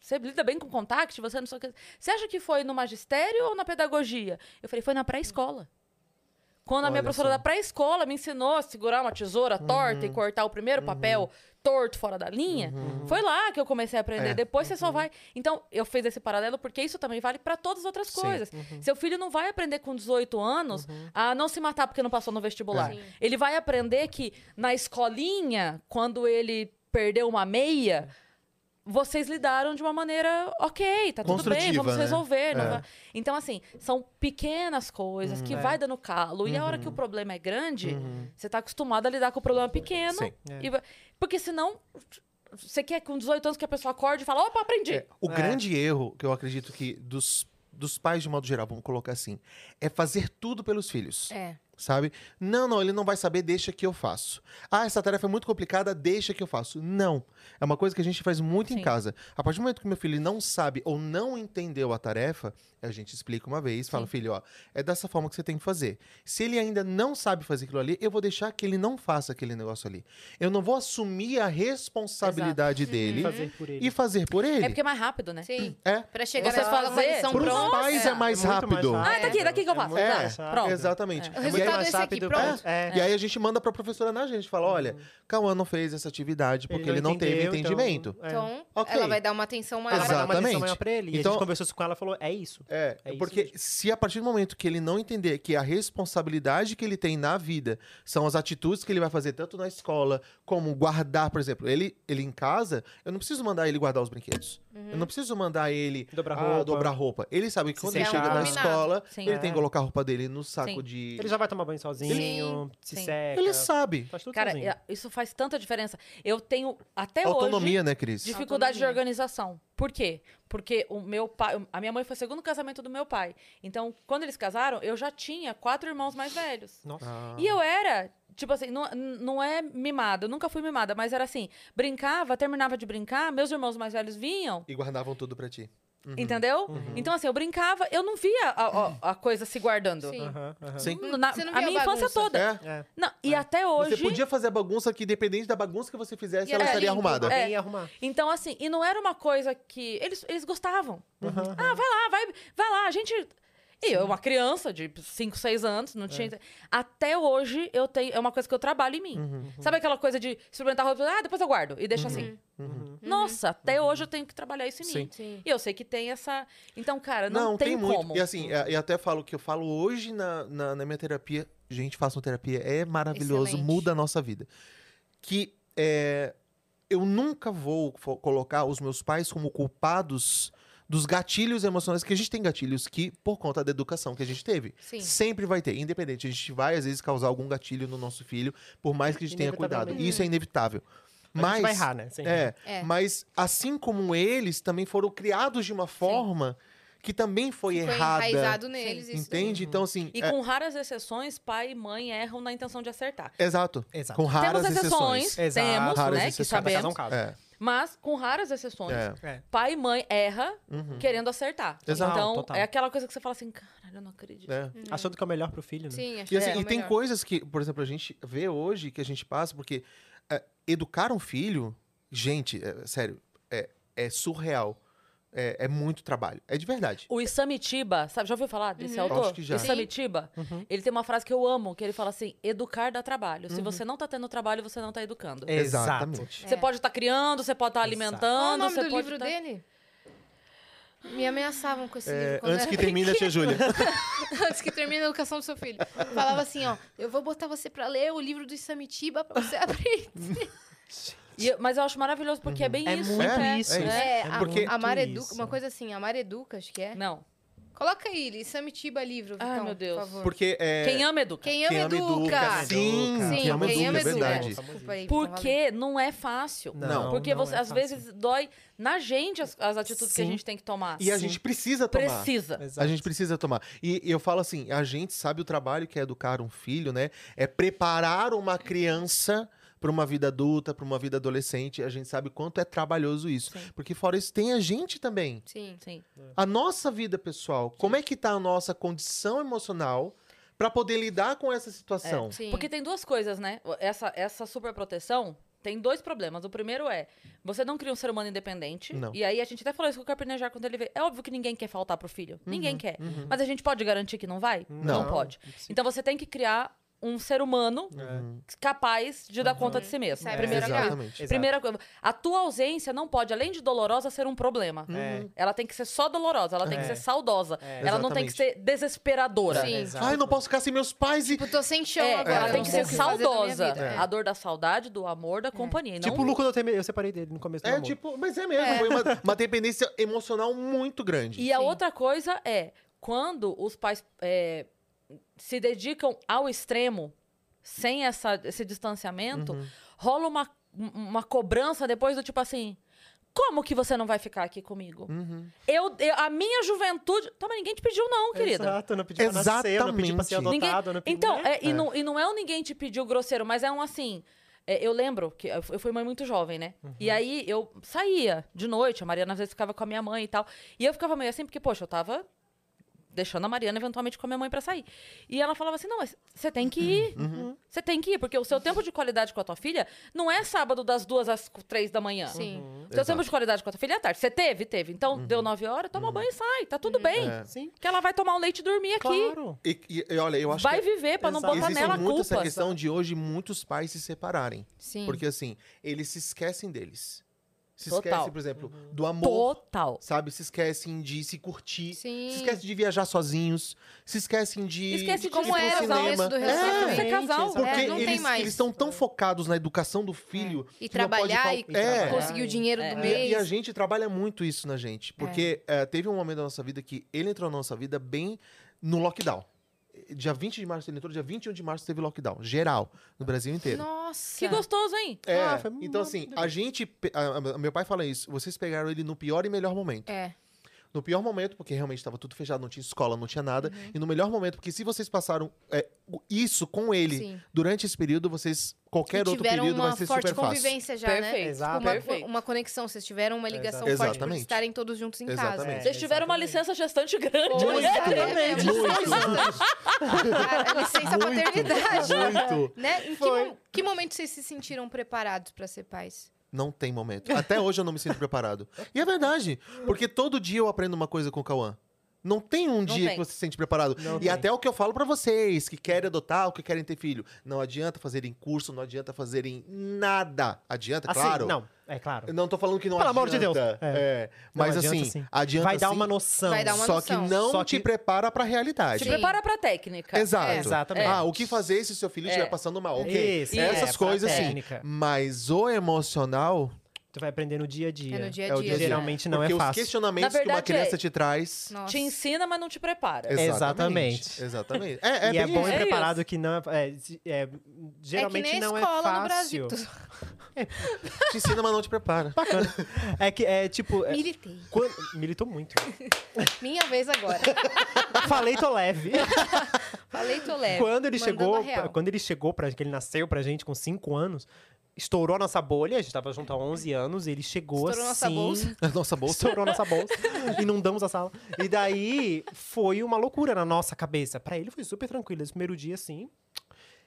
S1: você lida bem com contact? Você não sei o que. Você acha que foi no magistério ou na pedagogia? Eu falei, foi na pré-escola. Quando a minha
S3: Olha
S1: professora
S3: só. Uhum.
S1: da pré-escola me ensinou a segurar uma tesoura torta e cortar o primeiro papel torto fora da linha, foi lá que eu comecei a aprender.
S3: Uhum. É.
S1: Depois você só vai. Então, eu fiz esse paralelo porque isso também vale para todas as outras
S3: Sim. Uhum.
S1: coisas. Seu filho não vai aprender com 18 anos a não se matar porque não passou no vestibular.
S3: É.
S1: Ele vai aprender que na escolinha, quando ele perdeu uma meia, vocês lidaram de uma maneira ok, tá tudo bem,
S3: Construtiva,
S1: vamos
S3: né?
S1: resolver. não
S3: É. Uhum.
S1: vai- Então, assim, são pequenas coisas que
S4: É.
S1: vai dando calo. E a hora que o problema é grande, você tá acostumado a lidar com o problema pequeno.
S3: Sim.
S4: É.
S1: e vai- Porque senão. Você quer com 18 anos que a pessoa acorde e fala, opa, aprendi.
S3: O
S4: É.
S3: grande erro que eu acredito que dos, dos pais, de modo geral, vamos colocar assim, é fazer tudo pelos filhos.
S2: É.
S3: Sabe? Não, não, ele não vai saber, deixa que eu faço. Ah, essa tarefa é muito complicada, deixa que eu faço. Não. É uma coisa que a gente faz muito
S1: Sim.
S3: em casa. A partir do momento que meu filho não sabe ou não entendeu a tarefa, a gente explica uma vez, fala, filho, ó, é dessa forma que você tem que fazer. Se ele ainda não sabe fazer aquilo ali, eu vou deixar que ele não faça aquele negócio ali. Eu não vou assumir a responsabilidade dele
S4: Uhum. Fazer por ele.
S3: e fazer por ele.
S1: É porque é mais rápido, né?
S2: Sim.
S3: É.
S2: Pra chegar
S1: Você
S2: na escola com a
S1: fazer-
S2: lição
S1: Pros
S3: Para os
S2: pronta.
S3: pais
S4: É
S3: é mais
S4: muito mais
S3: rápido.
S4: rápido.
S1: Ah, tá aqui, daqui que eu faço.
S4: É,
S1: Tá,
S4: sabe?
S1: pronto. É.
S3: Exatamente.
S2: O
S3: E aí-
S2: resultado é esse aqui,
S4: rápido,
S2: pronto.
S4: É.
S3: E aí a gente manda pra professora na gente, fala, olha, Cauã não fez essa atividade porque ele não,
S4: Uhum.
S3: teve
S4: entendeu,
S3: entendimento.
S4: Então, é.
S2: Então,
S3: Ok.
S2: ela vai dar uma atenção maior.
S4: Ela vai dar uma
S3: Exatamente.
S4: atenção maior pra ele. E a
S3: Então-
S4: gente conversou isso com ela e falou, é isso.
S3: É,
S4: É isso
S3: porque
S4: mesmo.
S3: se a partir do momento que ele não entender que a responsabilidade que ele tem na vida são as atitudes que ele vai fazer tanto na escola como guardar, por exemplo, ele, ele em casa, eu não preciso mandar ele guardar os brinquedos.
S1: Uhum.
S3: Eu não preciso mandar ele
S4: Dobrar
S3: ah,
S4: roupa.
S3: dobrar roupa. Ele sabe que
S4: Se
S3: quando ele
S4: secar.
S3: chega da
S2: Combinado.
S3: escola,
S1: Sim.
S3: ele
S1: É.
S3: tem que colocar a roupa dele no saco
S1: Sim.
S3: de.
S4: Ele já vai tomar banho sozinho, se
S1: Sim.
S4: seca.
S3: ele sabe.
S4: Faz tudo
S1: Cara,
S4: sozinho.
S1: eu- isso faz tanta diferença. Eu tenho até
S3: Autonomia,
S1: hoje
S3: né, Cris?
S1: dificuldade de
S2: Autonomia.
S1: organização. Por quê? Porque o meu pai, a minha mãe foi o segundo casamento do meu pai. Então, quando eles casaram, eu já tinha quatro irmãos mais velhos.
S4: Nossa.
S3: Ah.
S1: E eu era, tipo assim, não, não é mimada, eu nunca fui mimada, mas era assim, brincava, terminava de brincar, meus irmãos mais velhos vinham,
S3: E guardavam tudo pra ti.
S1: entendeu?
S3: Uhum.
S2: Uhum.
S1: Então, assim, eu brincava, eu não via a, a- a coisa se guardando.
S2: Sim.
S4: Aham, aham.
S3: Sim.
S1: Na-
S2: Você não
S1: a
S2: via
S1: minha infância
S2: bagunça.
S1: toda.
S3: É.
S4: É.
S1: Não, e até hoje. é
S3: Você podia fazer a bagunça que, dependente da bagunça que você fizesse,
S2: E
S3: ela
S2: era
S3: estaria
S2: limpo,
S3: arrumada.
S4: Alguém ia arrumar.
S1: Então, assim, e não era uma coisa que. Eles, eles gostavam.
S4: Aham.
S1: Ah, vai lá, vai, vai lá, a gente. E eu, uma criança de 5, 6 anos, não
S3: É.
S1: tinha. Até hoje eu tenho. É uma coisa que eu trabalho em mim.
S3: Uhum,
S1: Sabe aquela coisa de experimentar roupa? Ah, depois eu guardo e deixo assim.
S3: Uhum,
S1: Nossa, até hoje eu tenho que trabalhar isso em mim.
S2: Sim.
S1: E eu sei que tem essa. Então, cara, não, tem, como.
S3: E assim, é- e até falo que eu falo hoje na, na, na minha terapia. Gente, façam terapia, é maravilhoso,
S2: Excelente.
S3: muda a nossa vida. Que é, eu nunca vou fo- colocar os meus pais como culpados dos gatilhos emocionais, que a gente tem gatilhos que, por conta da educação que a gente teve,
S2: Sim.
S3: sempre vai ter. Independente, a gente vai, às vezes, causar algum gatilho no nosso filho, por mais que a gente tenha cuidado.
S4: Inevitavelmente.
S3: Isso é inevitável.
S4: A
S3: Mas.
S4: gente vai errar, né? Sim.
S3: É,
S2: É.
S3: mas assim como eles, também foram criados de uma forma que também foi
S2: Foi
S3: errada.
S2: enraizado neles. isso
S3: Entende? Então, assim.
S1: E
S3: é-
S1: com raras exceções, pai e mãe erram na intenção de acertar.
S3: Exato.
S4: Exato.
S3: Com raras
S1: temos exceções,
S3: exceções.
S4: Exato.
S1: temos,
S3: Raras
S1: né, que
S3: exceções.
S4: Cada caso é um
S1: sabemos.
S4: caso.
S3: É.
S1: Mas, com raras exceções,
S3: É. Uhum.
S4: É.
S1: pai e mãe erra querendo acertar.
S4: Exato,
S1: então,
S4: total.
S1: é aquela coisa que você fala assim, caralho, eu não acredito.
S3: É.
S4: Achando que é o melhor pro filho, né?
S2: Sim, acho
S3: E, assim,
S2: que é
S3: e
S2: o
S3: tem
S2: melhor.
S3: coisas que, por exemplo, a gente vê hoje que a gente passa, porque é, educar um filho, gente, é, sério, é, é surreal. É, é muito trabalho. É de verdade.
S1: O Isamitiba, sabe, já ouviu falar
S2: Uhum.
S1: desse autor?
S3: Acho que já. Uhum.
S1: Isamitiba, ele tem uma frase que eu amo, que ele fala assim, educar dá trabalho. Se você não tá tendo trabalho, você não tá educando.
S3: Exatamente.
S1: Você pode estar criando, você pode estar
S4: Exato.
S2: É. Qual é
S1: alimentando,
S2: o nome
S1: você
S2: do
S1: pode
S2: livro
S1: tá-
S2: dele? Me ameaçavam com esse livro.
S3: É,
S2: quando
S3: antes
S2: eu
S3: que
S2: era
S3: termine a tia Júlia.
S2: antes que termine a educação do seu filho. Falava assim, ó, eu vou botar você pra ler o livro do Isamitiba pra você abrir.
S1: E- mas eu acho maravilhoso, porque é bem
S4: É
S1: isso.
S4: muito
S1: né?
S4: isso.
S3: Uhum. É isso.
S2: É, a,
S3: porque-
S2: a Mareduca,
S4: isso.
S2: uma coisa assim, a Mareduca, acho que é.
S1: Não.
S2: Coloca aí, Isamitiba livro,
S1: Ai,
S2: Vitão,
S1: meu Deus.
S2: por favor.
S3: Porque é,
S1: Quem ama educa.
S2: Quem ama, educa.
S3: Sim,
S4: Educa.
S2: Sim,
S3: quem ama
S2: quem
S3: educa,
S2: ama
S3: é verdade.
S2: educa. Desculpa aí, Vitão, valeu.
S1: Porque não é fácil.
S3: Não,
S1: Porque
S4: não
S1: você,
S4: é
S1: às
S4: fácil.
S1: vezes dói na gente as, as atitudes que a
S4: Sim.
S1: gente tem que tomar.
S3: E a
S4: Sim.
S3: gente precisa tomar.
S1: Precisa.
S4: Exato.
S3: A gente precisa tomar. E eu falo assim, a gente sabe o trabalho que é educar um filho, né? É preparar uma criança para uma vida adulta, para uma vida adolescente. A gente sabe quanto é trabalhoso isso.
S1: Sim.
S3: Porque fora isso tem a gente também.
S2: Sim.
S1: Sim.
S3: A nossa vida pessoal, como é que tá a nossa condição emocional para poder lidar com essa situação?
S2: É, Sim.
S1: Porque tem duas coisas, né? Essa, essa superproteção tem dois problemas. O primeiro é, você não cria um ser humano independente.
S3: Não.
S1: E aí a gente até falou isso com o Carpinejar quando ele veio. É óbvio que ninguém quer faltar pro filho. Ninguém quer.
S3: Uhum.
S1: Mas a gente pode garantir que não vai?
S3: Não.
S1: pode. Então você tem que criar um ser humano
S4: Uhum.
S1: capaz de dar conta de si mesmo.
S2: Isso é a
S1: Primeira
S2: primeira
S1: coisa.
S3: Exatamente.
S4: É, Exato.
S1: Primeira coisa, a tua ausência não pode, além de dolorosa, ser um problema.
S4: É.
S3: Uhum.
S1: Ela tem que ser só dolorosa, ela tem que
S4: É.
S1: ser saudosa.
S4: É.
S1: Ela não tem que ser desesperadora.
S2: Sim.
S4: Exato.
S3: Ai, não posso ficar sem meus pais e
S2: Tipo, tô sem chão
S1: É,
S2: agora.
S1: ela
S2: eu
S1: tem
S2: não
S1: que
S2: sei
S1: ser
S2: o fazer da minha
S1: saudosa.
S2: vida.
S3: É.
S2: É.
S1: A dor da saudade, do amor, da companhia. e
S4: É. Tipo
S1: não...
S4: o Lu, quando eu, temei- eu separei dele no começo do
S3: É,
S4: namoro.
S3: tipo, mas é mesmo, foi uma, uma dependência emocional muito grande.
S1: E a
S2: Sim.
S1: outra coisa é, quando os pais é, se dedicam ao extremo, sem essa, esse distanciamento,
S4: Uhum.
S1: rola uma, um- uma cobrança depois do tipo assim... Como que você não vai ficar aqui comigo?
S4: Uhum.
S1: Eu, eu- a minha juventude. Toma, ninguém te pediu,
S4: É
S1: não, querida.
S4: Exato, eu não pedi pra nascer, eu não pedi pra ser adotado.
S1: Ninguém-
S4: eu não pedi-
S1: Então,
S4: né?
S1: é, e, não, e não é um ninguém te pediu grosseiro, mas é um assim. é, eu lembro que eu fu- eu fui mãe muito jovem, né? E aí eu saía de noite, a Mariana às vezes ficava com a minha mãe e tal. E eu ficava meio assim, porque, poxa, eu tava deixando a Mariana eventualmente com a minha mãe pra sair. E ela falava assim: não, mas você tem que ir. Você tem que ir, porque o seu tempo de qualidade com a tua filha não é sábado das duas às cu- três da manhã.
S2: Sim.
S1: Seu
S3: Exato.
S1: tempo de qualidade com a tua filha é à tarde. Você teve? Teve. Então, deu nove horas, toma banho e sai. Tá tudo bem.
S3: É.
S4: Sim,
S1: Que ela vai tomar um leite e dormir
S4: é
S1: aqui
S4: claro.
S3: E, e- e olha, eu acho
S1: vai
S3: que é
S1: viver pra não
S4: Exato.
S1: botar
S3: existe
S1: nela a
S3: muito
S1: culpa.
S3: essa questão de hoje muitos pais se separarem.
S2: Sim.
S3: Porque assim, eles se esquecem deles. Se
S1: Total.
S3: esquecem, por exemplo,
S2: Uhum.
S3: do amor,
S1: Total.
S3: sabe? Se esquecem de se curtir.
S2: Sim.
S3: Se esquecem de viajar sozinhos. Se esquecem de.
S1: Esquece
S3: de
S1: de
S2: como
S3: ir pro
S2: era o começo do
S3: É,
S2: relacionamento.
S1: Ser casal.
S4: Exatamente.
S3: Porque
S2: É, não tem
S3: eles,
S2: mais.
S3: eles estão tão focados na educação do filho.
S2: E
S3: que não pode
S2: trabalhar
S3: fal-
S2: e
S3: é.
S2: Conseguir o dinheiro
S1: É.
S2: do
S1: E-
S3: E, a-
S2: mês.
S3: e a gente trabalha muito isso na
S2: É.
S3: gente. Porque eh, teve um momento da nossa vida que ele entrou na nossa vida bem no lockdown. Eh, Dia 20 de março ele entrou, dia 21 de março teve lockdown. Geral, no Brasil inteiro.
S2: Nossa.
S1: Que gostoso, hein?
S3: É,
S4: Ah, foi
S3: então assim, a gente... pe- a- a- meu pai fala isso, vocês pegaram ele no pior e melhor momento.
S2: É.
S3: No pior momento, porque realmente estava tudo fechado, não tinha escola, não tinha nada.
S2: Uhum.
S3: E no melhor momento, porque se vocês passaram eh, o- isso com ele
S2: Sim.
S3: durante esse período, vocês... Qualquer
S2: E
S3: outro
S2: tiveram
S3: período
S2: uma
S3: vai ser
S2: forte
S3: super fácil.
S2: convivência já, né?
S1: Perfeito. tipo,
S4: Exato.
S2: Uma,
S1: Perfeito.
S2: uma conexão, vocês tiveram uma ligação forte por
S3: Exatamente.
S2: estarem todos juntos em
S3: Exatamente.
S2: casa.
S1: Vocês tiveram uma
S4: Exatamente.
S1: licença gestante grande.
S2: Pô,
S1: né?
S2: exatamente. Cara, licença paternidade.
S3: Muito.
S2: Né? Em que, mo- que momento vocês se sentiram preparados pra ser pais?
S3: Não tem momento. Até hoje eu não me sinto preparado. E é verdade, porque todo dia eu aprendo uma coisa com o Cauã. Não tem um dia
S1: tem.
S3: que você se sente preparado.
S4: Não
S3: e
S4: tem.
S3: até é o que eu falo pra vocês, que querem adotar ou que querem ter filho. Não adianta fazerem curso, não adianta fazerem nada. Adianta,
S4: Assim,
S3: claro.
S4: não, é claro.
S3: Eu Não tô falando que não
S4: Pelo
S3: adianta.
S4: amor de Deus.
S3: É.
S4: Não,
S3: Mas
S4: adianta
S3: assim,
S4: sim.
S3: adianta
S4: Vai dar
S3: sim,
S4: uma noção.
S2: Vai dar uma
S3: Só que
S2: noção.
S3: não
S4: Só
S3: te
S4: que-
S3: prepara pra realidade.
S1: Se
S2: Sim.
S1: prepara pra técnica.
S3: Exato.
S2: É.
S4: Exatamente.
S3: Ah, o que fazer se seu filho
S1: É.
S3: estiver passando mal? Ok.
S4: Isso,
S3: Essas
S4: é,
S3: coisas,
S4: pra
S3: sim.
S4: técnica.
S3: Mas o emocional,
S4: Tu vai aprender no dia a dia.
S2: É no dia
S3: É
S2: a
S3: o
S2: dia.
S3: dia a
S2: né?
S3: dia.
S4: Geralmente não
S3: Porque
S4: é
S3: os
S4: fácil.
S3: questionamentos
S1: Na
S3: que uma
S1: verdade,
S3: criança
S1: é-
S3: te traz.
S2: Nossa. É
S1: Te ensina, mas não te prepara.
S4: Exatamente.
S3: Exatamente. Exatamente. É, é
S4: e é
S3: bem
S4: bom
S3: isso.
S4: e
S1: É
S4: preparado que não é, é, se- é,
S2: é
S4: geralmente
S2: que nem
S4: não
S2: escola
S4: é fácil.
S2: no Brasil.
S3: Te ensina, mas não te prepara.
S4: Bacana. É que é tipo. é,
S2: Militei.
S4: quan- Militou muito.
S2: Minha vez agora.
S4: Falei, tô leve.
S2: Falei, tô leve.
S4: quando ele
S2: É, Mandando
S4: chegou,
S2: a real.
S4: quando ele chegou para que ele nasceu pra gente com 5 anos, estourou a nossa bolha, a gente tava junto há 11 anos, ele chegou
S2: Estourou nossa
S4: assim...
S2: bolsa.
S3: Nossa bolsa.
S4: Estourou nossa bolsa. Inundamos a sala. E daí foi uma loucura na nossa cabeça. Pra ele foi super tranquilo. Esse primeiro dia, assim.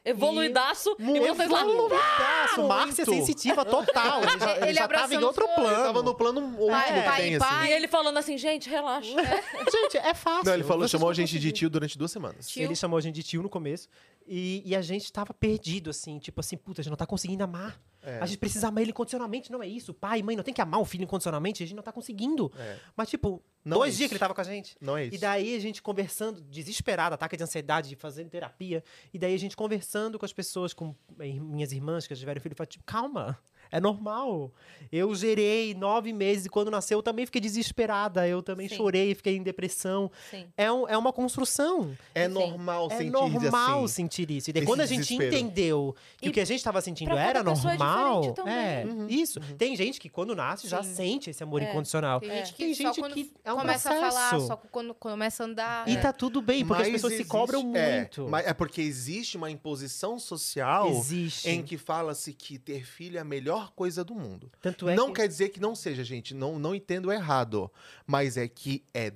S1: Evoluidaço. E tá
S4: muito
S1: vocês lá.
S4: loucuraço. Márcia
S3: muito.
S4: sensitiva total. Ele já,
S2: Ele
S4: ele já tava em
S2: abraçando
S4: outro
S2: os outros.
S4: plano.
S3: Eu tava no plano último
S2: Pai,
S3: que
S2: pai,
S3: tem,
S2: pai.
S3: assim.
S1: E ele falando assim, gente, relaxa.
S4: Gente, é fácil.
S3: Não, ele falou,
S4: Vocês
S3: chamou a
S4: vão
S3: gente de
S4: conseguir.
S3: tio durante duas semanas.
S2: Tio.
S4: Ele chamou a gente de tio no começo. E, e a gente tava perdido, assim. Tipo assim, puta, a gente não tá conseguindo amar.
S3: É.
S4: A gente precisa amar ele incondicionalmente, não é isso? Pai, mãe, não tem que amar o filho incondicionalmente. A gente não tá conseguindo.
S3: É.
S4: Mas, tipo,
S3: Não
S4: dois
S3: é
S4: dias
S3: isso.
S4: que ele tava com a gente.
S3: Não é isso.
S4: E daí a gente conversando, desesperada, ataque de ansiedade, fazendo terapia. E daí a gente conversando com as pessoas, com eh, minhas irmãs que já tiveram filho, falando, tipo, calma, é normal. Eu gerei nove meses e quando nasceu eu também fiquei desesperada, eu também
S1: Sim.
S4: chorei, fiquei em depressão.
S1: Sim.
S4: É, um- é uma construção.
S3: É
S1: Sim.
S3: normal
S4: é
S3: sentir
S4: normal
S3: assim.
S4: sentir isso. E daí,
S3: esse
S4: quando a gente
S3: desespero.
S4: entendeu que
S1: E
S4: o que a gente estava sentindo
S1: pra cada
S4: era
S1: pessoa é
S4: normal,
S1: diferente também. Uhum.
S4: é, isso.
S3: Uhum.
S4: Tem gente que quando nasce já
S1: Sim.
S4: sente esse amor
S1: É.
S4: incondicional.
S2: Tem gente que
S4: Tem
S2: só
S4: gente
S2: quando
S4: que é um
S2: começa
S4: processo.
S2: a falar, só quando começa a andar.
S1: É.
S2: É.
S4: E tá tudo bem, porque as
S3: Mas
S4: pessoas se
S3: existe-
S4: cobram
S3: é,
S4: muito.
S3: mas é porque existe uma imposição social
S4: Existe.
S3: em que fala-se que ter filho é a melhor coisa do mundo.
S4: Tanto é
S3: não
S4: que...
S3: quer dizer que não seja, gente. Não, não entendo errado. Mas é que é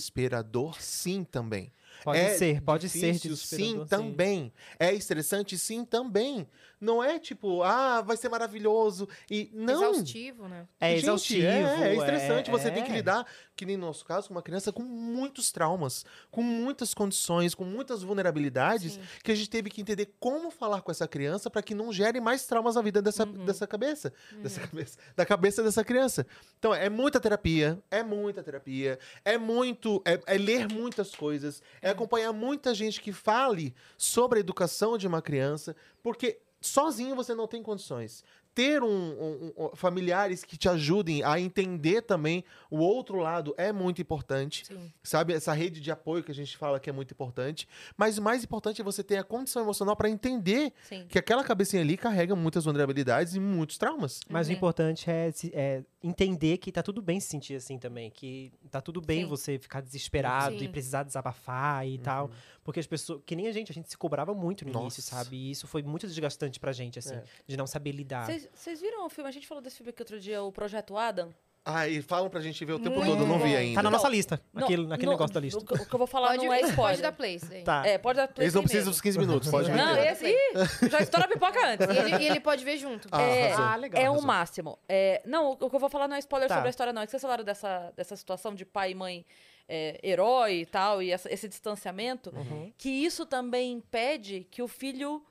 S3: desesperador, sim, também.
S4: Pode
S3: é
S4: ser, pode
S3: Difícil,
S4: ser.
S3: sim, também. É estressante, sim, também. Não é tipo, ah, vai ser maravilhoso. E não.
S2: Exaustivo, né?
S4: É
S3: Gente,
S4: exaustivo.
S3: é, é estressante. Você tem que
S4: é.
S3: lidar, que nem no nosso caso, com uma criança com muitos traumas, com muitas condições, com muitas vulnerabilidades,
S2: Sim.
S3: que a gente teve que entender como falar com essa criança para que não gere mais traumas na vida dessa,
S4: Uhum.
S3: dessa cabeça, dessa cabeça, da cabeça dessa criança. Então, é muita terapia, é muita terapia, é muito, é, é ler muitas coisas, é acompanhar muita gente que fale sobre a educação de uma criança, porque sozinho você não tem condições. Ter um, um- um- familiares que te ajudem a entender também o outro lado é muito importante.
S2: Sim.
S3: Sabe, essa rede de apoio que a gente fala que é muito importante. Mas o mais importante é você ter a condição emocional para entender
S1: Sim.
S3: que aquela cabecinha ali carrega muitas vulnerabilidades e muitos traumas.
S4: Mas o
S1: Uhum.
S4: importante é, se- é entender que tá tudo bem se sentir assim também. Que tá tudo bem
S1: Sim.
S4: você ficar desesperado
S2: Sim.
S4: e precisar desabafar e tal. Porque as pessoas... Que nem a gente, a gente se cobrava muito no início,
S3: Uhum. Nossa.
S4: sabe? E isso foi muito desgastante pra gente, assim.
S3: É.
S4: De não saber lidar.
S1: Vocês vocês viram o filme? A gente falou desse filme aqui outro dia, o Projeto Adam.
S3: Ah, e falam pra gente ver o tempo
S2: Muito
S3: todo, eu não vi
S2: bom.
S3: ainda.
S4: Tá na
S1: Não,
S4: nossa lista.
S1: Não,
S4: Aquele, naquele
S1: não-
S4: negócio da lista.
S1: O, que- o que eu vou falar
S2: Pode,
S1: não é
S2: pode
S1: spoiler.
S2: dar play isso aí.
S4: Tá.
S1: É, pode dar play
S3: Eles não
S1: primeiro.
S3: precisam dos 15 minutos, pode
S2: Sim.
S1: Não,
S3: ver.
S1: esse... Ih, já estoura a pipoca antes.
S2: E ele, e ele pode ver junto.
S3: Ah,
S1: é,
S3: arrasou.
S4: Ah, legal,
S1: é o
S4: arrasou.
S1: máximo. É, não, o o que eu vou falar não é spoiler
S4: Tá.
S1: sobre a história, não. É que vocês falaram dessa, dessa situação de pai e mãe é, herói e tal, e essa- esse distanciamento,
S4: Uhum.
S1: que isso também impede que o filho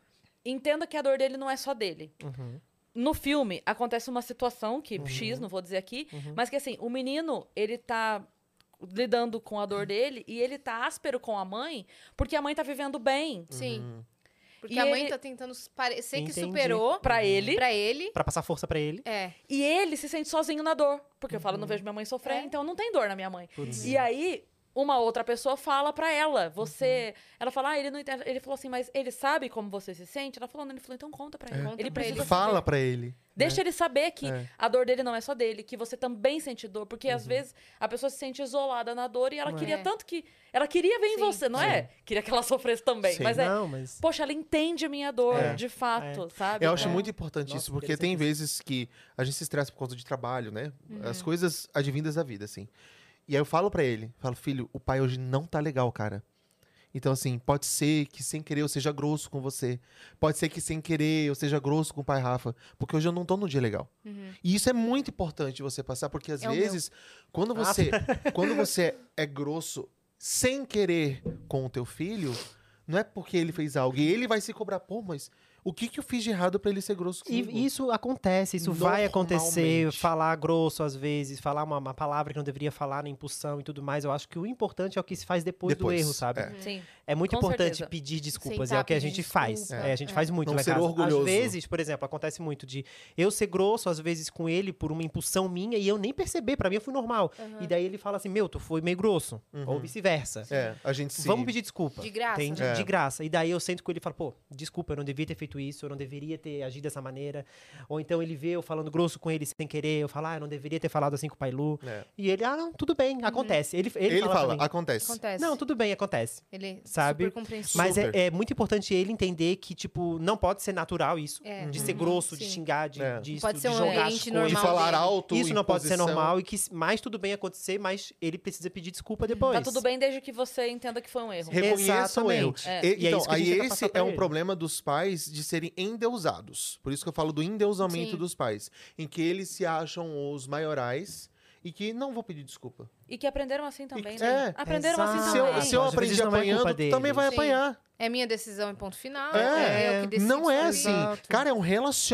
S1: entenda que a dor dele não é só dele.
S4: Uhum.
S1: No filme, acontece uma situação que, X, não vou dizer aqui,
S4: Uhum.
S1: mas que assim, o menino, ele tá lidando com a dor dele e ele tá áspero com a mãe porque a mãe tá vivendo bem
S2: Sim. Porque
S1: E
S2: a mãe
S1: ele-
S2: tá tentando parecer que
S4: Uhum. Entendi.
S2: superou
S1: pra ele.
S2: pra ele.
S4: Pra passar força pra ele.
S2: É.
S1: E ele se sente sozinho na dor. Porque eu falo,
S4: Uhum.
S1: não vejo minha mãe sofrer,
S2: É.
S1: então não tem dor na minha mãe.
S4: Putz.
S1: E aí, uma outra pessoa fala pra ela, você.
S3: Uhum.
S1: Ela fala, ah, ele não entende. Ele falou assim, mas ele sabe como você se sente? Ela falou, não, ele falou, então conta pra ele.
S2: Conta
S1: Ele
S2: pra
S1: precisa.
S2: ele.
S3: Fala É. pra ele.
S1: Deixa ele saber que
S3: É. Uhum.
S1: a dor dele não é só dele, que você também sente dor. Porque às vezes a pessoa se sente isolada na dor e ela
S4: É.
S1: queria tanto que. Ela queria ver em
S2: Sim.
S1: você, não é? Queria que ela sofresse também.
S3: Sim.
S1: Mas é.
S4: Não, mas...
S1: Poxa, ela entende a minha dor,
S3: É.
S1: de fato, sabe?
S3: Eu acho
S1: É.
S3: muito importante
S4: Nossa,
S3: isso, porque tem vezes que a gente se estressa por causa de trabalho, né? As coisas advindas da vida, assim. E aí eu falo pra ele, falo, filho, o pai hoje não tá legal, cara. Então, assim, pode ser que sem querer eu seja grosso com você. Pode ser que sem querer eu seja grosso com o pai Rafa. Porque hoje eu não tô num dia legal. E isso é muito importante você passar, porque às
S2: É o meu.
S3: vezes, quando você, quando você é grosso sem querer com o teu filho, não é porque ele fez algo. E ele vai se cobrar, pô, mas o que, que eu fiz de errado pra ele ser grosso comigo?
S4: E isso acontece, isso vai acontecer.
S3: Normalmente.
S4: Falar grosso às vezes, falar uma, uma palavra que não deveria falar na impulsão e tudo mais. Eu acho que o importante é o que se faz depois,
S3: Depois,
S4: do erro, sabe?
S3: é.
S1: Sim.
S4: É muito
S1: Com
S4: importante
S1: certeza.
S4: pedir desculpas,
S2: Sentar,
S4: é o que a
S2: pedir
S4: gente
S2: desculpa.
S4: faz.
S2: É.
S4: É, a gente faz muito
S3: Não
S4: na
S3: ser
S4: casa.
S3: orgulhoso.
S4: Às vezes, por exemplo, acontece muito de eu ser grosso, às vezes, com ele por uma impulsão minha e eu nem perceber, pra mim foi normal.
S2: É.
S4: E daí ele fala assim: Meu, tu foi meio grosso.
S3: Uhum.
S4: Ou vice-versa.
S3: É, a gente se...
S4: Vamos pedir desculpa.
S2: De graça,
S4: Entende?
S2: né?
S3: É.
S4: De graça. E daí eu sento com ele e falo, pô, desculpa, eu não devia ter feito feito isso, eu não deveria ter agido dessa maneira. Ou então ele vê eu falando grosso com ele sem querer, eu falo, ah, eu não deveria ter falado assim com o Pai Lu.
S3: É.
S4: E ele, ah, não, tudo bem, acontece. Ele, ele,
S3: Ele, fala, "Ah,
S4: pra mim,
S3: acontece.
S2: Uhum. Acontece.
S4: não, tudo bem, acontece.
S2: Ele é
S4: sabe?
S2: super compreensivo.
S4: Mas é,
S3: Super.
S4: é muito importante ele entender que, tipo, não pode ser natural isso.
S2: É.
S4: De
S2: Uhum.
S4: ser grosso, de
S2: Sim.
S4: xingar, de,
S3: É.
S4: de,
S2: Pode
S4: isso,
S2: ser um
S4: de jogar as
S2: ambiente
S4: coisas.
S3: De
S2: normal
S3: falar
S2: dele.
S3: alto,
S4: Isso não pode ser
S3: imposição.
S4: normal e que mais tudo bem acontecer, mas ele precisa pedir desculpa depois.
S1: Tá tudo bem desde que você entenda que foi um erro.
S3: Reconheça o erro.
S4: Exatamente.
S1: É.
S3: E-
S4: E é
S3: então,
S4: isso que a
S3: aí
S4: gente tenta
S3: esse
S4: passar
S3: é
S4: pra
S3: um
S4: ele.
S3: problema dos pais de serem endeusados. Por isso que eu falo do endeusamento
S2: Sim.
S3: dos pais. Em que eles se acham os maiorais e que não vou pedir desculpa.
S1: E que aprenderam assim também,
S3: que-
S1: né?
S3: é.
S1: Aprenderam assim
S4: Exato.
S3: se eu,
S1: também.
S3: se eu
S4: Ah, Às vezes
S3: aprendi
S4: não é culpa
S3: apanhando, tu
S4: deles.
S3: também vai
S2: Sim.
S3: aponhar.
S2: É minha decisão em ponto final.
S3: É.
S2: É, eu que decido
S3: Não é
S2: sobre
S3: assim.
S2: isso.
S4: Exato.
S3: Cara, é um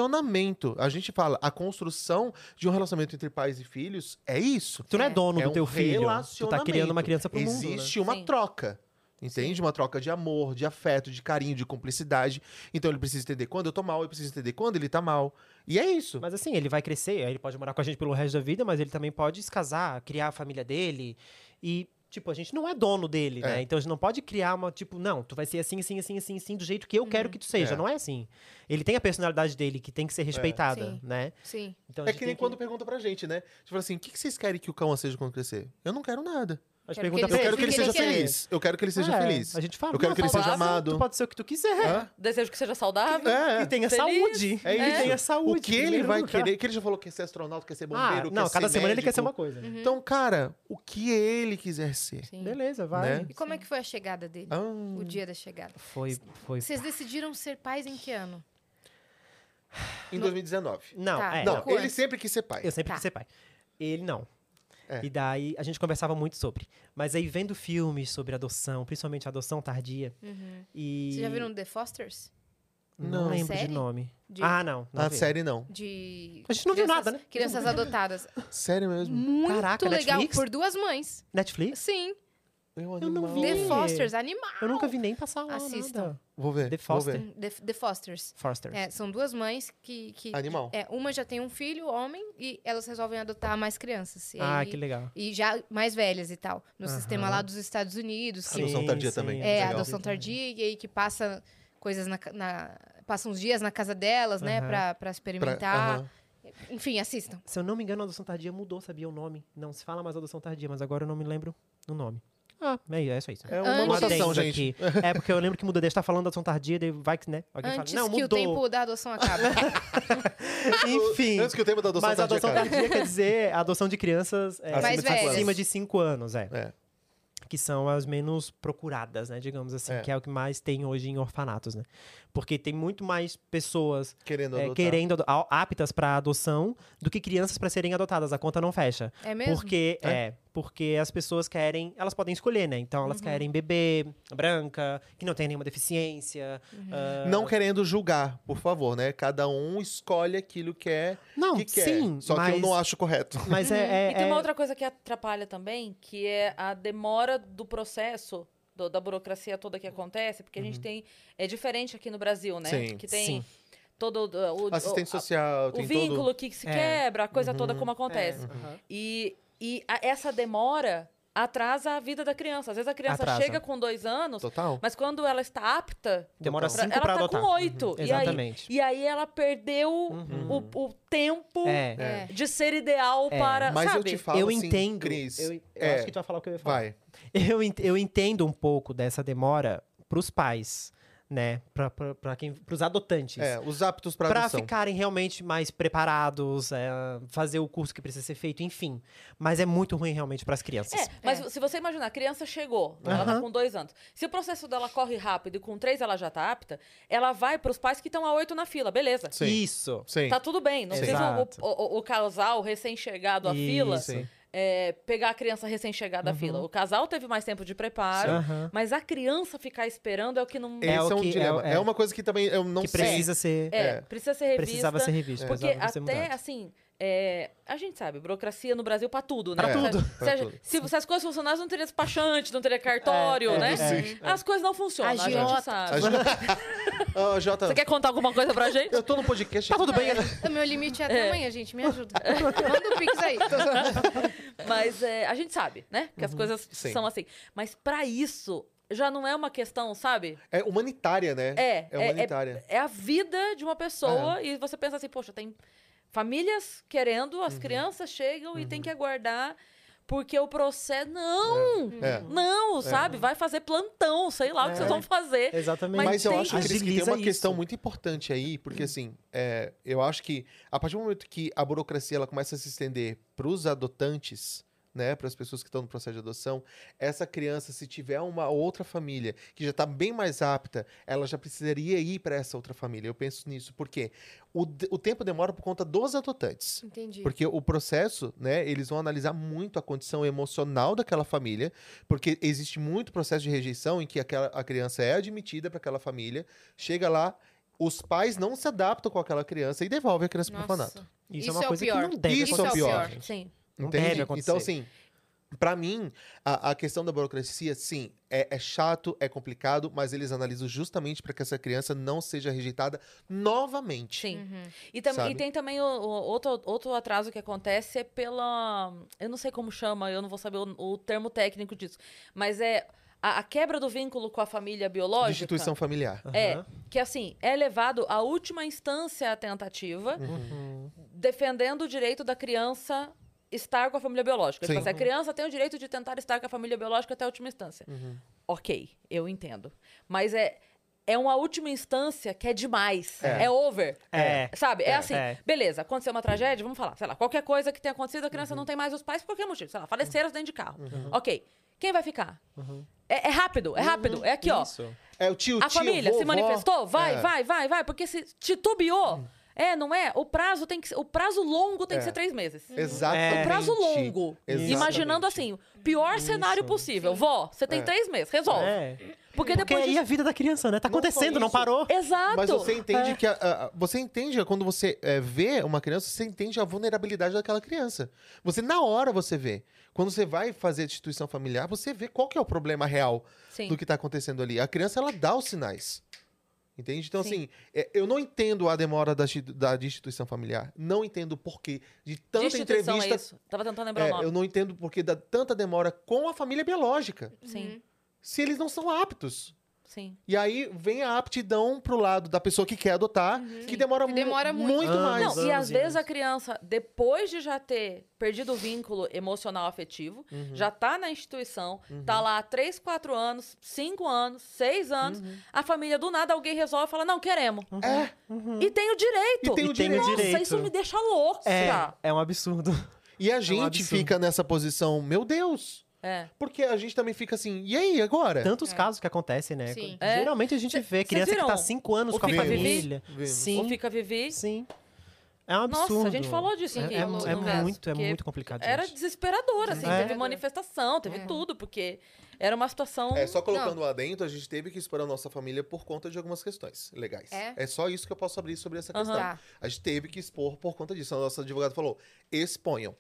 S3: relacionamento. A gente fala, a construção de um relacionamento entre pais e filhos é isso.
S4: Tu não é
S2: É.
S4: dono
S3: É
S4: do
S3: um
S4: teu filho. Tu tá criando uma
S3: relacionamento.
S4: criança pro mundo. né?
S3: Existe uma
S1: Sim.
S3: troca. Entende? Uma troca de amor, de afeto, de carinho, de cumplicidade. Então ele precisa entender quando eu tô mal, ele precisa entender quando ele tá mal. E é isso.
S4: Mas assim, ele vai crescer, aí ele pode morar com a gente pelo resto da vida, mas ele também pode se casar, criar a família dele. E, tipo, a gente não é dono dele,
S3: É.
S4: né? Então a gente não pode criar uma, tipo, não, tu vai ser assim, assim, assim, assim, assim, do jeito que eu quero que tu seja.
S3: É.
S4: Não é assim. Ele tem a personalidade dele que tem que ser respeitada,
S2: Sim.
S4: né?
S2: Sim.
S4: Então, a
S3: é
S4: gente
S3: que
S4: tem
S3: nem quando pergunta pra gente, né? Tipo assim, o que que vocês querem que o cão seja quando crescer? Eu não quero nada.
S4: A gente
S2: Quero que
S4: pergunta
S2: ele
S4: pra
S3: Eu quero que ele
S2: Fiquem
S3: seja
S2: querendo.
S3: feliz. Eu quero que ele seja
S4: É,
S3: feliz.
S4: A gente fala,
S3: Eu quero
S4: "Não,
S3: que ele seja
S4: saudável,
S3: amado."
S4: Tu pode ser o que tu quiser.
S3: Hã?
S1: Desejo que seja saudável.
S3: É.
S4: E tenha
S1: Feliz.
S4: saúde.
S3: É
S4: E
S3: isso.
S4: tenha saúde.
S3: o que ele
S4: primeiro
S3: vai
S4: lugar.
S3: querer? Que ele já falou que quer ser astronauta, quer ser
S4: Ah,
S3: bombeiro,
S4: não,
S3: quer
S4: cada
S3: ser
S4: semana ele quer ser uma
S3: médico.
S4: coisa. né?
S3: Então, cara, o que ele quiser ser.
S2: Sim.
S4: Beleza, vai.
S3: Né?
S2: E como é que foi a chegada dele?
S3: Ah,
S2: O dia da chegada.
S4: Foi, foi.
S2: Vocês decidiram ser pais em que ano?
S3: em 2019.
S4: Não,
S2: Tá.
S4: é,
S3: não,
S4: não.
S2: não.
S3: ele sempre quis ser pai.
S4: Eu sempre
S2: Tá.
S4: quis ser pai. Ele não.
S3: É.
S4: E daí a gente conversava muito sobre. Mas aí vendo filmes sobre adoção, principalmente adoção tardia. E.
S2: Vocês Uhum. já viram The Fosters?
S4: Não,
S3: Não.
S4: lembro
S2: Série?
S4: de nome.
S2: De-
S4: Ah, não. não
S3: Na
S4: vi.
S3: série, não.
S2: De.
S4: A gente não viu
S2: crianças-
S4: nada, né?
S2: Crianças adotadas.
S3: Sério mesmo.
S4: Hum,
S2: Muito
S4: Caraca,
S2: legal
S4: Netflix?
S2: por duas mães.
S4: Netflix?
S2: Sim.
S3: Eu,
S4: não vi.
S2: The
S4: Ih.
S2: Fosters, animal.
S4: Eu nunca vi nem passar lá.
S2: Assistam.
S4: nada.
S3: Vou ver.
S4: The
S3: vou
S4: Foster.
S3: ver.
S2: The, The Fosters.
S4: Forster.
S2: É, são duas mães que. que
S3: Animal.
S2: é, uma já tem um filho, homem, e elas resolvem adotar mais crianças. E
S4: Ah,
S2: aí-
S4: que legal.
S2: E já mais velhas e tal. No
S4: Aham.
S2: sistema lá dos Estados Unidos. Que
S3: Adoção
S4: Sim,
S3: tardia
S4: sim.
S3: também.
S2: É,
S3: Legal.
S2: adoção tardia, e aí que passa coisas na. ca- na- passa uns dias na casa delas, né? Pra,
S4: Aham.
S2: pra
S4: É,
S3: Pra-
S4: tá
S2: experimentar.
S3: aham.
S2: Enfim, assistam.
S4: Se eu não me engano, a adoção tardia mudou, sabia o nome. Não se fala mais adoção tardia, mas agora eu não me lembro do nome. Ah, é, é só isso.
S3: É
S2: Antes-
S3: uma
S4: Um
S3: anotação,
S4: adendo
S3: gente.
S4: aqui. É porque eu lembro que mudou. Deixa eu estar falando da adoção tardia, daí vai que, né? Alguém
S2: Antes
S4: fala, não,
S2: que o
S4: mudou.
S2: tempo da adoção acabe.
S4: Enfim.
S3: Antes que o tema da adoção
S4: Mas a
S3: tardia
S4: adoção
S3: acabe.
S4: tardia quer dizer a adoção de crianças é,
S3: Acima
S2: Mais de cinco velhas.
S4: acima de 5 anos, é.
S3: É.
S4: Que são as menos procuradas, né? Digamos assim,
S3: É.
S4: que é o que mais tem hoje em orfanatos, né? Porque tem muito mais pessoas
S3: Querendo
S4: é,
S3: adotar.
S4: querendo ado- a- aptas para adoção do que crianças para serem adotadas. A conta não fecha.
S2: É mesmo?
S4: Porque
S3: É?
S4: é? porque as pessoas querem, elas podem escolher, né? Então
S1: Uhum.
S4: elas querem bebê, branca, que não tem nenhuma deficiência.
S1: Uhum.
S4: ah,
S3: Não querendo julgar, por favor, né? Cada um escolhe aquilo que é
S4: não,
S3: que quer.
S4: sim,
S3: Só
S4: mas,
S3: que eu não acho correto.
S4: Mas é, é-
S1: Uhum. E tem uma
S4: é-
S1: outra coisa que atrapalha também, que é a demora do processo, do- da burocracia toda que acontece, porque a gente tem. É diferente aqui no Brasil, né?
S3: Sim.
S1: Que tem
S4: Uhum. Sim.
S1: todo o, o-
S3: Assistente
S1: o- a-
S3: social,
S1: o
S3: tem
S1: vínculo
S3: todo...
S1: que se
S4: É.
S1: quebra, a coisa toda
S3: Uhum.
S1: como acontece.
S4: Aham.
S1: E, e a- essa demora atrasa a vida da criança. Às vezes a criança
S4: Atrasa.
S1: chega com dois anos,
S3: Total.
S1: mas quando ela está apta,
S4: Demora
S1: pra-
S4: cinco
S1: ela
S4: pra
S1: tá
S4: adotar. Uhum.
S1: com oito. E aí,
S4: Exatamente. Uhum.
S1: e aí ela perdeu o, o tempo
S4: É.
S3: É.
S1: de ser ideal
S4: É.
S1: para.
S3: Mas
S1: sabe?
S3: eu te falo
S4: eu
S3: assim,
S4: entendo.
S3: Cris.
S4: eu eu
S3: é,
S4: acho que tu vai falar o que eu ia falar.
S3: Vai.
S4: Eu, ent- eu entendo um pouco dessa demora pros pais, né? Pra, pra, pra quem, pros adotantes.
S3: É, os aptos pra
S4: Pra
S3: adoção.
S4: ficarem realmente mais preparados, é, fazer o curso que precisa ser feito, enfim. Mas é muito ruim realmente pras crianças.
S1: É, mas se você imaginar, a criança chegou, ela tá
S4: Aham.
S1: com dois anos. Se o processo dela corre rápido e com três ela já tá apta, ela vai pros pais que estão a oito na fila, beleza.
S3: Sim.
S4: Isso.
S3: Sim.
S1: Tá tudo bem, não
S4: Sim.
S1: precisa o,
S4: Exato.
S1: o, o casal recém-chegado à fila
S4: Isso. Uhum.
S3: Sim.
S1: é, pegar a criança recém-chegada à fila. O casal teve mais tempo de preparo,
S4: Aham.
S1: mas a criança ficar esperando é o que não.
S3: Esse é,
S4: É o
S3: um
S4: que- é
S3: dilema.
S4: o-
S3: É,
S4: é.
S3: uma coisa que também eu não
S4: Que
S3: sei.
S4: precisa ser.
S1: É,
S3: é.
S1: precisa ser revista.
S4: Precisava ser revisto.
S1: Porque
S4: precisava ser
S1: até,
S4: mudado.
S1: assim, é, a gente sabe, burocracia no Brasil pra tudo, né? Se-
S3: Pra tudo.
S1: Se,
S3: Pra
S1: a-
S3: tudo.
S1: se- se as coisas funcionassem, não teria despachante, não teria cartório,
S4: É, é,
S1: né?
S4: é.
S3: Sim.
S1: As coisas não funcionam, a gente
S2: Agiota.
S1: sabe.
S3: A gente- Ô, Jota,
S1: Você quer contar alguma coisa pra gente?
S3: eu tô no podcast.
S4: Tá tudo bem.
S2: O meu limite é até amanhã, gente. Me ajuda. Manda o pix aí.
S4: Tá
S1: Mas é, a gente sabe, né? Que as coisas
S3: Uhum. Sim.
S1: são assim. Mas pra isso, já não é uma questão, sabe?
S3: É humanitária, né?
S1: É,
S3: É
S1: é-
S3: humanitária.
S1: É a vida de uma pessoa
S3: É.
S1: e você pensa assim, poxa, tem famílias querendo,
S3: Uhum.
S1: as crianças chegam e tem que aguardar porque o processo não,
S4: Hum.
S3: É.
S1: não, sabe? Vai fazer plantão, sei lá o que
S4: É.
S1: vocês vão fazer.
S4: Exatamente.
S3: Mas,
S1: Mas
S3: eu
S1: tem-
S3: acho Cris, que tem
S4: Agiliza
S3: uma questão
S4: isso.
S3: muito importante aí, porque assim, é, eu acho que a partir do momento que a burocracia ela começa a se estender para os adotantes, né, para as pessoas que estão no processo de adoção, essa criança, se tiver uma outra família que já está bem mais apta, ela já precisaria ir para essa outra família. Eu penso nisso, porque o, de- o tempo demora por conta dos adotantes.
S2: Entendi.
S3: Porque o processo, né, eles vão analisar muito a condição emocional daquela família, porque existe muito processo de rejeição em que aquela, a criança é admitida para aquela família, chega lá, os pais não se adaptam com aquela criança e devolvem a criança para o orfanato.
S2: Nossa.
S4: Isso, é
S2: Isso é
S4: uma
S2: o
S4: coisa
S2: pior.
S4: que não deve
S3: Isso é o
S4: acontecer.
S3: pior.
S4: gente.
S1: Sim.
S4: Não
S3: Entende?
S4: deve acontecer.
S3: Então, assim, pra mim, a, a questão da burocracia, sim, é, é chato, é complicado, mas eles analisam justamente para que essa criança não seja rejeitada novamente.
S1: Sim.
S2: Uhum.
S1: E, tam
S3: Sabe?
S1: e tem também o, o outro, outro atraso que acontece é pela. Eu não sei como chama, eu não vou saber o, o termo técnico disso. Mas é a, a quebra do vínculo com a família biológica.
S3: Destituição familiar.
S1: É,
S4: Aham.
S1: que assim, é levado à última instância a tentativa,
S4: Uhum.
S1: defendendo o direito da criança estar com a família biológica.
S3: Sim.
S1: Tipo assim, a criança tem o direito de tentar estar com a família biológica até a última instância. Ok, eu entendo. Mas é, é uma última instância que é demais. É,
S3: É.
S1: over.
S4: É.
S1: Sabe? É, assim,
S4: É.
S1: beleza, aconteceu uma tragédia, vamos falar, sei lá, qualquer coisa que tenha acontecido, a criança não tem mais os pais por qualquer motivo, sei lá, faleceram dentro de carro. Ok, quem vai ficar? É, é rápido, é rápido, é aqui, ó.
S4: Isso.
S3: É o tio,
S1: A
S3: tio,
S1: família se
S3: vovó.
S1: manifestou? Vai,
S3: É. Hum.
S1: vai, vai, vai. Porque se titubeou, é, não é? O prazo tem que ser- O prazo longo tem que
S3: É.
S1: ser três meses.
S3: Exatamente.
S1: O prazo longo.
S3: Exatamente.
S1: Imaginando assim, o pior cenário possível. Vó, você tem
S3: É.
S1: três meses, resolve.
S4: É.
S1: Porque
S4: Porque
S1: depois
S4: aí
S1: disso-
S4: a vida da criança, né? Tá
S3: Não só
S4: acontecendo, não
S3: isso.
S4: parou.
S1: Exato.
S3: é- Mas você entende
S4: É.
S3: que. a- a- a- você entende quando você é, vê uma criança, você entende a vulnerabilidade daquela criança. Você, na hora, você vê. Quando você vai fazer a instituição familiar, você vê qual que é o problema real
S1: Sim.
S3: do que tá acontecendo ali. A criança, ela dá os sinais. Entende? Então,
S1: Sim.
S3: assim, é, eu não entendo a demora da, chi- da instituição familiar. Não entendo o porquê de tanta
S1: Destituição é
S3: entrevista.
S1: isso. Tava tentando lembrar
S3: É,
S1: o nome.
S3: eu não entendo o porquê da tanta demora com a família biológica.
S1: Sim,
S3: Se eles não são aptos.
S1: sim.
S3: E aí vem a aptidão pro lado da pessoa que quer adotar, que demora,
S2: Uhum. Que demora
S3: mu-
S2: muito.
S4: Ah,
S3: mais.
S1: Não,
S4: Anos,
S1: e às
S4: anos.
S1: vezes a criança, depois de já ter perdido o vínculo emocional afetivo,
S4: Uhum.
S1: já tá na instituição, tá lá há 3, 4 anos, 5 anos, 6 anos,
S4: Uhum.
S1: a família do nada, alguém resolve e fala, não, queremos.
S3: É,
S1: E tem o direito.
S3: E tem o
S4: E tem o
S1: Nossa,
S4: Uhum. direito.
S1: isso me deixa louca.
S3: Tá.
S1: É.
S4: É, é um absurdo.
S3: e a gente
S4: absurdo.
S3: fica nessa posição, meu Deus.
S2: É.
S3: Porque a gente também fica assim, e aí, agora?
S4: Tantos casos que acontecem, né?
S2: Sim.
S1: É.
S4: Geralmente a gente
S1: Cê-
S4: vê
S1: cês
S4: criança que
S1: viram
S4: tá 5 anos
S1: o
S4: com a
S1: Fica
S3: Vivi?
S4: família.
S3: Vivemos.
S4: Sim.
S1: Ou fica vivi.
S4: Sim. É um absurdo.
S1: Nossa, a gente falou disso
S4: É,
S1: aqui.
S4: é,
S1: no-
S4: é
S1: no caso,
S4: muito, é
S1: porque
S4: muito complicado.
S1: Era
S4: gente.
S1: desesperador, assim.
S4: É.
S1: Teve manifestação, teve tudo, porque era uma situação...
S3: É, só colocando lá dentro, a gente teve que esperar a nossa família por conta de algumas questões legais.
S2: É?
S3: só isso que eu posso abrir sobre essa
S1: Aham.
S3: questão.
S2: Tá.
S3: A gente teve que expor por conta disso. A nossa advogada falou: exponham.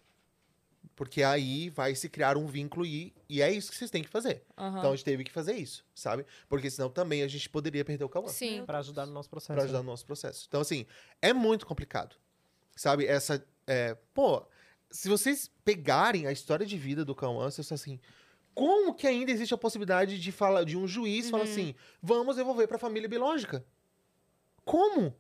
S3: Porque aí vai se criar um vínculo e, e é isso que vocês têm que fazer.
S1: Aham.
S3: Então a gente teve que fazer isso, sabe? Porque senão também a gente poderia perder o calor.
S2: Sim.
S4: Pra ajudar no nosso processo. né?
S3: Pra ajudar no nosso processo. Então, assim, é muito complicado. Sabe? Essa. é, pô, se vocês pegarem a história de vida do Cauã, vocês falam assim. Como que ainda existe a possibilidade de falar de um juiz
S2: Uhum.
S3: falar assim: vamos devolver pra família biológica? Como?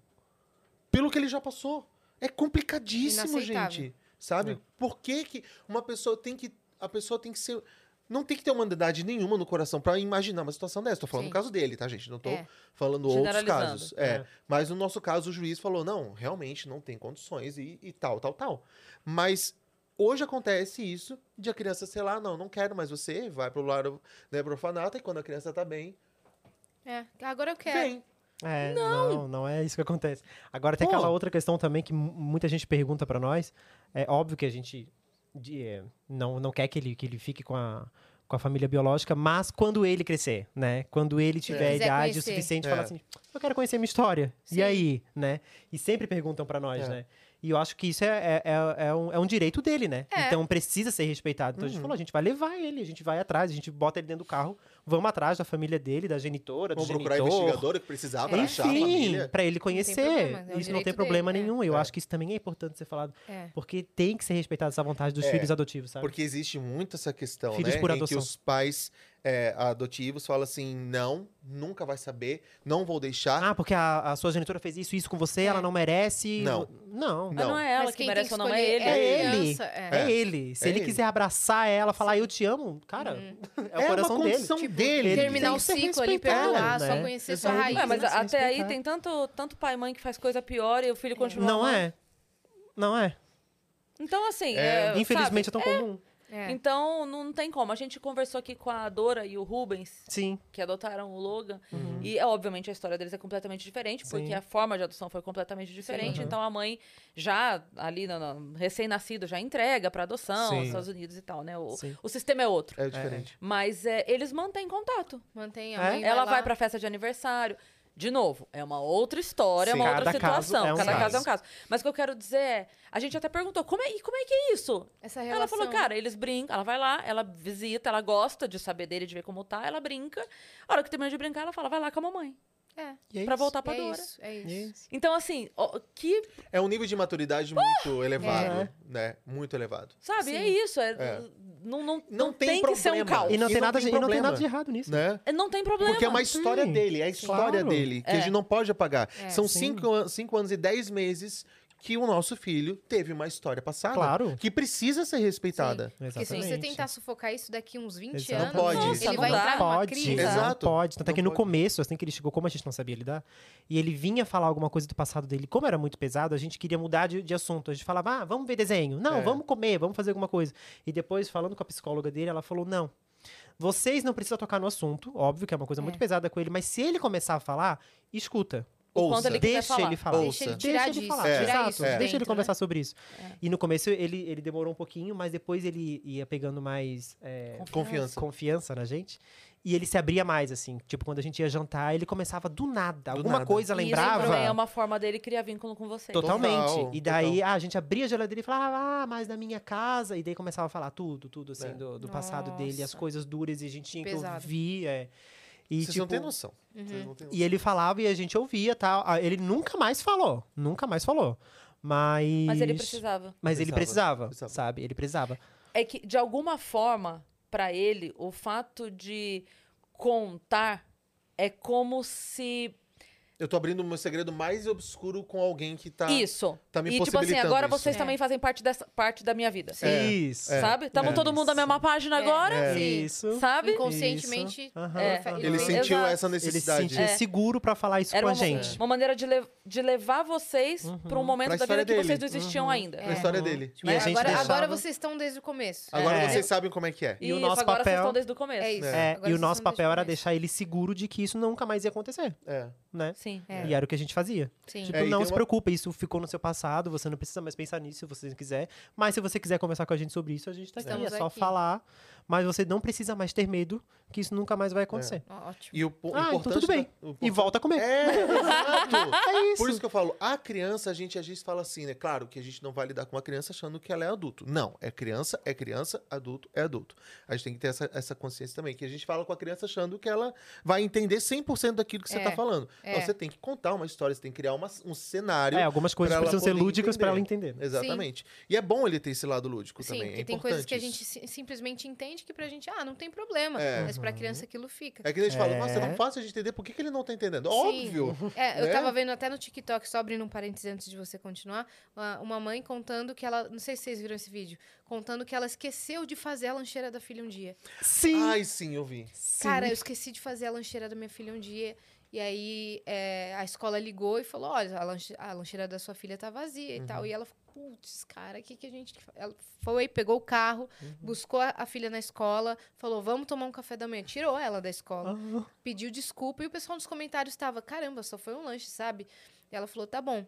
S3: Pelo que ele já passou. É complicadíssimo,
S2: Inaceitável.
S3: gente. Sabe?
S4: É.
S3: Por que, que uma pessoa tem que. A pessoa tem que ser. Não tem que ter humanidade nenhuma no coração pra imaginar uma situação dessa. Tô falando
S2: Sim.
S3: no caso dele, tá, gente? Não tô
S2: É.
S3: falando outros
S1: Generalizando.
S3: casos. É.
S4: É.
S3: Mas no nosso caso, o juiz falou: não, realmente não tem condições e, e tal, tal, tal. Mas hoje acontece isso de a criança, sei lá, não, não quero mais você, vai pro lar, né, pro orfanato, e quando a criança tá bem,
S2: É. Agora eu quero.
S3: vem.
S4: É, não. não, é isso que acontece. Agora tem
S3: Pô.
S4: aquela outra questão também que mu- muita gente pergunta pra nós. É óbvio que a gente de- é, não, não quer que ele, que ele fique com a, com a família biológica, mas quando ele crescer, né? Quando ele tiver
S2: Quiser
S4: idade
S2: conhecer.
S4: o suficiente,
S3: É.
S4: falar assim, eu quero conhecer minha história.
S2: Sim.
S4: E aí, né? E sempre perguntam pra nós,
S3: É.
S4: né? E eu acho que isso é, é, é, é um, é um direito dele, né?
S2: É.
S4: Então precisa ser respeitado.
S3: Uhum.
S4: Então a gente falou, a gente vai levar ele, a gente vai atrás, a gente bota ele dentro do carro, vamos atrás da família dele, da genitora, do
S3: Vamos procurar a
S4: genitor.
S3: investigadora que precisar
S2: É.
S3: pra achar a
S4: Enfim,
S3: família.
S4: pra ele
S2: problema,
S4: conhecer.
S2: é o
S4: isso não tem
S2: direito
S4: problema
S2: dele, é.
S4: nenhum. Eu
S3: É.
S4: acho que isso também é importante ser falado.
S2: É.
S4: Porque tem que ser respeitada essa vontade dos
S3: É,
S4: filhos adotivos, sabe?
S3: Porque existe muito essa questão,
S4: Tá. Filhos
S3: né?
S4: por
S3: em que
S4: adoção.
S3: os pais é, adotivos fala assim: não, nunca vai saber, não vou deixar.
S4: Ah, porque a, a sua genitora fez isso e isso com você,
S2: É.
S4: ela não merece.
S3: Não.
S4: Não.
S1: Mas não
S3: Não.
S1: é ela
S2: Mas
S1: que
S2: quem
S1: merece
S2: tem
S1: ou
S2: que
S1: não, é
S2: escolher
S1: ele.
S4: É
S2: a
S4: ele.
S2: criança, é.
S4: É ele. Se
S3: É
S4: ele,
S3: ele.
S4: quiser abraçar ela, falar eu te amo, cara, é o
S3: É
S4: coração
S3: uma
S4: dele.
S3: condição dele.
S4: ele
S2: Uhum. Terminar
S4: tem
S2: o
S4: que ser
S2: ciclo ali,
S4: respeitado,
S2: perdoar,
S4: né?
S2: só conhecer sua
S4: Exato.
S2: raiz.
S1: Ué, É, mas
S4: né? Se
S1: até aí
S4: respeitar.
S1: tem tanto, tanto pai e mãe que faz coisa pior e o filho continua.
S4: Não
S1: amando.
S4: é. Não é.
S1: Então, assim.
S3: É,
S1: é,
S4: Infelizmente
S1: sabe?
S4: é tão comum.
S2: É.
S1: Então, não tem como. A gente conversou aqui com a Dora e o Rubens,
S4: Sim.
S1: que adotaram o Logan. E, é, obviamente, a história deles é completamente diferente, porque
S4: Uhum. Sim.
S1: a forma de adoção foi completamente diferente.
S4: Uhum.
S1: Então, a mãe já, ali, no- no- recém-nascido, já entrega para adoção,
S4: Sim.
S1: aos Estados Unidos e tal, né? O,
S4: Sim.
S1: o sistema é outro.
S3: É diferente.
S1: Mas é, eles mantêm contato.
S2: Mantém a
S4: É?
S2: mãe
S1: Ela vai
S2: lá.
S1: pra festa de aniversário. De novo, é uma outra história, é
S3: Sim.
S1: uma outra
S4: Cada caso
S1: situação.
S4: é um
S1: Cada
S4: caso.
S1: caso é um caso. Mas o que eu quero dizer é, a gente até perguntou, como é, e como é que é isso?
S2: Essa
S1: Ela
S2: relação.
S1: falou, cara, eles brincam, ela vai lá, ela visita, ela gosta de saber dele, de ver como tá, ela brinca. A hora que termina de brincar, ela fala, vai lá com a mamãe,
S2: É,
S4: E é
S1: pra
S4: isso.
S1: voltar pra
S2: é
S1: Dora.
S2: isso, é
S4: E é
S2: isso.
S4: isso.
S1: Então, assim, ó, que,
S3: É um nível de maturidade muito elevado,
S4: É.
S3: né? Muito elevado.
S1: sabe,
S2: Sim.
S1: é isso. É,
S3: É.
S1: Não, não, não,
S3: Não
S1: tem,
S3: tem
S1: que ser um
S3: problema.
S1: caos.
S4: E não,
S3: E
S4: tem,
S3: não
S4: nada,
S3: tem
S4: e não tem
S3: problema.
S4: nada de errado nisso.
S3: Né?
S1: Não tem problema.
S3: Porque é uma
S4: Sim.
S3: história dele, é a história
S4: Claro.
S3: dele, que
S1: É.
S3: a gente não pode apagar.
S2: É.
S3: São
S4: Sim.
S3: cinco, an- cinco anos e dez meses que o nosso filho teve uma história passada.
S4: Claro.
S3: Que precisa ser respeitada.
S2: Porque se você
S4: Exatamente.
S2: tentar sufocar isso daqui uns 20
S4: Exato. Não
S2: anos,
S3: pode.
S2: ele
S1: Nossa,
S2: vai
S1: não dá.
S2: entrar numa
S4: pode,
S2: crise.
S3: Exato.
S4: Não pode. Tanto é
S3: Não
S4: que no
S3: pode.
S4: começo, assim que ele chegou, como a gente não sabia lidar, e ele vinha falar alguma coisa do passado dele, como era muito pesado, a gente queria mudar de, de assunto. A gente falava, ah, vamos ver desenho. Não,
S3: É.
S4: vamos comer, vamos fazer alguma coisa. E depois, falando com a psicóloga dele, ela falou, não. Vocês não precisam tocar no assunto, óbvio que é uma
S2: É.
S4: coisa muito pesada com ele, mas se ele começar a falar, escuta.
S1: O quanto
S3: Ouça.
S1: ele quiser
S4: Deixa
S1: falar.
S4: ele falar.
S3: Ouça.
S2: Deixa ele tirar
S4: Deixa ele
S2: disso,
S4: falar,
S3: É.
S2: tirar
S4: exato.
S2: isso de
S4: Deixa ele
S2: dentro,
S4: conversar
S2: né?
S4: sobre isso.
S1: É.
S4: E no começo ele, ele demorou um pouquinho, mas depois ele ia pegando mais é,
S3: Confiança.
S4: confiança na gente. E ele se abria mais, assim. Tipo, quando a gente ia jantar, ele começava do nada.
S3: Do
S4: alguma
S3: nada.
S4: coisa
S1: E isso
S4: lembrava.
S1: também é uma forma dele criar vínculo com você.
S4: Totalmente.
S3: Total,
S4: e daí ah, a gente abria a geladeira e falava, ah, mas na minha casa. E daí começava a falar tudo, tudo, assim,
S3: É.
S4: do, do passado dele, as
S2: Nossa.
S4: coisas duras, e a gente tinha
S2: Pesado.
S4: que ouvir. É. E,
S3: Vocês não
S4: tipo,
S3: têm noção. Vocês não têm noção.
S4: e ele falava e a gente ouvia tal. Ah, Ele nunca mais falou. Nunca mais falou. Mas.
S1: Mas ele precisava.
S4: Mas ele
S3: Precisava,
S4: precisava,
S3: precisava.
S4: sabe? Ele precisava.
S1: é que, de alguma forma, pra ele, o fato de contar é como se.
S3: Eu tô abrindo o meu segredo mais obscuro com alguém que tá,
S1: isso.
S3: tá me
S1: e, tipo assim,
S3: possibilitando
S1: agora
S3: isso.
S1: vocês
S2: É.
S1: também fazem parte, dessa, parte da minha vida.
S3: É,
S4: Isso.
S1: Sabe? Tamo
S4: é.
S1: todo mundo na mesma página
S2: É.
S1: agora,
S3: É.
S4: Isso.
S1: sabe?
S2: Inconscientemente,
S4: Isso. Aham.
S1: É.
S2: fa-
S3: Ele
S2: fez.
S1: sente-
S3: sentiu
S1: Exato.
S3: essa
S4: Ele se
S3: necessidade.
S4: sentia
S2: É.
S4: seguro pra falar isso
S1: Era
S4: com
S1: uma,
S4: a gente.
S1: uma maneira de, le- de levar vocês pra um momento
S3: Uhum. Pra
S1: da vida
S3: história
S1: que vocês
S3: dele. Uhum.
S1: não existiam ainda.
S3: Na história dele.
S4: E a
S2: É,
S4: gente
S2: agora,
S4: deixava-
S2: agora vocês estão desde o começo.
S3: Agora
S4: É.
S3: vocês sabem como é que é.
S4: E o
S1: Isso,
S4: nosso
S1: agora vocês
S4: papel-
S1: estão desde o começo.
S2: É isso. Agora
S4: É, e o
S2: vocês
S4: nosso
S2: estão
S4: papel era
S2: desde
S4: deixar ele seguro de que isso nunca mais ia acontecer,
S3: É.
S4: né?
S1: Sim.
S2: É.
S4: E era o que a gente fazia.
S2: Sim.
S4: Tipo,
S3: É, e
S4: não
S3: tem
S4: se
S3: uma-
S4: preocupa, isso ficou no seu passado, você não precisa mais pensar nisso se você não quiser. Mas se você quiser conversar com a gente sobre isso, a gente tá aqui,
S2: Estamos
S4: é só
S2: aqui.
S4: falar. Mas você não precisa mais ter medo que isso nunca mais vai
S3: É.
S4: acontecer.
S2: Ó, Ótimo.
S3: E o po-
S4: Ah, então
S3: importante
S4: tudo bem.
S3: da- o
S4: E
S3: importante-
S4: volta a comer.
S3: É, exato.
S4: É isso.
S3: Por isso que eu falo, a criança, a gente às vezes fala assim, né? Claro que a gente não vai lidar com uma criança achando que ela é adulto. Não, é criança, é criança, adulto é adulto. A gente tem que ter essa, essa consciência também, que a gente fala com a criança achando que ela vai entender 100% daquilo que você
S2: É,
S3: tá falando.
S2: é.
S3: Não, você tem que contar uma história, você tem que criar uma- um cenário.
S4: É, algumas coisas
S3: pra ela
S4: precisam ser
S3: poder
S4: lúdicas pra ela entender.
S3: Exatamente. E é bom ele ter esse lado lúdico
S2: Sim,
S3: também.
S2: porque
S3: é
S2: tem coisas que a
S3: importante
S2: gente si- simplesmente entende que pra gente, ah, não tem problema.
S3: É.
S2: Mas pra criança aquilo fica.
S3: É que a gente fala, nossa, é
S4: É.
S3: tão fácil a gente entender por que, que ele não tá entendendo.
S2: Sim.
S3: Óbvio!
S2: É, eu
S3: né?
S2: tava vendo até no TikTok, só abrindo um parênteses antes de você continuar, uma- uma mãe contando que ela, não sei se vocês viram esse vídeo, contando que ela esqueceu de fazer a lancheira da filha um dia.
S4: né? Sim.
S3: Ai, sim, eu vi.
S4: Sim.
S2: Cara, eu esqueci de fazer a lancheira da minha filha um dia. E aí é, a escola ligou e falou: olha, a, lanche- a lancheira da sua filha tá vazia e
S4: Uhum.
S2: tal. E ela ficou, putz, cara, o que, que a gente. fa-?" Ela foi, pegou o carro,
S4: Uhum.
S2: buscou a, a filha na escola, falou: vamos tomar um café da manhã. Tirou ela da escola,
S4: Ah,
S2: pediu desculpa, e o pessoal nos comentários estava, caramba, só foi um lanche, sabe? E ela falou: tá bom.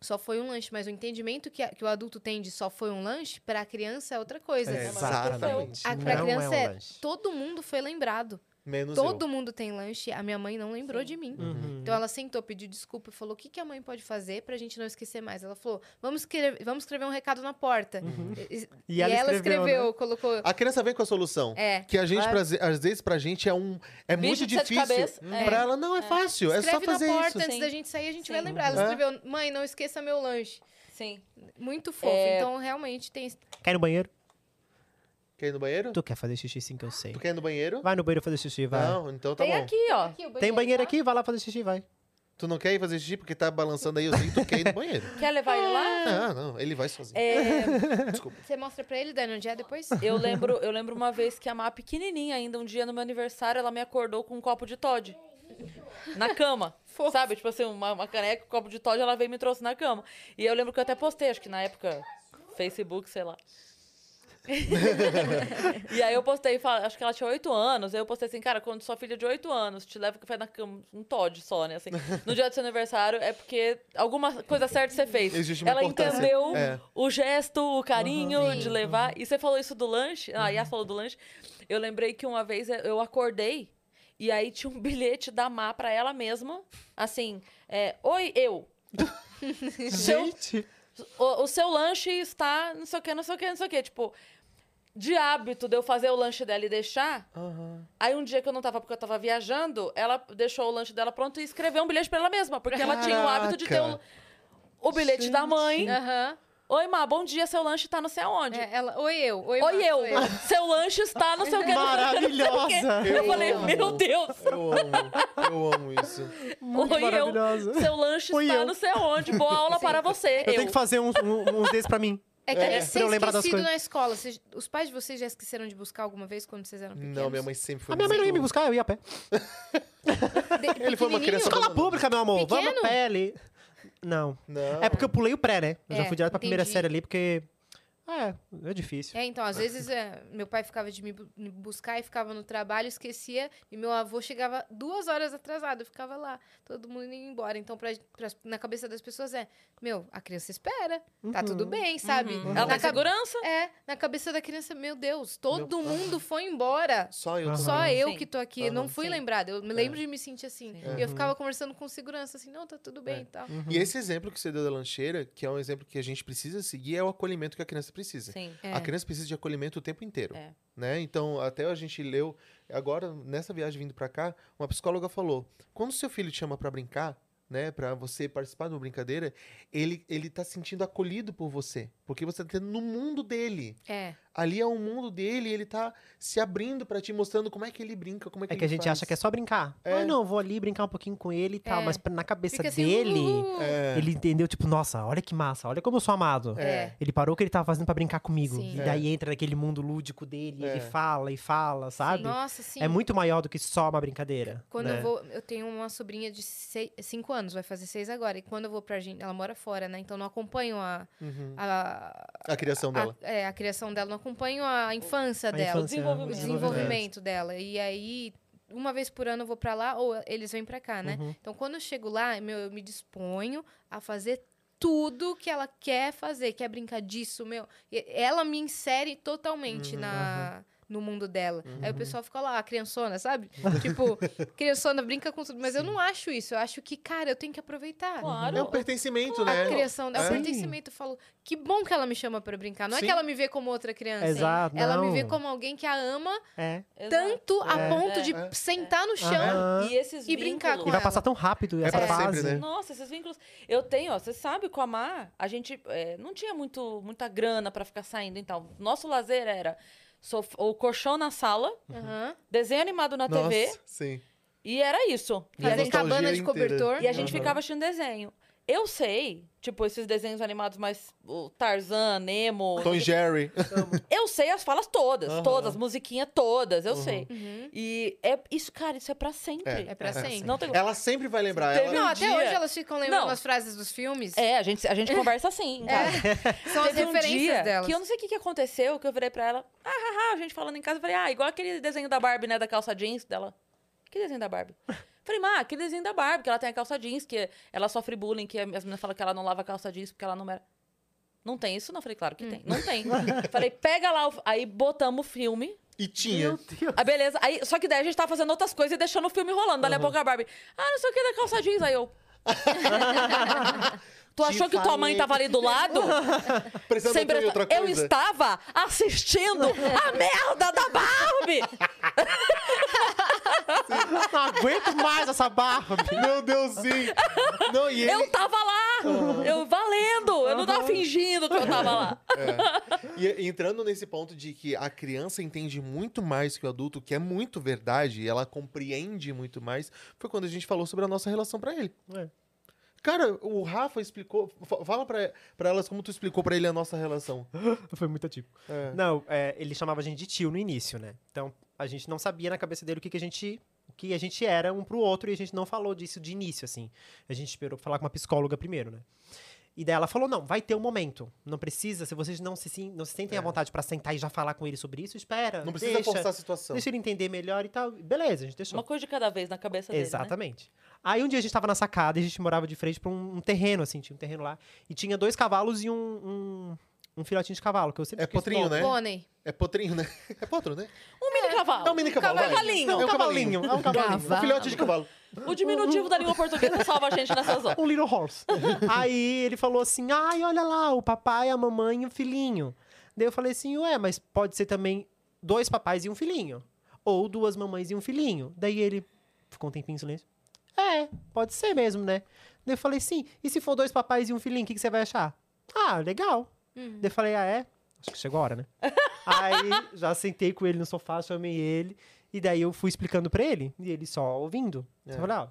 S2: Só foi um lanche, mas o entendimento que, a- que o adulto tem de só foi um lanche, pra criança é outra coisa.
S1: É,
S2: né?
S1: exato.
S4: Exatamente.
S2: A- pra
S4: Não
S2: criança
S4: é
S2: é-
S4: um lanche.
S2: Todo mundo foi lembrado.
S3: Menos
S2: Todo
S3: eu.
S2: mundo tem lanche. A minha mãe não lembrou
S1: Sim.
S2: de mim.
S4: Uhum.
S2: Então ela sentou, pediu desculpa e falou: o que, que a mãe pode fazer pra gente não esquecer mais? Ela falou: vamos escrever, vamos escrever um recado na porta. E,
S4: Uhum. E
S2: uhum. e
S4: ela
S2: ela,
S4: escreveu, né?
S2: escreveu, colocou.
S3: A criança vem com a solução.
S2: É.
S3: Que a gente,
S4: É.
S3: pra- às vezes, pra gente é um. É
S1: Bicho
S3: muito
S1: de sete
S3: difícil.
S1: cabeças, é.
S3: Pra ela não é, fácil. É só
S2: Escreve
S3: fazer
S2: na porta
S3: isso.
S2: antes da
S1: Sim.
S2: gente sair, a gente
S1: Sim.
S2: vai lembrar. Ela
S3: É.
S2: escreveu: mãe, não esqueça meu lanche.
S1: Sim.
S2: Muito fofo.
S1: É.
S2: Então realmente tem.
S4: Quer ir no banheiro?
S3: Quer ir no banheiro? Tu,
S4: Tu quer fazer xixi sim que eu sei.
S3: quer ir no banheiro?
S4: Vai no banheiro fazer xixi, vai.
S3: Não, então tá
S1: Tem
S3: bom.
S1: aqui, ó.
S2: Aqui, o
S4: Tem banheiro aqui? Vai lá fazer xixi, vai.
S3: Tu não quer ir fazer xixi porque tá balançando aí, eu sei que tu quer ir no banheiro.
S1: Quer levar ele lá?
S3: Ah, não, ele vai sozinho.
S1: É,
S3: Desculpa.
S2: Você mostra pra ele, Dani, onde é depois?
S1: eu, lembro, eu lembro uma vez que a Má, pequenininha ainda, um dia no meu aniversário, ela me acordou com um copo de Todd. Na cama.
S2: Fofo.
S1: Sabe? Tipo assim, uma, uma caneca, um copo de Todd, ela veio e me trouxe na cama. E eu lembro que eu até postei, acho que na época, Facebook, sei lá. e aí eu postei, fala- acho que ela tinha 8 anos, aí eu postei assim, cara, quando sua filha de 8 anos te leva café na cama, um Todd só, né? Assim, no dia do seu aniversário é porque alguma coisa certa você fez.
S3: Existe uma
S1: ela
S3: importância.
S1: entendeu
S3: É.
S1: Então, o gesto, o carinho de levar. E você falou isso do lanche, Ah, a Yas falou do lanche. Eu lembrei que uma vez eu acordei e aí tinha um bilhete da Má pra ela mesma, assim, é, oi, eu.
S2: Então,
S1: Seu-
S4: Gente!
S1: o, o seu lanche está não sei o que, não sei o que, não sei o que. Tipo, de hábito de eu fazer o lanche dela e deixar. Aí um dia que eu não tava, porque eu tava viajando, ela deixou o lanche dela pronto e escreveu um bilhete pra ela mesma. Porque ela tinha o hábito de ter o,
S3: Caraca.
S1: o bilhete da mãe.
S2: Aham.
S1: Oi, Má, bom dia, seu lanche tá não sei aonde.
S2: É, ela... Oi, eu.
S1: Oi,
S2: Oi, Marcos,
S1: eu.
S4: É,
S1: Seu lanche está não sei o que. não sei o que, não sei o que.
S4: Maravilhosa!
S1: Eu falei, meu Deus.
S3: Eu amo, eu amo isso.
S4: Muito
S1: Oi,
S4: maravilhosa.
S1: eu. Seu lanche
S4: Oi,
S1: está
S4: eu.
S1: não sei aonde. Boa aula para você.
S4: Eu tenho que fazer uns, um- uns desses pra mim.
S2: É que
S4: É,
S2: é, ser
S4: pra eu lembrar das
S2: esquecido
S4: coisas.
S2: na escola. vocês- os pais de vocês já esqueceram de buscar alguma vez quando vocês eram pequenos?
S3: Não, minha mãe sempre foi
S4: A minha mãe não ia me
S3: muito-
S4: buscar, eu ia a pé.
S2: De-
S3: Ele foi uma
S2: pequenininho?
S3: criança
S4: Escola pública, meu amor. Vamos a
S2: Pequeno?
S4: pé ali. Não.
S3: tipo. Não.
S4: É porque eu pulei o pré, né? Eu já
S2: É,
S4: fui direto pra primeira
S2: entendi.
S4: série ali, porque. Ah, é, é difícil.
S2: É, então, às vezes é, meu pai ficava de me bu- me buscar e ficava no trabalho, esquecia, e meu avô chegava duas horas atrasado, eu ficava lá, todo mundo indo embora. Então, pra, pra- na cabeça das pessoas é, meu, a criança espera, tá tudo
S4: Uhum.
S2: bem, sabe?
S1: Uhum. Ela tá
S2: Na
S1: tem
S2: cabe-
S1: segurança?
S2: É, na cabeça da criança, meu Deus, todo mundo foi embora.
S3: Só eu.
S4: Aham.
S3: tô-
S2: Só eu
S1: Sim.
S2: que tô aqui,
S3: Aham,
S2: não fui
S1: sim.
S2: lembrada. Eu me lembro de me sentir assim.
S1: Sim.
S2: E eu ficava conversando com segurança, assim, não, tá tudo bem e tal.
S4: Uhum.
S3: E esse exemplo que você deu da lancheira, que é um exemplo que a gente precisa seguir, é o acolhimento que a criança precisa.
S1: Sim.
S2: É.
S3: A criança precisa de acolhimento o tempo inteiro.
S1: É.
S3: Né? Então, até a gente leu, agora, nessa viagem vindo pra cá, uma psicóloga falou: quando seu filho te chama pra brincar, né, para você participar de uma brincadeira, ele, ele tá sentindo acolhido por você. Porque você tá tendo no mundo dele.
S2: É.
S3: Ali é o mundo dele e ele tá se abrindo pra ti, mostrando como é que ele brinca, como é que
S4: É
S3: ele
S4: que a gente
S3: faz.
S4: acha que é só brincar.
S3: É.
S4: Ah, não, vou ali brincar um pouquinho com ele e tal.
S2: É.
S4: Mas pra- na cabeça
S2: Fica assim,
S4: dele,
S2: "Uhul".
S3: É.
S4: ele entendeu, tipo, nossa, olha que massa, olha como eu sou amado.
S2: É.
S4: Ele parou o que ele tava fazendo pra brincar comigo.
S2: Sim.
S4: E daí entra naquele mundo lúdico dele, e
S3: É.
S4: ele fala e fala, sabe?
S2: Nossa, sim.
S4: É muito maior do que só uma brincadeira.
S2: Quando
S4: né?
S2: eu vou, eu tenho uma sobrinha de 5 anos, vai fazer 6 agora. E quando eu vou pra Argentina, ela mora fora, né? Então não acompanho a
S3: Uhum.
S2: a,
S3: A criação
S2: a-
S3: dela.
S2: é, a criação dela, não acompanho a infância
S4: A
S2: dela,
S4: infância,
S1: desenvolvimento.
S2: o
S1: o
S2: desenvolvimento dela. E aí uma vez por ano eu vou pra lá ou eles vêm pra cá, né?
S4: Uhum.
S2: Então quando eu chego lá, meu, eu me disponho a fazer tudo que ela quer fazer, quer brincar disso, meu. E- Ela me insere totalmente na no mundo dela. Aí o pessoal fica lá, a criançona, sabe? tipo, criançona brinca com tudo. Mas eu não acho isso. Eu acho que, cara, eu tenho que aproveitar.
S1: Claro.
S3: É um pertencimento,
S2: A
S3: né?
S2: criação, é o
S3: Sim.
S2: pertencimento. Eu falo, que bom que ela me chama pra brincar. Não é
S3: Sim.
S2: que ela me vê como outra criança.
S4: Exato,
S2: Ela me vê
S4: não.
S2: como alguém que a ama
S4: É.
S1: Exato.
S2: tanto a
S4: É.
S2: ponto de
S3: É.
S2: sentar no chão.
S4: Aham.
S1: E esses
S2: E brincar
S1: vínculos-
S2: com
S4: É.
S2: É.
S4: E
S2: ela.
S4: vai passar tão rápido essa
S3: pra
S4: fase.
S3: sempre, né?
S1: Nossa, esses vínculos. Eu tenho, ó, você sabe, com a Mar, a gente é, não tinha muito, muita grana pra ficar saindo, então. Nosso lazer era sof- o colchão na sala,
S2: Aham.
S1: desenho animado na
S3: Nossa,
S1: TV,
S3: sim.
S1: e era isso. E a,
S2: Fazer
S1: gente,
S3: nostalgia
S2: cabana de
S3: inteira.
S2: cobertor.
S1: e a gente
S3: Uhum.
S1: ficava assistindo desenho. Eu sei, tipo, esses desenhos animados mais. O Tarzan, Nemo.
S3: Tom e Jerry.
S1: Eu sei as falas todas,
S3: Aham.
S1: todas, as musiquinhas todas, eu sei.
S2: Uhum.
S1: E é isso, cara, isso é pra sempre.
S2: É pra sempre.
S1: Não tem
S3: Ela sempre vai lembrar.
S1: Teve
S3: Ela...
S2: Não,
S1: um
S2: até
S1: dia-
S2: hoje elas ficam lembrando
S1: Não.
S2: as frases dos filmes.
S1: É, a gente, a gente conversa assim, cara.
S2: São as
S1: Teve um
S2: referências
S1: dia
S2: delas.
S1: que eu não sei o que, que aconteceu, que eu virei pra ela, ah, ah, ah, a gente falando em casa, eu falei, ah, igual aquele desenho da Barbie, né, da calça jeans dela. Que desenho da Barbie? Falei, Má, aquele desenho da Barbie, que ela tem a calça jeans, que ela sofre bullying, que as meninas falam que ela não lava a calça jeans porque ela não era. Não tem isso? Não. Falei, claro que tem. Não tem.
S2: Hum.
S1: Falei, pega lá. O... Aí botamos o filme.
S3: E tinha.
S1: Ah, beleza. Aí, só que daí a gente tava fazendo outras coisas e deixando o filme rolando. Dali a pouco a Barbie. Ah, não sei o que da calça jeans. Aí eu. tu
S3: Te
S1: achou que tua mãe
S3: falei.
S1: tava ali do lado?
S3: Precisava
S1: Sem
S3: de
S1: pressa-
S3: outra
S1: Eu
S3: coisa.
S1: estava assistindo a merda da Barbie!
S4: Não aguento mais essa barba.
S3: Meu Deus, sim! Não, e ele,
S1: Eu tava
S3: Ah.
S1: lá! Eu valendo! Eu não tava fingindo que eu tava lá.
S3: E entrando nesse ponto de que a criança entende muito mais que o adulto, que é muito verdade, e ela compreende muito mais, foi quando a gente falou sobre a nossa relação pra ele.
S4: É.
S3: Cara, o Rafa explicou. fa- Fala pra, pra elas como tu explicou pra ele a nossa relação.
S4: Foi muito atípico.
S3: É.
S4: Não, é, ele chamava a gente de tio no início, né? Então a gente não sabia na cabeça dele o que, que a gente o que a gente era um pro outro e a gente não falou disso de início, assim. A gente esperou falar com uma psicóloga primeiro, né? E daí ela falou: não, vai ter um momento. Não precisa, se vocês não se, sen- não se sentem à vontade pra sentar e já falar com ele sobre isso, espera.
S3: É. Não precisa
S4: deixa,
S3: forçar a situação.
S4: Deixa ele entender melhor e tal. Beleza, a gente deixou.
S1: Uma coisa de cada vez na cabeça dele. né?
S4: Exatamente. Aí um dia a gente tava na sacada e a gente morava de frente pra um, um terreno, assim, tinha um terreno lá. E tinha dois cavalos e um, um, um filhotinho de cavalo, que eu sempre
S3: É
S4: esqueço o
S3: potrinho,
S4: nome.
S3: né?
S2: Pônei.
S3: É potrinho, né? É potro, né?
S1: Um mini cavalo.
S3: É um mini cavalo. vai.
S1: cavalinho.
S3: É um cavalinho. É um cavalinho. Um
S2: Cavalo.
S3: filhote de cavalo.
S1: O diminutivo da língua portuguesa salva a gente nessas horas.
S4: Um little horse. Aí ele falou assim: ai, olha lá, o papai, a mamãe e o filhinho. Daí eu falei assim: ué, mas pode ser também dois papais e um filhinho. Ou duas mamães e um filhinho. Daí ele ficou um tempinho em silêncio. É, pode ser mesmo, né? Daí eu falei: sim, e se for dois papais e um filhinho, o que, que você vai achar? Ah, legal. Daí eu falei: ah, é? Acho que chegou a hora, né? Aí já sentei com ele no sofá, chamei ele. E daí eu fui explicando pra ele. E ele só ouvindo.
S3: É.
S4: Eu falei: ó,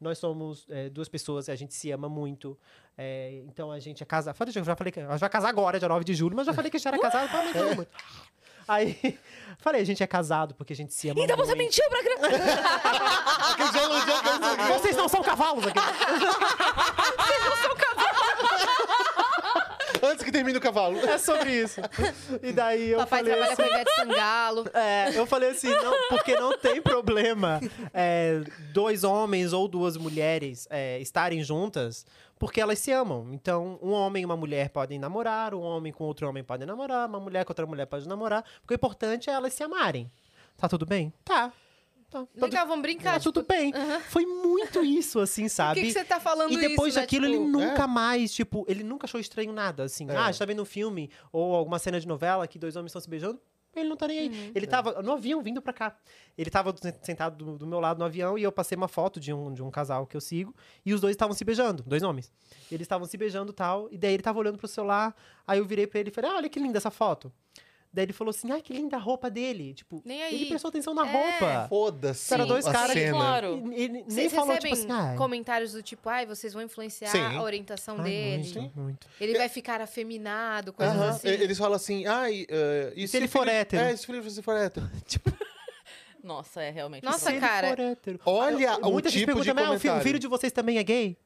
S4: nós somos é, duas pessoas, a gente se ama muito. é, então a gente é casado. Falei, eu já falei que a gente vai casar agora, dia 9 de julho, mas já falei que a gente era casado, mas não muito. Aí, falei, a gente é casado porque a gente se ama
S1: Então
S4: muito.
S1: você mentiu pra criança.
S4: Vocês não são cavalos aqui.
S3: Antes que termine o cavalo.
S4: É sobre isso. E daí eu
S2: Papai
S4: falei
S2: trabalha
S4: assim,
S2: com Ivete Sangalo.
S4: É, eu falei assim, não, porque não tem problema é, dois homens ou duas mulheres é, estarem juntas, porque elas se amam. Então, um homem e uma mulher podem namorar, um homem com outro homem podem namorar, uma mulher com outra mulher pode namorar, porque o importante é elas se amarem. Tá tudo bem? Tá. Tá, tá tudo-
S2: Legal, vamos brincar.
S4: tá
S2: tipo,
S4: tudo bem. Foi muito isso, assim,
S2: Por
S4: sabe?
S2: que, que você tá falando
S4: E depois
S2: isso, né?
S4: daquilo,
S2: Tipo,
S4: ele nunca mais, tipo, ele nunca achou estranho nada, assim.
S3: É.
S4: Ah, está vendo um filme ou alguma cena de novela que dois homens estão se beijando? Ele não tá nem aí.
S2: Uhum.
S4: Ele tava no avião vindo pra cá. Ele tava do- sentado do, do meu lado no avião e eu passei uma foto de um, de um casal que eu sigo e os dois estavam se beijando, dois homens. Eles estavam se beijando e tal, e daí ele tava olhando pro celular, aí eu virei pra ele e falei: ah, olha que linda essa foto. Daí ele falou assim: ai, que linda a roupa dele. Tipo,
S2: Nem aí.
S4: ele prestou atenção na
S2: É.
S4: roupa.
S3: Foda-se.
S4: Cara, dois
S3: a
S4: caras-
S3: cena.
S1: Claro.
S4: E Ele nem
S2: Vocês
S4: falou,
S2: recebem
S4: tipo assim, ai,
S2: comentários do tipo, ai, vocês vão influenciar
S3: Sim.
S2: a orientação
S4: ai,
S2: dele.
S4: Ah, muito, É. muito.
S2: Ele vai ficar afeminado, coisas
S3: Aham,
S2: assim.
S3: e- Eles falam assim, ah, e, eh, e
S4: ele for hétero?
S3: É, e se ele se for hétero.
S1: Nossa, é realmente.
S2: Nossa,
S1: isso.
S4: Se ele
S2: cara.
S4: for hétero.
S3: Olha
S4: Ah,
S3: o
S4: Muita gente
S3: tipo
S4: pergunta,
S3: de
S4: mas o fi- o
S3: comentário."
S4: filho de vocês também é gay?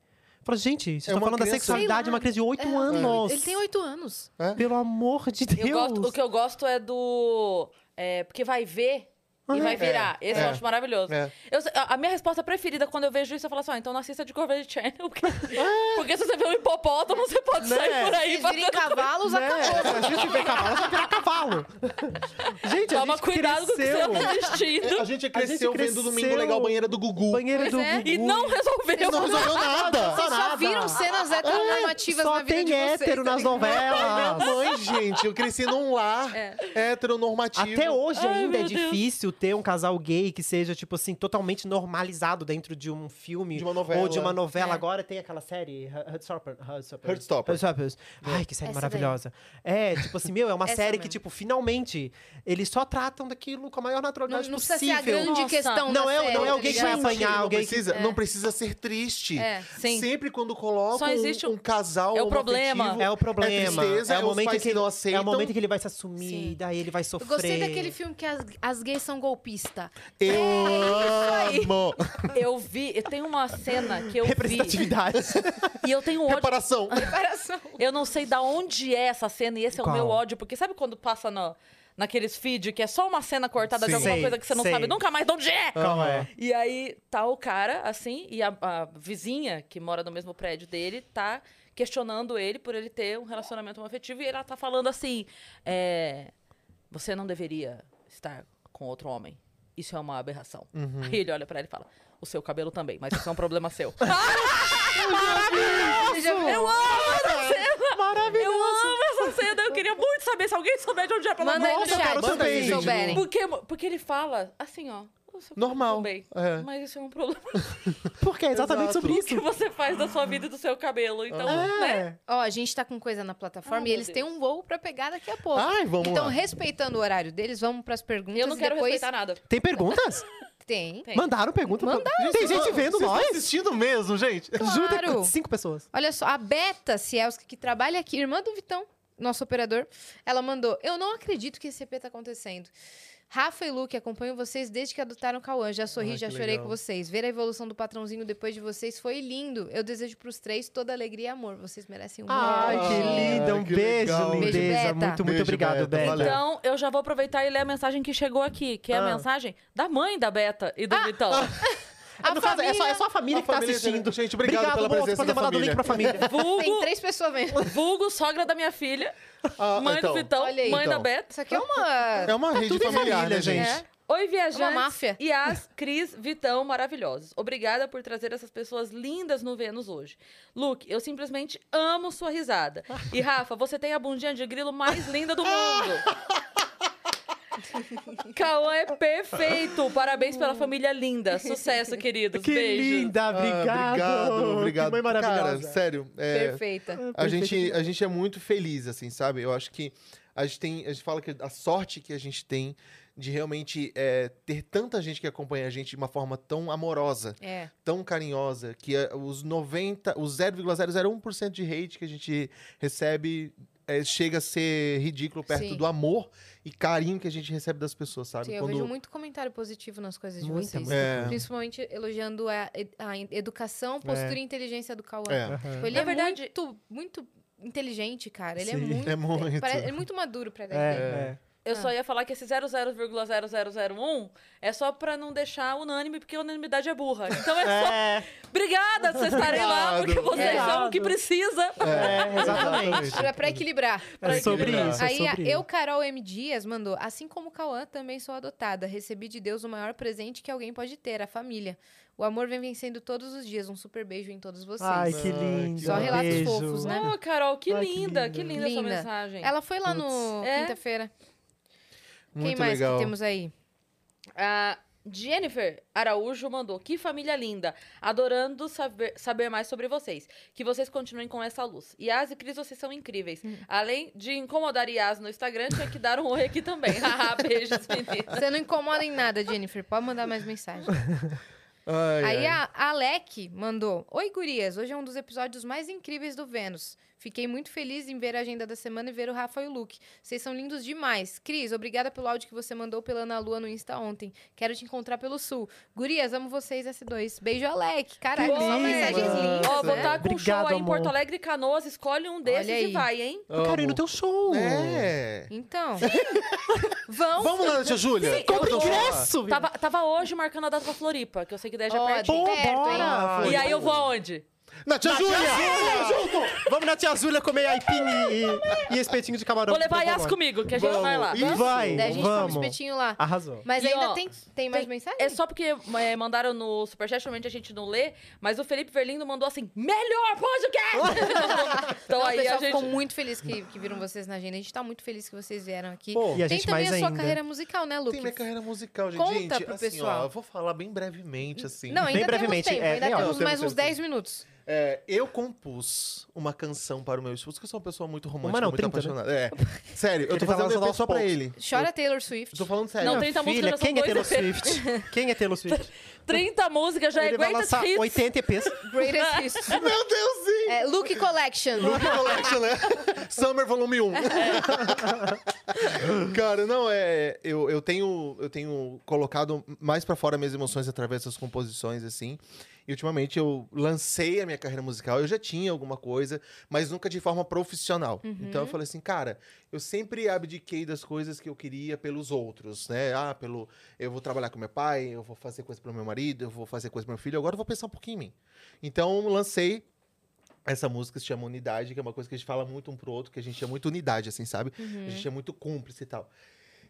S4: Fala, gente, vocês
S3: É
S4: estão
S3: uma
S4: falando da
S3: criança-
S4: sexualidade de uma criança de 8
S1: É.
S4: anos.
S2: É. Ele tem oito anos.
S4: Pelo amor de Deus.
S1: Eu gosto- o que eu gosto é do. é, porque vai ver e
S4: Ah,
S1: vai virar.
S3: é,
S1: Esse
S3: é.
S1: eu acho maravilhoso.
S3: É.
S1: Eu sei- a a minha resposta preferida quando eu vejo isso, eu falo assim: ó, então não assista de Corvette Channel. Porque, porque se você vê um hipopótamo, você pode
S4: Ah. Né?
S1: sair por aí.
S2: Eles virem cavalos, acabou.
S4: É, se a gente vê cavalo, vai virar cavalo. gente, a
S1: Toma
S4: gente
S1: cuidado com o que você tá
S4: cresceu.
S1: anda vestindo.
S3: A gente cresceu vendo
S4: cresceu-
S3: Domingo Legal Banheira do Gugu.
S4: Banheira do
S2: é.
S4: Gugu.
S1: E não resolveu.
S3: Não resolveu nada.
S2: Vocês só
S4: nada.
S2: viram cenas heteronormativas
S4: É, Só
S2: na vida
S4: tem
S2: de vocês.
S4: hétero
S2: tá
S4: nas
S2: ligado?
S3: Minha
S4: novelas.
S3: mãe, gente, eu cresci num lar heteronormativo.
S4: É. Até hoje
S1: Ai,
S4: ainda é
S1: meu Deus.
S4: difícil ter um casal gay que seja, tipo assim, totalmente normalizado dentro de um filme
S3: De uma novela. né?
S4: ou de uma novela.
S2: É.
S4: Agora tem aquela série, Hu- Heartstopper. Heartstopper.
S3: Heartstopper.
S4: Heartstoppers. Ai, que série
S2: É. Essa
S4: maravilhosa. É, tipo assim, meu, é uma
S2: Essa
S4: série que,
S2: mesmo.
S4: tipo, finalmente, eles só tratam daquilo com a maior
S2: Não,
S4: naturalidade
S2: não precisa ser
S4: é possível.
S2: a grande
S1: Nossa.
S2: questão
S4: Não
S2: da
S4: é- não
S2: série,
S4: é
S2: tá
S4: alguém que vai
S2: ligado?
S4: apanhar.
S3: não
S4: alguém que- é.
S3: precisa, não precisa ser triste.
S2: É,
S1: sim.
S3: Sempre quando colocam
S1: Só existe um-
S3: um casal
S1: É o problema.
S3: homoafetivo,
S4: É o problema.
S3: É tristeza, é,
S4: o momento
S3: os pais
S4: em que,
S3: que não
S4: É
S3: aceitam.
S4: o momento em que ele vai se assumir,
S2: Sim.
S4: daí ele vai
S2: Eu
S4: sofrer.
S2: gostei daquele filme que as, as gays são golpista.
S4: É,
S3: Eu
S4: Um
S3: amo.
S1: Eu vi, tem uma cena que eu vi.
S4: Representatividade.
S1: E eu tenho ódio.
S3: Reparação.
S4: Um
S2: Comparação.
S1: Eu não sei da onde é essa cena e esse é
S4: Qual?
S1: o meu ódio, porque sabe quando passa na, naqueles feed que é só uma cena cortada
S4: Sim.
S1: de alguma
S4: Sei,
S1: coisa que você não
S4: sei.
S1: sabe nunca mais de onde é?
S4: Calma, é.
S1: E aí tá o cara, assim, e a, a vizinha, que mora no mesmo prédio dele, tá questionando ele por ele ter um relacionamento afetivo e ela tá falando assim: é, Você não deveria estar com outro homem. Isso é uma aberração. Aí ele olha pra ela e fala: O seu cabelo também, mas isso é um problema seu. Eu amo essa cena! Maravilhoso! Eu amo essa cena! Eu queria muito saber se alguém souber de onde é pela
S2: Manda aí no
S1: Nossa,
S2: chat,
S3: quero
S2: se
S3: também,
S2: vocês
S3: gente,
S2: souberem.
S1: Porque, porque ele fala assim, ó. Nossa, eu
S3: Normal.
S1: também.
S3: É.
S1: Mas isso é um problema
S4: Porque é exatamente
S3: Exato.
S4: sobre isso.
S1: que você faz da sua vida e do seu cabelo. Então, né?
S4: É.
S2: Ó, a gente tá com coisa na plataforma
S1: Ah,
S2: e
S1: meu
S2: eles têm um voo pra pegar daqui a pouco.
S4: Ah,
S3: Ai, vamos
S2: então,
S3: lá.
S2: respeitando o horário deles, vamos pras perguntas.
S1: Eu não quero
S2: e depois
S1: respeitar nada.
S4: Tem perguntas?
S2: Tem.
S1: Tem.
S4: Mandaram pergunta. pra- Tem gente vendo
S3: Vocês
S4: nós?
S3: estão assistindo mesmo, gente?
S4: Jura
S2: Claro.
S4: que cinco pessoas.
S2: Olha só, a Beta Sielski, que trabalha aqui, irmã do Vitão, nosso operador, ela mandou: Eu não acredito que esse EP tá acontecendo. Rafa e Luke, acompanho vocês desde que adotaram o Cauã. Já sorri,
S3: Ai,
S2: já
S3: que
S2: chorei
S3: legal.
S2: com vocês. Ver a evolução do patrãozinho depois de vocês foi lindo. Eu desejo pros três toda alegria e amor. Vocês merecem um
S4: Ai,
S2: monte.
S4: que linda. Um
S3: que
S4: beijo,
S3: legal.
S4: lindeza.
S2: Beijo, Beta.
S4: Muito, muito
S3: Beijo,
S4: obrigado,
S3: Beta.
S4: Beta.
S3: Valeu.
S1: Então, eu já vou aproveitar e ler a mensagem que chegou aqui, que é a
S4: Ah.
S1: mensagem da mãe da Beta e do Vitão.
S4: Ah, no caso, é só, é só a família
S3: A
S4: que
S3: família,
S4: tá assistindo.
S3: gente, obrigado
S4: moço,
S3: pela presença
S4: por ter
S3: da
S4: mandado o link
S3: família.
S4: pra família.
S2: Tem
S1: Vulgo,
S2: três pessoas vendo.
S1: vulgo sogra da minha filha,
S3: Ah,
S1: mãe
S3: então,
S1: do Vitão,
S2: olha aí.
S1: mãe da
S3: Então.
S1: Beta.
S2: Isso aqui é uma.
S3: É uma rede
S4: Tá tudo em
S3: familiar,
S4: família,
S3: né, gente?
S2: gente.
S1: Oi,
S2: É uma
S1: viajantes.
S2: máfia.
S1: E as Cris, Vitão, maravilhosos. Obrigada por trazer essas pessoas lindas no Vênus hoje. Luke, eu simplesmente amo sua risada. E Rafa, você tem a bundinha de grilo mais linda do mundo. Cauã é perfeito. Parabéns pela família linda. Sucesso, queridos.
S4: Que
S1: Beijos.
S4: linda,
S3: Ah,
S4: obrigado.
S3: obrigado, obrigado.
S4: Que mãe maravilhosa. Ah,
S3: Cara, sério. é,
S2: Perfeita.
S3: a, gente, a gente é muito feliz, assim, sabe? Eu acho que a gente tem. A gente fala que a sorte que a gente tem de realmente é, ter tanta gente que acompanha a gente de uma forma tão amorosa,
S2: É.
S3: tão carinhosa, que é, os 90, os 0,001% de hate que a gente recebe é, chega a ser ridículo perto
S2: Sim.
S3: do amor e carinho que a gente recebe das pessoas, sabe?
S2: Sim, eu vejo muito comentário positivo nas coisas de
S4: Muita,
S2: vocês.
S4: muita
S3: É. coisa.
S2: Principalmente elogiando a, a educação, postura e inteligência do Cauã.
S3: É.
S2: Tipo, ele
S1: Na
S2: é
S1: verdade-
S2: muito, muito inteligente, cara. Ele é
S4: Sim.
S2: muito.
S3: É muito.
S2: pare- ele é muito maduro pra
S4: É,
S2: ele.
S4: é.
S1: Eu
S2: Ah.
S1: só ia falar que esse 00,0001 é só pra não deixar unânime, porque unanimidade é burra. Então é só.
S4: É,
S1: Obrigada por vocês estarem lá,
S3: Obrigado.
S1: porque vocês são o que
S4: Obrigado.
S1: precisa.
S4: é, exatamente.
S2: Pra, pra equilibrar.
S4: É sobre
S3: equilibrar.
S4: isso, é
S2: Aí, a
S4: sobre
S2: eu,
S4: isso.
S2: Carol M. Dias, mandou: Assim como o Cauã, também sou adotada. Recebi de Deus o maior presente que alguém pode ter, a família. O amor vem vencendo todos os dias. Um super beijo em todos vocês.
S4: Ai, que
S3: Ai, que
S4: lindo.
S2: Só relatos
S4: Beijo.
S2: fofos, né?
S1: Ô, Carol, que
S4: Ai, que
S1: linda,
S4: lindo.
S1: que linda, a sua
S2: Linda.
S1: mensagem.
S2: Ela foi lá no
S1: Putz. É?
S2: quinta-feira. Quem
S3: Muito
S2: mais
S3: legal.
S2: que temos aí?
S1: A Jennifer Araújo mandou: Que família linda! Adorando saber, saber mais sobre vocês. Que vocês continuem com essa luz. Yas e Cris, vocês são incríveis. Além de incomodar Yas no Instagram, tinha que dar um oi aqui também. Haha, Beijos, meninas.
S2: Você não incomoda em nada, Jennifer. Pode mandar mais mensagem.
S3: Ai,
S2: Aí
S3: ai.
S2: a Alec mandou: Oi, gurias. Hoje é um dos episódios mais incríveis do Vênus. Fiquei muito feliz em ver a agenda da semana e ver o Rafa e o Luke. Vocês são lindos demais. Cris, obrigada pelo áudio que você mandou pela Ana Lua no Insta ontem. Quero te encontrar pelo Sul. Gurias, amo vocês, S2. Beijo, Alec. Caraca,
S1: Que
S2: só
S1: lindo.
S2: mensagens lindas.
S1: É Ó, vou
S2: né?
S1: estar com um show
S4: Obrigado,
S1: aí em Porto
S4: amor.
S1: Alegre e Canoas. Escolhe um
S2: Olha
S1: desses
S2: aí.
S1: e vai, hein?
S3: Amo.
S4: Cara, e no teu show.
S3: É.
S2: Então, vão.
S3: Vamos lá, tia Júlia.
S1: Compra
S3: Vamos lá.
S4: Ingresso!
S1: Tava, tava hoje marcando a data pra Floripa, que eu sei que daí já
S2: Ó,
S1: perdi.
S4: Pô,
S2: Perto, hein?
S4: bora!
S1: E aí eu vou aonde?
S3: Na
S4: Tá,
S3: tia Júlia!
S4: Vamos na tia Júlia comer aipim e, e espetinho de camarão.
S1: Vou levar a Yas
S4: Vamos.
S1: comigo, que a gente
S3: Vamos.
S1: vai lá.
S3: E- Isso.
S4: Vai,
S2: Daí a gente come
S4: vamos.
S2: espetinho lá.
S4: Arrasou.
S2: Mas
S1: E,
S2: ainda
S1: ó,
S2: tem, tem mais mensagem?
S1: É só porque é, mandaram no Superchat, normalmente a gente não lê, mas o Felipe Verlindo mandou assim, melhor podcast! então
S2: Então, o
S1: aí
S2: pessoal
S1: a gente...
S2: ficou muito feliz que, que viram vocês na agenda. A gente tá muito feliz que vocês vieram aqui.
S3: Pô,
S4: E a
S2: Tem
S4: gente
S2: também
S4: mais
S2: a sua
S4: ainda.
S2: carreira musical, né, Luke?
S3: Tem minha carreira musical, gente.
S2: Conta
S3: gente,
S2: pro
S3: assim,
S2: pessoal.
S3: Ó, eu vou falar bem brevemente, assim.
S2: Não, ainda
S4: Bem brevemente,
S2: temos tempo,
S4: é,
S2: ainda
S4: real.
S2: temos
S3: Temos,
S2: mais uns
S3: temos.
S2: 10 minutos.
S3: É, eu compus uma canção para o meu esposo, que eu sou uma pessoa muito romântica,
S4: não,
S3: muito
S4: 30, né?
S3: apaixonada. É. Sério, eu
S4: Ele
S3: tô
S4: vai
S3: fazendo
S4: lançar
S3: um EP
S4: aos
S3: só pra
S4: poucos.
S3: ele.
S2: Chora Taylor
S3: Eu
S2: Swift.
S3: tô falando sério.
S1: Não, 30 músicas
S4: Filha,
S1: já são
S4: quem é Taylor
S1: dois EPs.
S4: Swift? Quem é Taylor Swift?
S1: 30 músicas já
S4: Ele
S1: é
S4: vai
S1: Greatest
S4: lançar
S1: Hits.
S4: 80 EPs.
S2: Greatest Hits.
S3: Meu Deus, sim!
S2: É, Luke Collection.
S3: Luke Collection, né? Summer Volume 1. Cara, não, é. Eu, eu, tenho, eu tenho colocado mais pra fora minhas emoções através das composições, assim. E ultimamente eu lancei a minha carreira musical. Eu já tinha alguma coisa, mas nunca de forma profissional. Então eu falei assim, cara, eu sempre abdiquei das coisas que eu queria pelos outros, né? Ah, pelo. Eu vou trabalhar com meu pai, eu vou fazer coisa pro meu marido, eu vou fazer coisa pro meu filho. Agora eu vou pensar um pouquinho em mim. Então lancei essa música se chama Unidade, que é uma coisa que a gente fala muito um pro outro, que a gente é muito unidade, assim, sabe? A gente
S2: Uhum.
S3: é muito cúmplice e tal.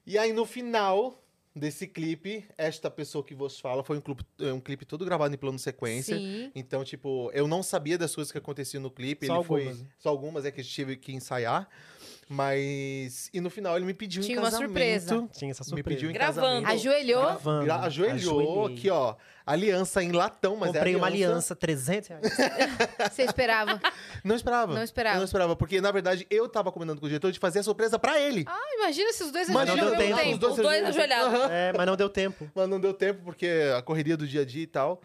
S3: E aí, no final desse clipe, esta pessoa que vos fala foi um clipe, um clipe todo gravado em plano sequência.
S2: Sim.
S3: Então, tipo, eu não sabia das coisas que aconteciam no clipe.
S4: Só
S3: ele foi.
S4: algumas. né?
S3: Só algumas é que eu tive que ensaiar. Mas. E no final ele me pediu
S2: Tinha
S3: em
S2: uma
S3: casamento.
S2: surpresa.
S4: Tinha essa
S3: Me
S4: surpresa.
S3: pediu em
S1: Gravando.
S3: casamento.
S2: Ajoelhou.
S4: Gravando.
S3: Gra- Ajoelhou
S4: Ajoelhei.
S3: aqui, ó. Aliança em latão, mas é
S4: Comprei uma aliança, 300 reais.
S2: Você esperava. Ah,
S3: Não esperava.
S2: Não esperava.
S3: Eu não esperava, porque na verdade eu tava combinando com o diretor de fazer a surpresa pra ele.
S2: Ah, imagina se os dois
S3: Mas
S2: ajoelham
S3: não
S2: ao
S3: deu
S2: mesmo
S3: tempo,
S2: tempo.
S3: os dois
S1: Os dois
S3: ajoelhados.
S1: ajoelhados.
S4: É, mas não deu tempo.
S3: Mas não deu tempo, porque a correria do dia a dia e tal.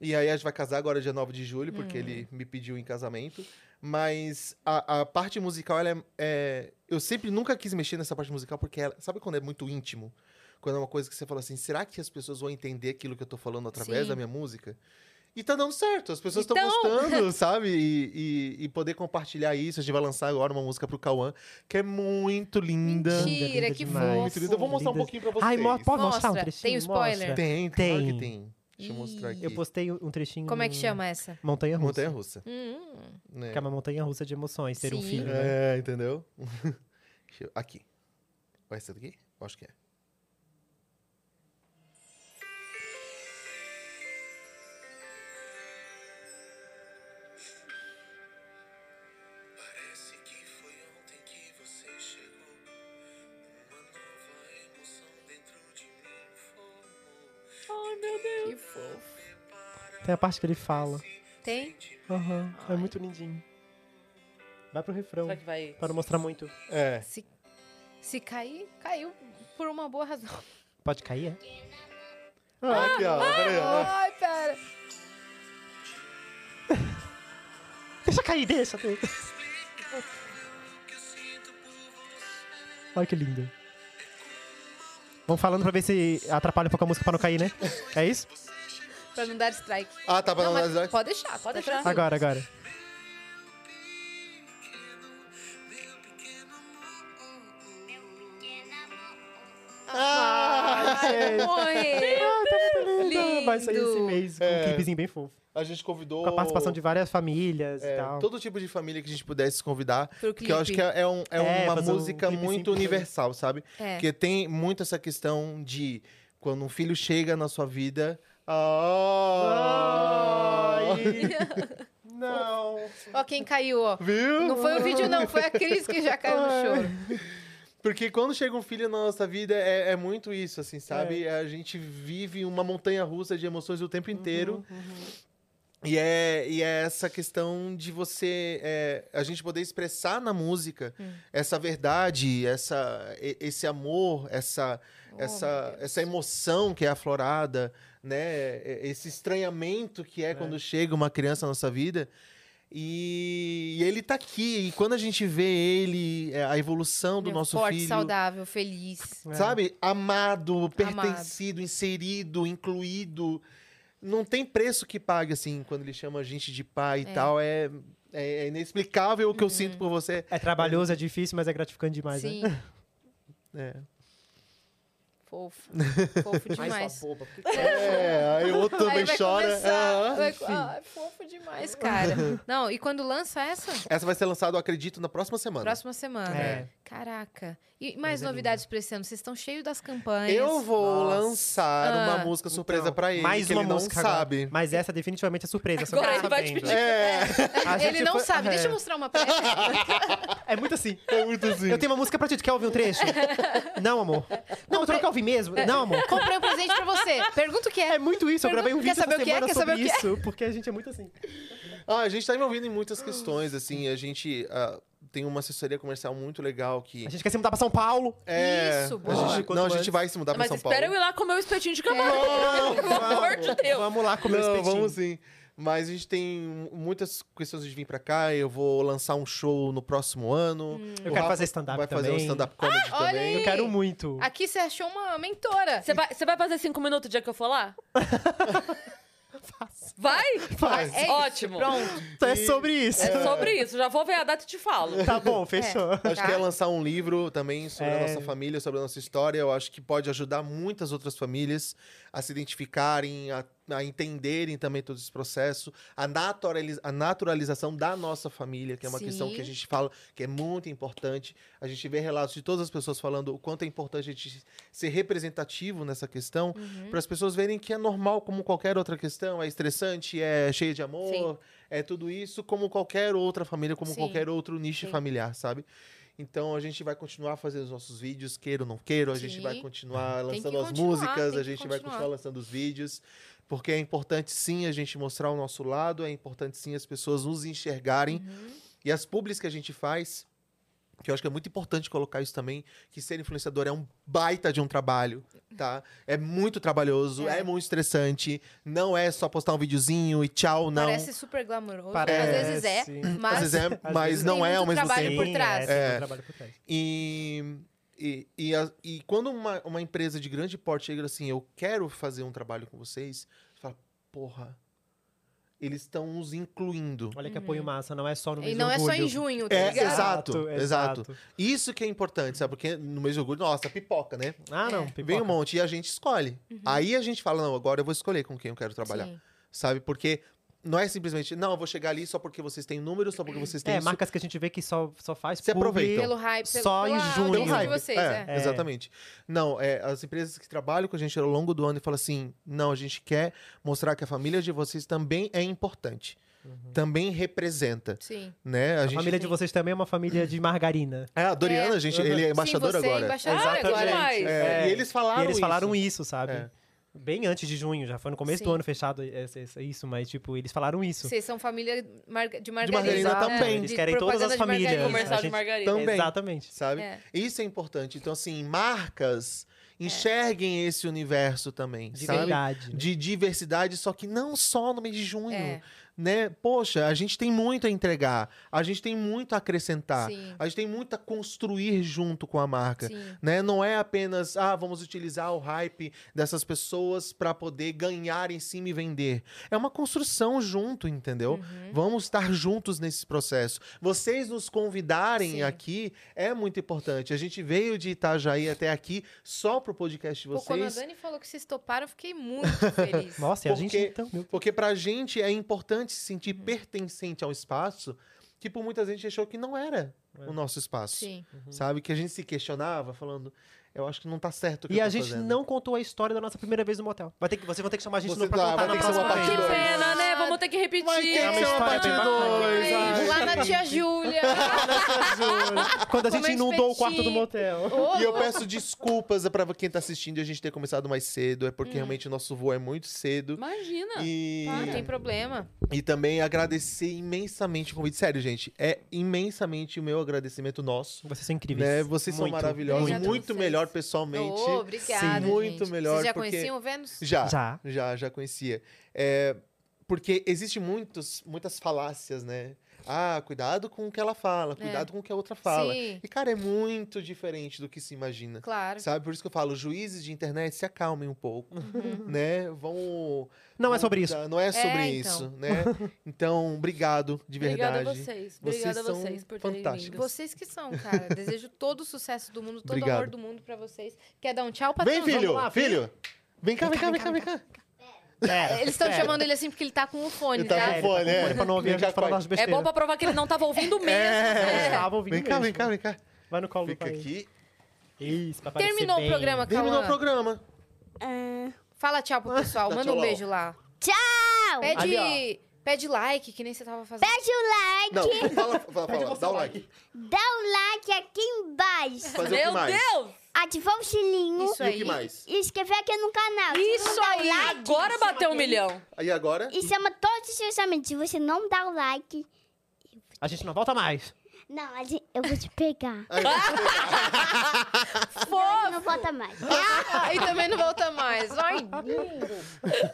S3: E aí a gente vai casar agora dia 9 de julho, porque ele
S2: Hum.
S3: me pediu em casamento. Mas a, a parte musical, ela é, é- Eu sempre nunca quis mexer nessa parte musical, porque ela- sabe quando é muito íntimo? Quando é uma coisa que você fala assim, será que as pessoas vão entender aquilo que eu tô falando através
S2: Sim.
S3: da minha música? E tá dando certo, as pessoas estão
S1: Então-
S3: gostando, sabe? E, e- e poder compartilhar isso. A gente vai lançar agora uma música pro Cauã, que é muito linda.
S2: Mentira,
S4: linda
S2: que
S4: demais.
S2: fofo.
S3: Muito linda. Eu vou mostrar um pouquinho pra vocês.
S4: Ai, mo- pode mostrar um
S2: Mostra,
S4: trechinho?
S2: tem o spoiler.
S4: Mostra.
S3: Tem, tem. Claro
S4: Tem.
S3: que tem. Deixa eu mostrar
S2: Ih.
S3: aqui.
S4: Eu postei um trechinho.
S2: Como é que
S4: no-
S2: chama essa?
S4: Montanha Russa.
S3: É Montanha russa.
S2: Hum,
S3: Né?
S4: Que é uma montanha russa de emoções, ter um
S2: Sim.
S4: filho. né?
S3: É, entendeu? Deixa eu- aqui. Vai ser daqui? Eu acho que é.
S6: Parece que foi ontem que você chegou. Uma nova emoção dentro de mim formou.
S2: hum, que fofo.
S4: Tem a parte que ele fala.
S2: Tem?
S4: Aham, É muito lindinho. Vai pro refrão.
S1: Será que vai.
S4: Para não mostrar muito.
S3: É.
S2: Se, se cair, caiu por uma boa razão.
S4: Pode cair, é?
S3: Ah, aqui, ó. peraí, ó.
S2: Ai, pera.
S4: Deixa cair, deixa. deixa. Olha que lindo. Vamos falando pra ver se atrapalha um pouco a música pra não cair, né? É isso?
S2: Pra não dar strike.
S3: Ah, tá. Pra
S2: Não,
S3: não,
S2: mas
S3: dar-
S2: pode deixar, pode
S1: Tá
S2: deixar.
S4: Agora, agora.
S2: Ai, morrer.
S4: tá Lindo. Vai sair esse
S2: Lindo.
S4: mês com
S3: É.
S4: um clipezinho bem fofo.
S3: A gente convidou...
S4: Com a participação de várias famílias
S3: é,
S4: e tal.
S3: todo tipo de família que a gente pudesse convidar.
S2: Pro
S3: Porque eu acho que é, é um- é
S4: É,
S3: uma
S4: fazer um
S3: música
S4: clipe
S3: muito
S4: simples.
S3: universal, sabe?
S2: É.
S3: Porque tem muito essa questão de... Quando um filho chega na sua vida... Ah,
S4: Não.
S2: Ó, quem caiu, ó.
S3: Viu?
S2: Não foi o vídeo, não. Foi a Cris que já caiu no choro.
S3: Porque quando chega um filho na nossa vida, é, é muito isso, assim, sabe? A gente vive uma montanha russa de emoções o tempo inteiro. E, é, e é essa questão de você. é, a gente poder expressar na música essa verdade, essa, e- esse amor, essa,
S2: Oh,
S3: essa, essa emoção que é aflorada, né? E- Esse estranhamento que é, quando chega uma criança na nossa vida. E, e ele tá aqui. E quando a gente vê ele, é, a evolução do
S2: Meu,
S3: nosso
S2: Forte,
S3: filho.
S2: saudável, feliz.
S4: É.
S3: Sabe? Amado, pertencido, inserido, incluído. Não tem preço que pague, assim, quando ele chama a gente de pai e tal. É, é inexplicável o que eu sinto por você.
S4: É trabalhoso, é difícil, mas é gratificante demais, né?
S2: Sim,
S3: É,
S2: fofo. Fofo demais.
S4: boba. Por que
S3: É, aí o outro
S2: Aí
S3: também
S2: vai
S3: chora.
S2: começar.
S3: Ah.
S2: Vai- Ah, é fofo demais, cara. Não, e quando lança essa?
S3: Essa vai ser lançada, eu acredito, na próxima semana.
S2: Próxima semana.
S4: É.
S2: Caraca. E mais
S4: Coisa
S2: novidades pra esse ano? Vocês estão cheios das campanhas.
S3: Eu vou
S4: Nossa.
S3: lançar uma
S2: Ah.
S3: música surpresa pra ele,
S4: Então, mais
S3: que
S4: uma
S3: ele não
S4: música agora.
S3: sabe.
S4: Mas essa definitivamente é surpresa. só
S1: Agora
S4: tá
S1: ele vai te
S4: sabendo.
S1: pedir.
S3: É,
S4: A
S2: Ele
S4: gente
S2: não
S4: foi-
S2: sabe.
S4: é.
S2: Deixa eu mostrar uma pra ele.
S4: É muito assim.
S3: é muito assim.
S4: Eu tenho uma música pra ti, tu quer ouvir um trecho? Não, amor. Não, mas tu não quer ouvir mesmo? Não, amor.
S2: Comprei um presente pra você. Pergunta o que é.
S4: É muito isso, eu
S2: Pergunta-
S4: gravei um vídeo
S2: quer saber
S4: essa
S2: o que é?
S4: semana
S2: Quer
S4: sobre
S2: saber o que é?
S4: isso, porque a gente é muito assim.
S3: Ah, a gente tá envolvido em muitas questões, assim. A gente ah, tem uma assessoria comercial muito legal que...
S4: A gente quer se mudar pra São Paulo.
S3: É,
S2: Isso,
S3: a
S2: boa.
S3: gente,
S4: Quanto
S3: Não, a
S4: antes.
S3: gente vai se mudar pra
S1: Mas
S3: São
S1: espera
S3: Paulo.
S1: eu ir lá comer o espetinho de camarão. Pelo amor de Deus.
S4: Vamos lá comer
S3: não,
S4: esse
S3: vamos sim. Mas a gente tem muitas questões de vir pra cá. Eu vou lançar um show no próximo ano.
S4: Eu
S3: O
S4: quero
S3: Rafa
S4: fazer stand-up
S3: Vai fazer um
S4: também.
S3: stand-up comedy
S2: olha
S3: também.
S4: Eu quero muito.
S2: Aqui você achou uma mentora.
S1: Você vai, você vai fazer cinco minutos o dia que eu for lá? Vai?
S4: Faz.
S2: É isso,
S1: Ótimo.
S2: Pronto.
S4: É sobre isso.
S1: É sobre isso. Já vou ver a data e te falo.
S4: Tá bom, fechou.
S3: Acho que
S2: Tá.
S3: é lançar um livro também sobre a
S4: É.
S3: nossa família, sobre a nossa história. Eu acho que pode ajudar muitas outras famílias a se identificarem, a, a entenderem também todo esse processo. A, naturaliz- a naturalização da nossa família, que é uma
S2: Sim.
S3: questão que a gente fala que é muito importante. A gente vê relatos de todas as pessoas falando o quanto é importante a gente ser representativo nessa questão,
S2: Uhum.
S3: para as pessoas verem que é normal como qualquer outra questão. É estressante, é cheia de amor,
S1: Sim.
S3: é tudo isso, como qualquer outra família, como
S2: Sim.
S3: qualquer outro nicho
S2: Sim.
S3: familiar, sabe? Então a gente vai continuar fazendo os nossos vídeos, queira ou não queira, a gente
S2: Sim.
S3: vai continuar
S2: Tem que
S3: lançando as
S2: continuar,
S3: músicas,
S2: tem
S3: a
S2: que
S3: gente vai
S2: continuar.
S3: continuar lançando os vídeos, porque é importante sim a gente mostrar o nosso lado, é importante sim as pessoas nos enxergarem.
S2: Uhum.
S3: E as publis que a gente faz, que eu acho que é muito importante colocar isso também, que ser influenciador é um baita de um trabalho, tá? É muito trabalhoso, é,
S2: É.
S3: muito estressante, não é só postar um videozinho e tchau, não.
S2: Parece super glamouroso.
S4: Parece,
S2: Às vezes é,
S4: sim.
S2: mas...
S3: Às vezes é,
S4: Às
S3: mas
S4: vezes
S3: não
S2: tem
S3: é ao
S2: muito
S3: mesmo
S2: trabalho
S3: tempo.
S2: por trás.
S4: É,
S3: É.
S4: tem um trabalho por trás.
S3: E, e, e, a- e quando uma, uma empresa de grande porte chega assim, eu quero fazer um trabalho com vocês, você fala, porra, eles estão nos incluindo.
S4: Olha que apoio massa, não é só no mês
S2: Uhum. E não
S4: do
S2: é só em
S4: orgulho.
S2: junho, tá
S3: É,
S2: ligado?
S3: exato. Isso que é importante, sabe? Porque no mês de orgulho, nossa, pipoca, né?
S4: Ah, não,
S2: É.
S4: pipoca.
S3: Vem um monte e a gente escolhe. Aí a gente fala, não, agora eu vou escolher com quem eu quero trabalhar.
S2: Sim.
S3: Sabe? Porque não é simplesmente, não, eu vou chegar ali só porque vocês têm números, só porque vocês têm
S4: É,
S3: isso.
S4: marcas que a gente vê que só, só faz
S3: Se
S4: publi.
S3: aproveitam.
S2: Pelo hype, pelo,
S4: Só em
S2: pela
S4: junho.
S2: audiência
S4: Pelo
S2: de vocês, é.
S3: é, Exatamente. Não, é, as empresas que trabalham com a gente ao longo do ano e falam assim: não, a gente quer mostrar que a família de vocês também é importante. Também representa,
S2: Sim.
S3: né? A,
S4: Uhum. A
S3: gente...
S4: família de vocês também é uma família de margarina.
S3: É, a Doriana, a gente,
S4: Uhum.
S3: ele é
S4: Sim,
S3: embaixador
S2: Sim, você
S3: agora.
S2: É embaixador
S1: Exatamente.
S2: agora.
S1: demais.
S3: É,
S4: É.
S3: E eles falaram
S4: e eles
S3: isso.
S4: falaram isso, sabe?
S3: É.
S4: Bem antes de junho, já foi no começo do
S2: Sim.
S4: ano fechado esse- esse- isso, mas tipo, eles falaram isso.
S2: Vocês são família marga- de margarina.
S3: margarina
S2: né?
S3: também.
S4: Eles
S2: De
S4: querem todas
S2: propaganda
S4: as
S2: de margarina.
S4: famílias.
S1: Comercial
S4: A
S1: de
S4: gente-
S1: margarina.
S3: Também.
S4: Exatamente.
S3: Sabe?
S2: É.
S3: Isso é importante. Então, assim, marcas enxerguem esse universo também,
S4: De
S3: sabe?
S4: verdade. né?
S3: De diversidade, só que não só no mês de junho,
S2: É,
S3: né? Poxa, a gente tem muito a entregar, a gente tem muito a acrescentar,
S2: Sim.
S3: a gente tem muito a construir junto com a marca.
S2: Sim.
S3: Né? Não é apenas, ah, vamos utilizar o hype dessas pessoas para poder ganhar em cima e vender. É uma construção junto, entendeu?
S2: Uhum.
S3: Vamos estar juntos nesse processo. Vocês nos convidarem
S2: Sim.
S3: aqui é muito importante. A gente veio de Itajaí até aqui só pro podcast de
S2: Pô, quando a
S3: vocês.
S2: Dani falou que vocês toparam, eu fiquei muito feliz.
S4: Nossa, e a gente
S3: Porque-
S4: então. meu-
S3: Porque pra gente é importante se sentir
S4: Uhum.
S3: pertencente ao espaço que por muita gente achou que não era
S4: É. Uhum.
S3: o nosso espaço.
S2: Sim.
S3: Sabe? Que a gente se questionava falando, eu acho que não tá certo o que
S4: E
S3: eu
S4: a
S3: tô
S4: gente
S3: fazendo.
S4: não contou a história da nossa primeira vez no motel. Vai ter que, vocês vão ter que chamar a gente
S3: Vocês-
S4: no pra
S3: ah,
S4: contar
S3: vai
S4: na
S3: ter que ser
S4: próxima
S3: uma
S1: Ah,
S3: parte
S1: que
S4: vez. É
S3: dois.
S1: pena, né? Vamos ter que repetir.
S3: Vai ter
S4: uma
S3: que ser uma
S4: história
S3: parte
S4: bem
S3: dois,
S4: bacana.
S3: ai.
S2: Lá na tia Júlia.
S4: Quando a gente
S2: Comer
S4: inundou o quarto do
S2: espetinho.
S4: motel.
S2: Ô,
S3: E eu peço desculpas pra quem tá assistindo e a gente ter começado mais cedo. É porque realmente o nosso voo é muito cedo.
S1: Imagina.
S3: E,
S2: Hum. Não tem problema.
S3: e também agradecer imensamente o convite. Sério, gente, é imensamente o meu agradecimento nosso.
S4: Vocês são incríveis.
S3: Né? Vocês são
S4: Muito,
S3: maravilhosos,
S2: Obrigada
S3: muito,
S2: a vocês.
S3: melhor pessoalmente.
S2: Ô, obrigada,
S3: Sim. Muito
S2: gente.
S3: melhor,
S2: Vocês já
S3: porque-
S2: conheciam o Vênus?
S3: Já, já,
S4: Já.
S3: já, conhecia. É, porque existem muitos, muitas falácias, né? Ah, cuidado com o que ela fala, cuidado com o que a outra fala.
S2: Sim,
S3: E, cara, é muito diferente do que se imagina.
S2: claro.
S3: Sabe? Por isso que eu falo, juízes de internet, se acalmem um pouco,
S2: Uhum.
S3: né? Vão...
S4: Não é
S3: vão
S4: sobre isso.
S3: dar- Não é sobre
S2: É, então.
S3: isso, né? Então, obrigado, de verdade.
S1: Obrigada a vocês.
S3: Vocês
S1: Obrigada a
S3: são
S1: vocês por terem
S3: fantásticos.
S1: vindo. É
S2: Vocês que são, cara. Desejo todo o sucesso do mundo, todo o amor
S3: Obrigado.
S2: do mundo pra vocês. Quer dar um tchau, patrão?
S3: Vem, filho!
S4: lá,
S3: filho! Vem cá, vem cá, vem cá, vem cá.
S4: Pera,
S2: Eles estão
S4: pera.
S2: chamando ele assim porque ele tá com o fone,
S3: Ele tá
S2: tá?
S3: com o fone,
S4: Ele tá com
S3: é.
S4: pra não ouvir a
S3: Vem cá,
S4: gente falar
S3: pai.
S4: nossas
S1: É
S4: besteiras.
S1: bom pra provar que ele não tava ouvindo mesmo.
S4: É,
S1: né?
S4: tava ouvindo
S3: Vem cá,
S4: mesmo.
S3: vem cá, vem cá.
S4: Vai no colo do
S3: Fica
S4: pai.
S3: aqui.
S4: Isso, pra aparecer
S2: Terminou o
S4: bem.
S2: programa,
S3: Terminou o
S2: Cauã.
S3: programa.
S2: Fala tchau pro pessoal.
S3: Dá
S2: Manda um
S3: tchau, Lau.
S2: beijo lá.
S5: Tchau!
S2: Pede,
S4: Ali, ó.
S2: pede like, que nem você tava fazendo.
S5: Deixa o like,
S3: Não, fala, fala, fala. Dá o like.
S5: dá o like aqui embaixo.
S3: Fazer o
S1: Meu
S3: que mais?
S1: Deus!
S2: Tá
S5: Ativar o sininho
S2: Isso
S3: E o
S2: aí.
S3: que mais?
S5: e inscrever aqui no canal. Se não
S1: Isso
S5: dá o
S1: aí!
S5: like, é
S1: Agora bateu um milhão.
S3: E agora?
S5: E chama todos os seus amigos. Se você não dá o like,
S4: A gente não volta mais.
S5: não, a gente- eu vou te pegar.
S3: Aí,
S5: Não, não bota mais.
S2: Ah, e também não volta mais. hum. Ai,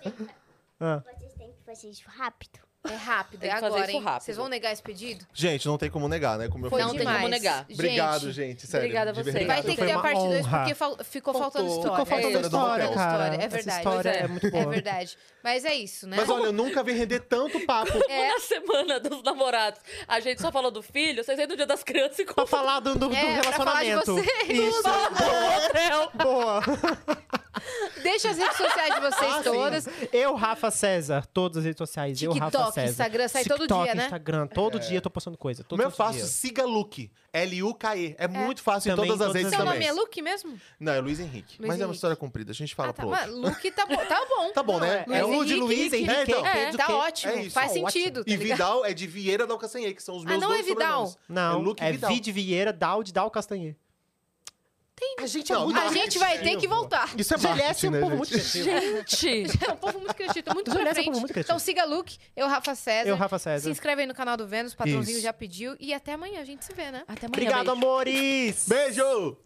S5: Vocês têm que fazer isso rápido.
S2: é rápido, é
S1: Tem que fazer
S2: agora,
S1: isso
S2: hein?
S1: rápido.
S2: Vocês vão negar esse pedido?
S3: Gente, não tem como negar, né? Como eu
S2: Foi
S3: fiz.
S1: Não tem
S2: demais.
S1: como negar.
S3: Obrigado, gente. Sério.
S1: Obrigada a
S3: de
S1: vocês.
S2: Vai
S3: verdade.
S2: ter que
S4: Foi
S2: ter a
S4: uma
S2: parte 2
S4: honra.
S2: porque fal- ficou faltando
S3: Faltou.
S2: história.
S4: Ficou faltando
S2: é,
S3: história do motel.
S4: Cara,
S2: É
S4: essa
S2: verdade.
S4: história
S2: Pois
S4: é muito boa.
S2: É verdade. Mas é isso, né?
S3: Mas olha, eu nunca vi render tanto papo.
S1: É. Na semana dos namorados, a gente só falou do filho, vocês aí do dia das crianças e com
S4: Pra falar do, do, do
S2: É, pra é, falar de
S4: relacionamento.
S2: vocês.
S4: Isso.
S1: o hotel.
S4: Boa.
S2: Deixa as redes sociais de vocês
S4: Ah, sim.
S2: todas.
S4: Eu, Rafa César, todas as redes sociais. eu, Rafa
S2: TikTok,
S4: César.
S2: Instagram, sai todo
S4: TikTok,
S2: dia, né?
S4: Instagram, todo dia eu tô postando coisa.
S3: O
S4: Todo
S3: meu É. fácil,
S4: dia.
S3: siga Luke. L-U-K-E. É, muito fácil
S4: Também
S3: em todas
S4: em
S3: as
S4: todas
S3: redes
S4: as
S2: Seu
S3: também.
S2: nome é Luke mesmo?
S3: Não, é Luiz Henrique.
S2: Luiz
S3: Mas é uma
S2: Henrique.
S3: história comprida, a gente fala
S2: ah, tá.
S3: pro
S2: Mas
S3: outro.
S2: Luke tá bom. Tá bom.
S3: Tá bom,
S2: Não,
S3: né?
S2: Luiz
S3: É o de
S2: Henrique,
S3: Luiz
S2: Henrique.
S3: Henrique.
S4: Henrique,
S3: então.
S2: É,
S4: do
S2: tá
S4: que-
S2: ótimo.
S3: é isso,
S2: Faz
S3: ó, ótimo.
S2: sentido, tá
S3: E
S2: ligado?
S3: Vidal é de Vieira da Alcaçanhê, que são os
S2: Ah,
S3: meus
S2: não
S3: dois
S2: é Vidal?
S3: sobrenomes.
S4: Não,
S3: é Luke
S4: é
S3: Vidal.
S4: Vide Vieira, Dal de Dal Castanhe.
S3: A gente é muito
S2: A gente vai ter que voltar.
S3: Isso é
S4: Ele é
S3: marketing,
S4: assim, um
S3: né,
S4: povo
S3: gente?
S4: muito criativo.
S1: Gente!
S2: É um povo muito criativo, tô muito
S4: Os
S2: pra
S4: olhares são um
S2: frente.
S4: povo muito criativo.
S2: então siga Luke, eu, Rafa César.
S4: Eu, Rafa
S2: Se
S4: César.
S2: inscreve aí no canal do Vênus, o patrãozinho
S3: Isso.
S2: já pediu. E até amanhã, a gente se vê, né?
S1: Até amanhã.
S4: Obrigado,
S1: beijo.
S4: amores!
S3: Beijo!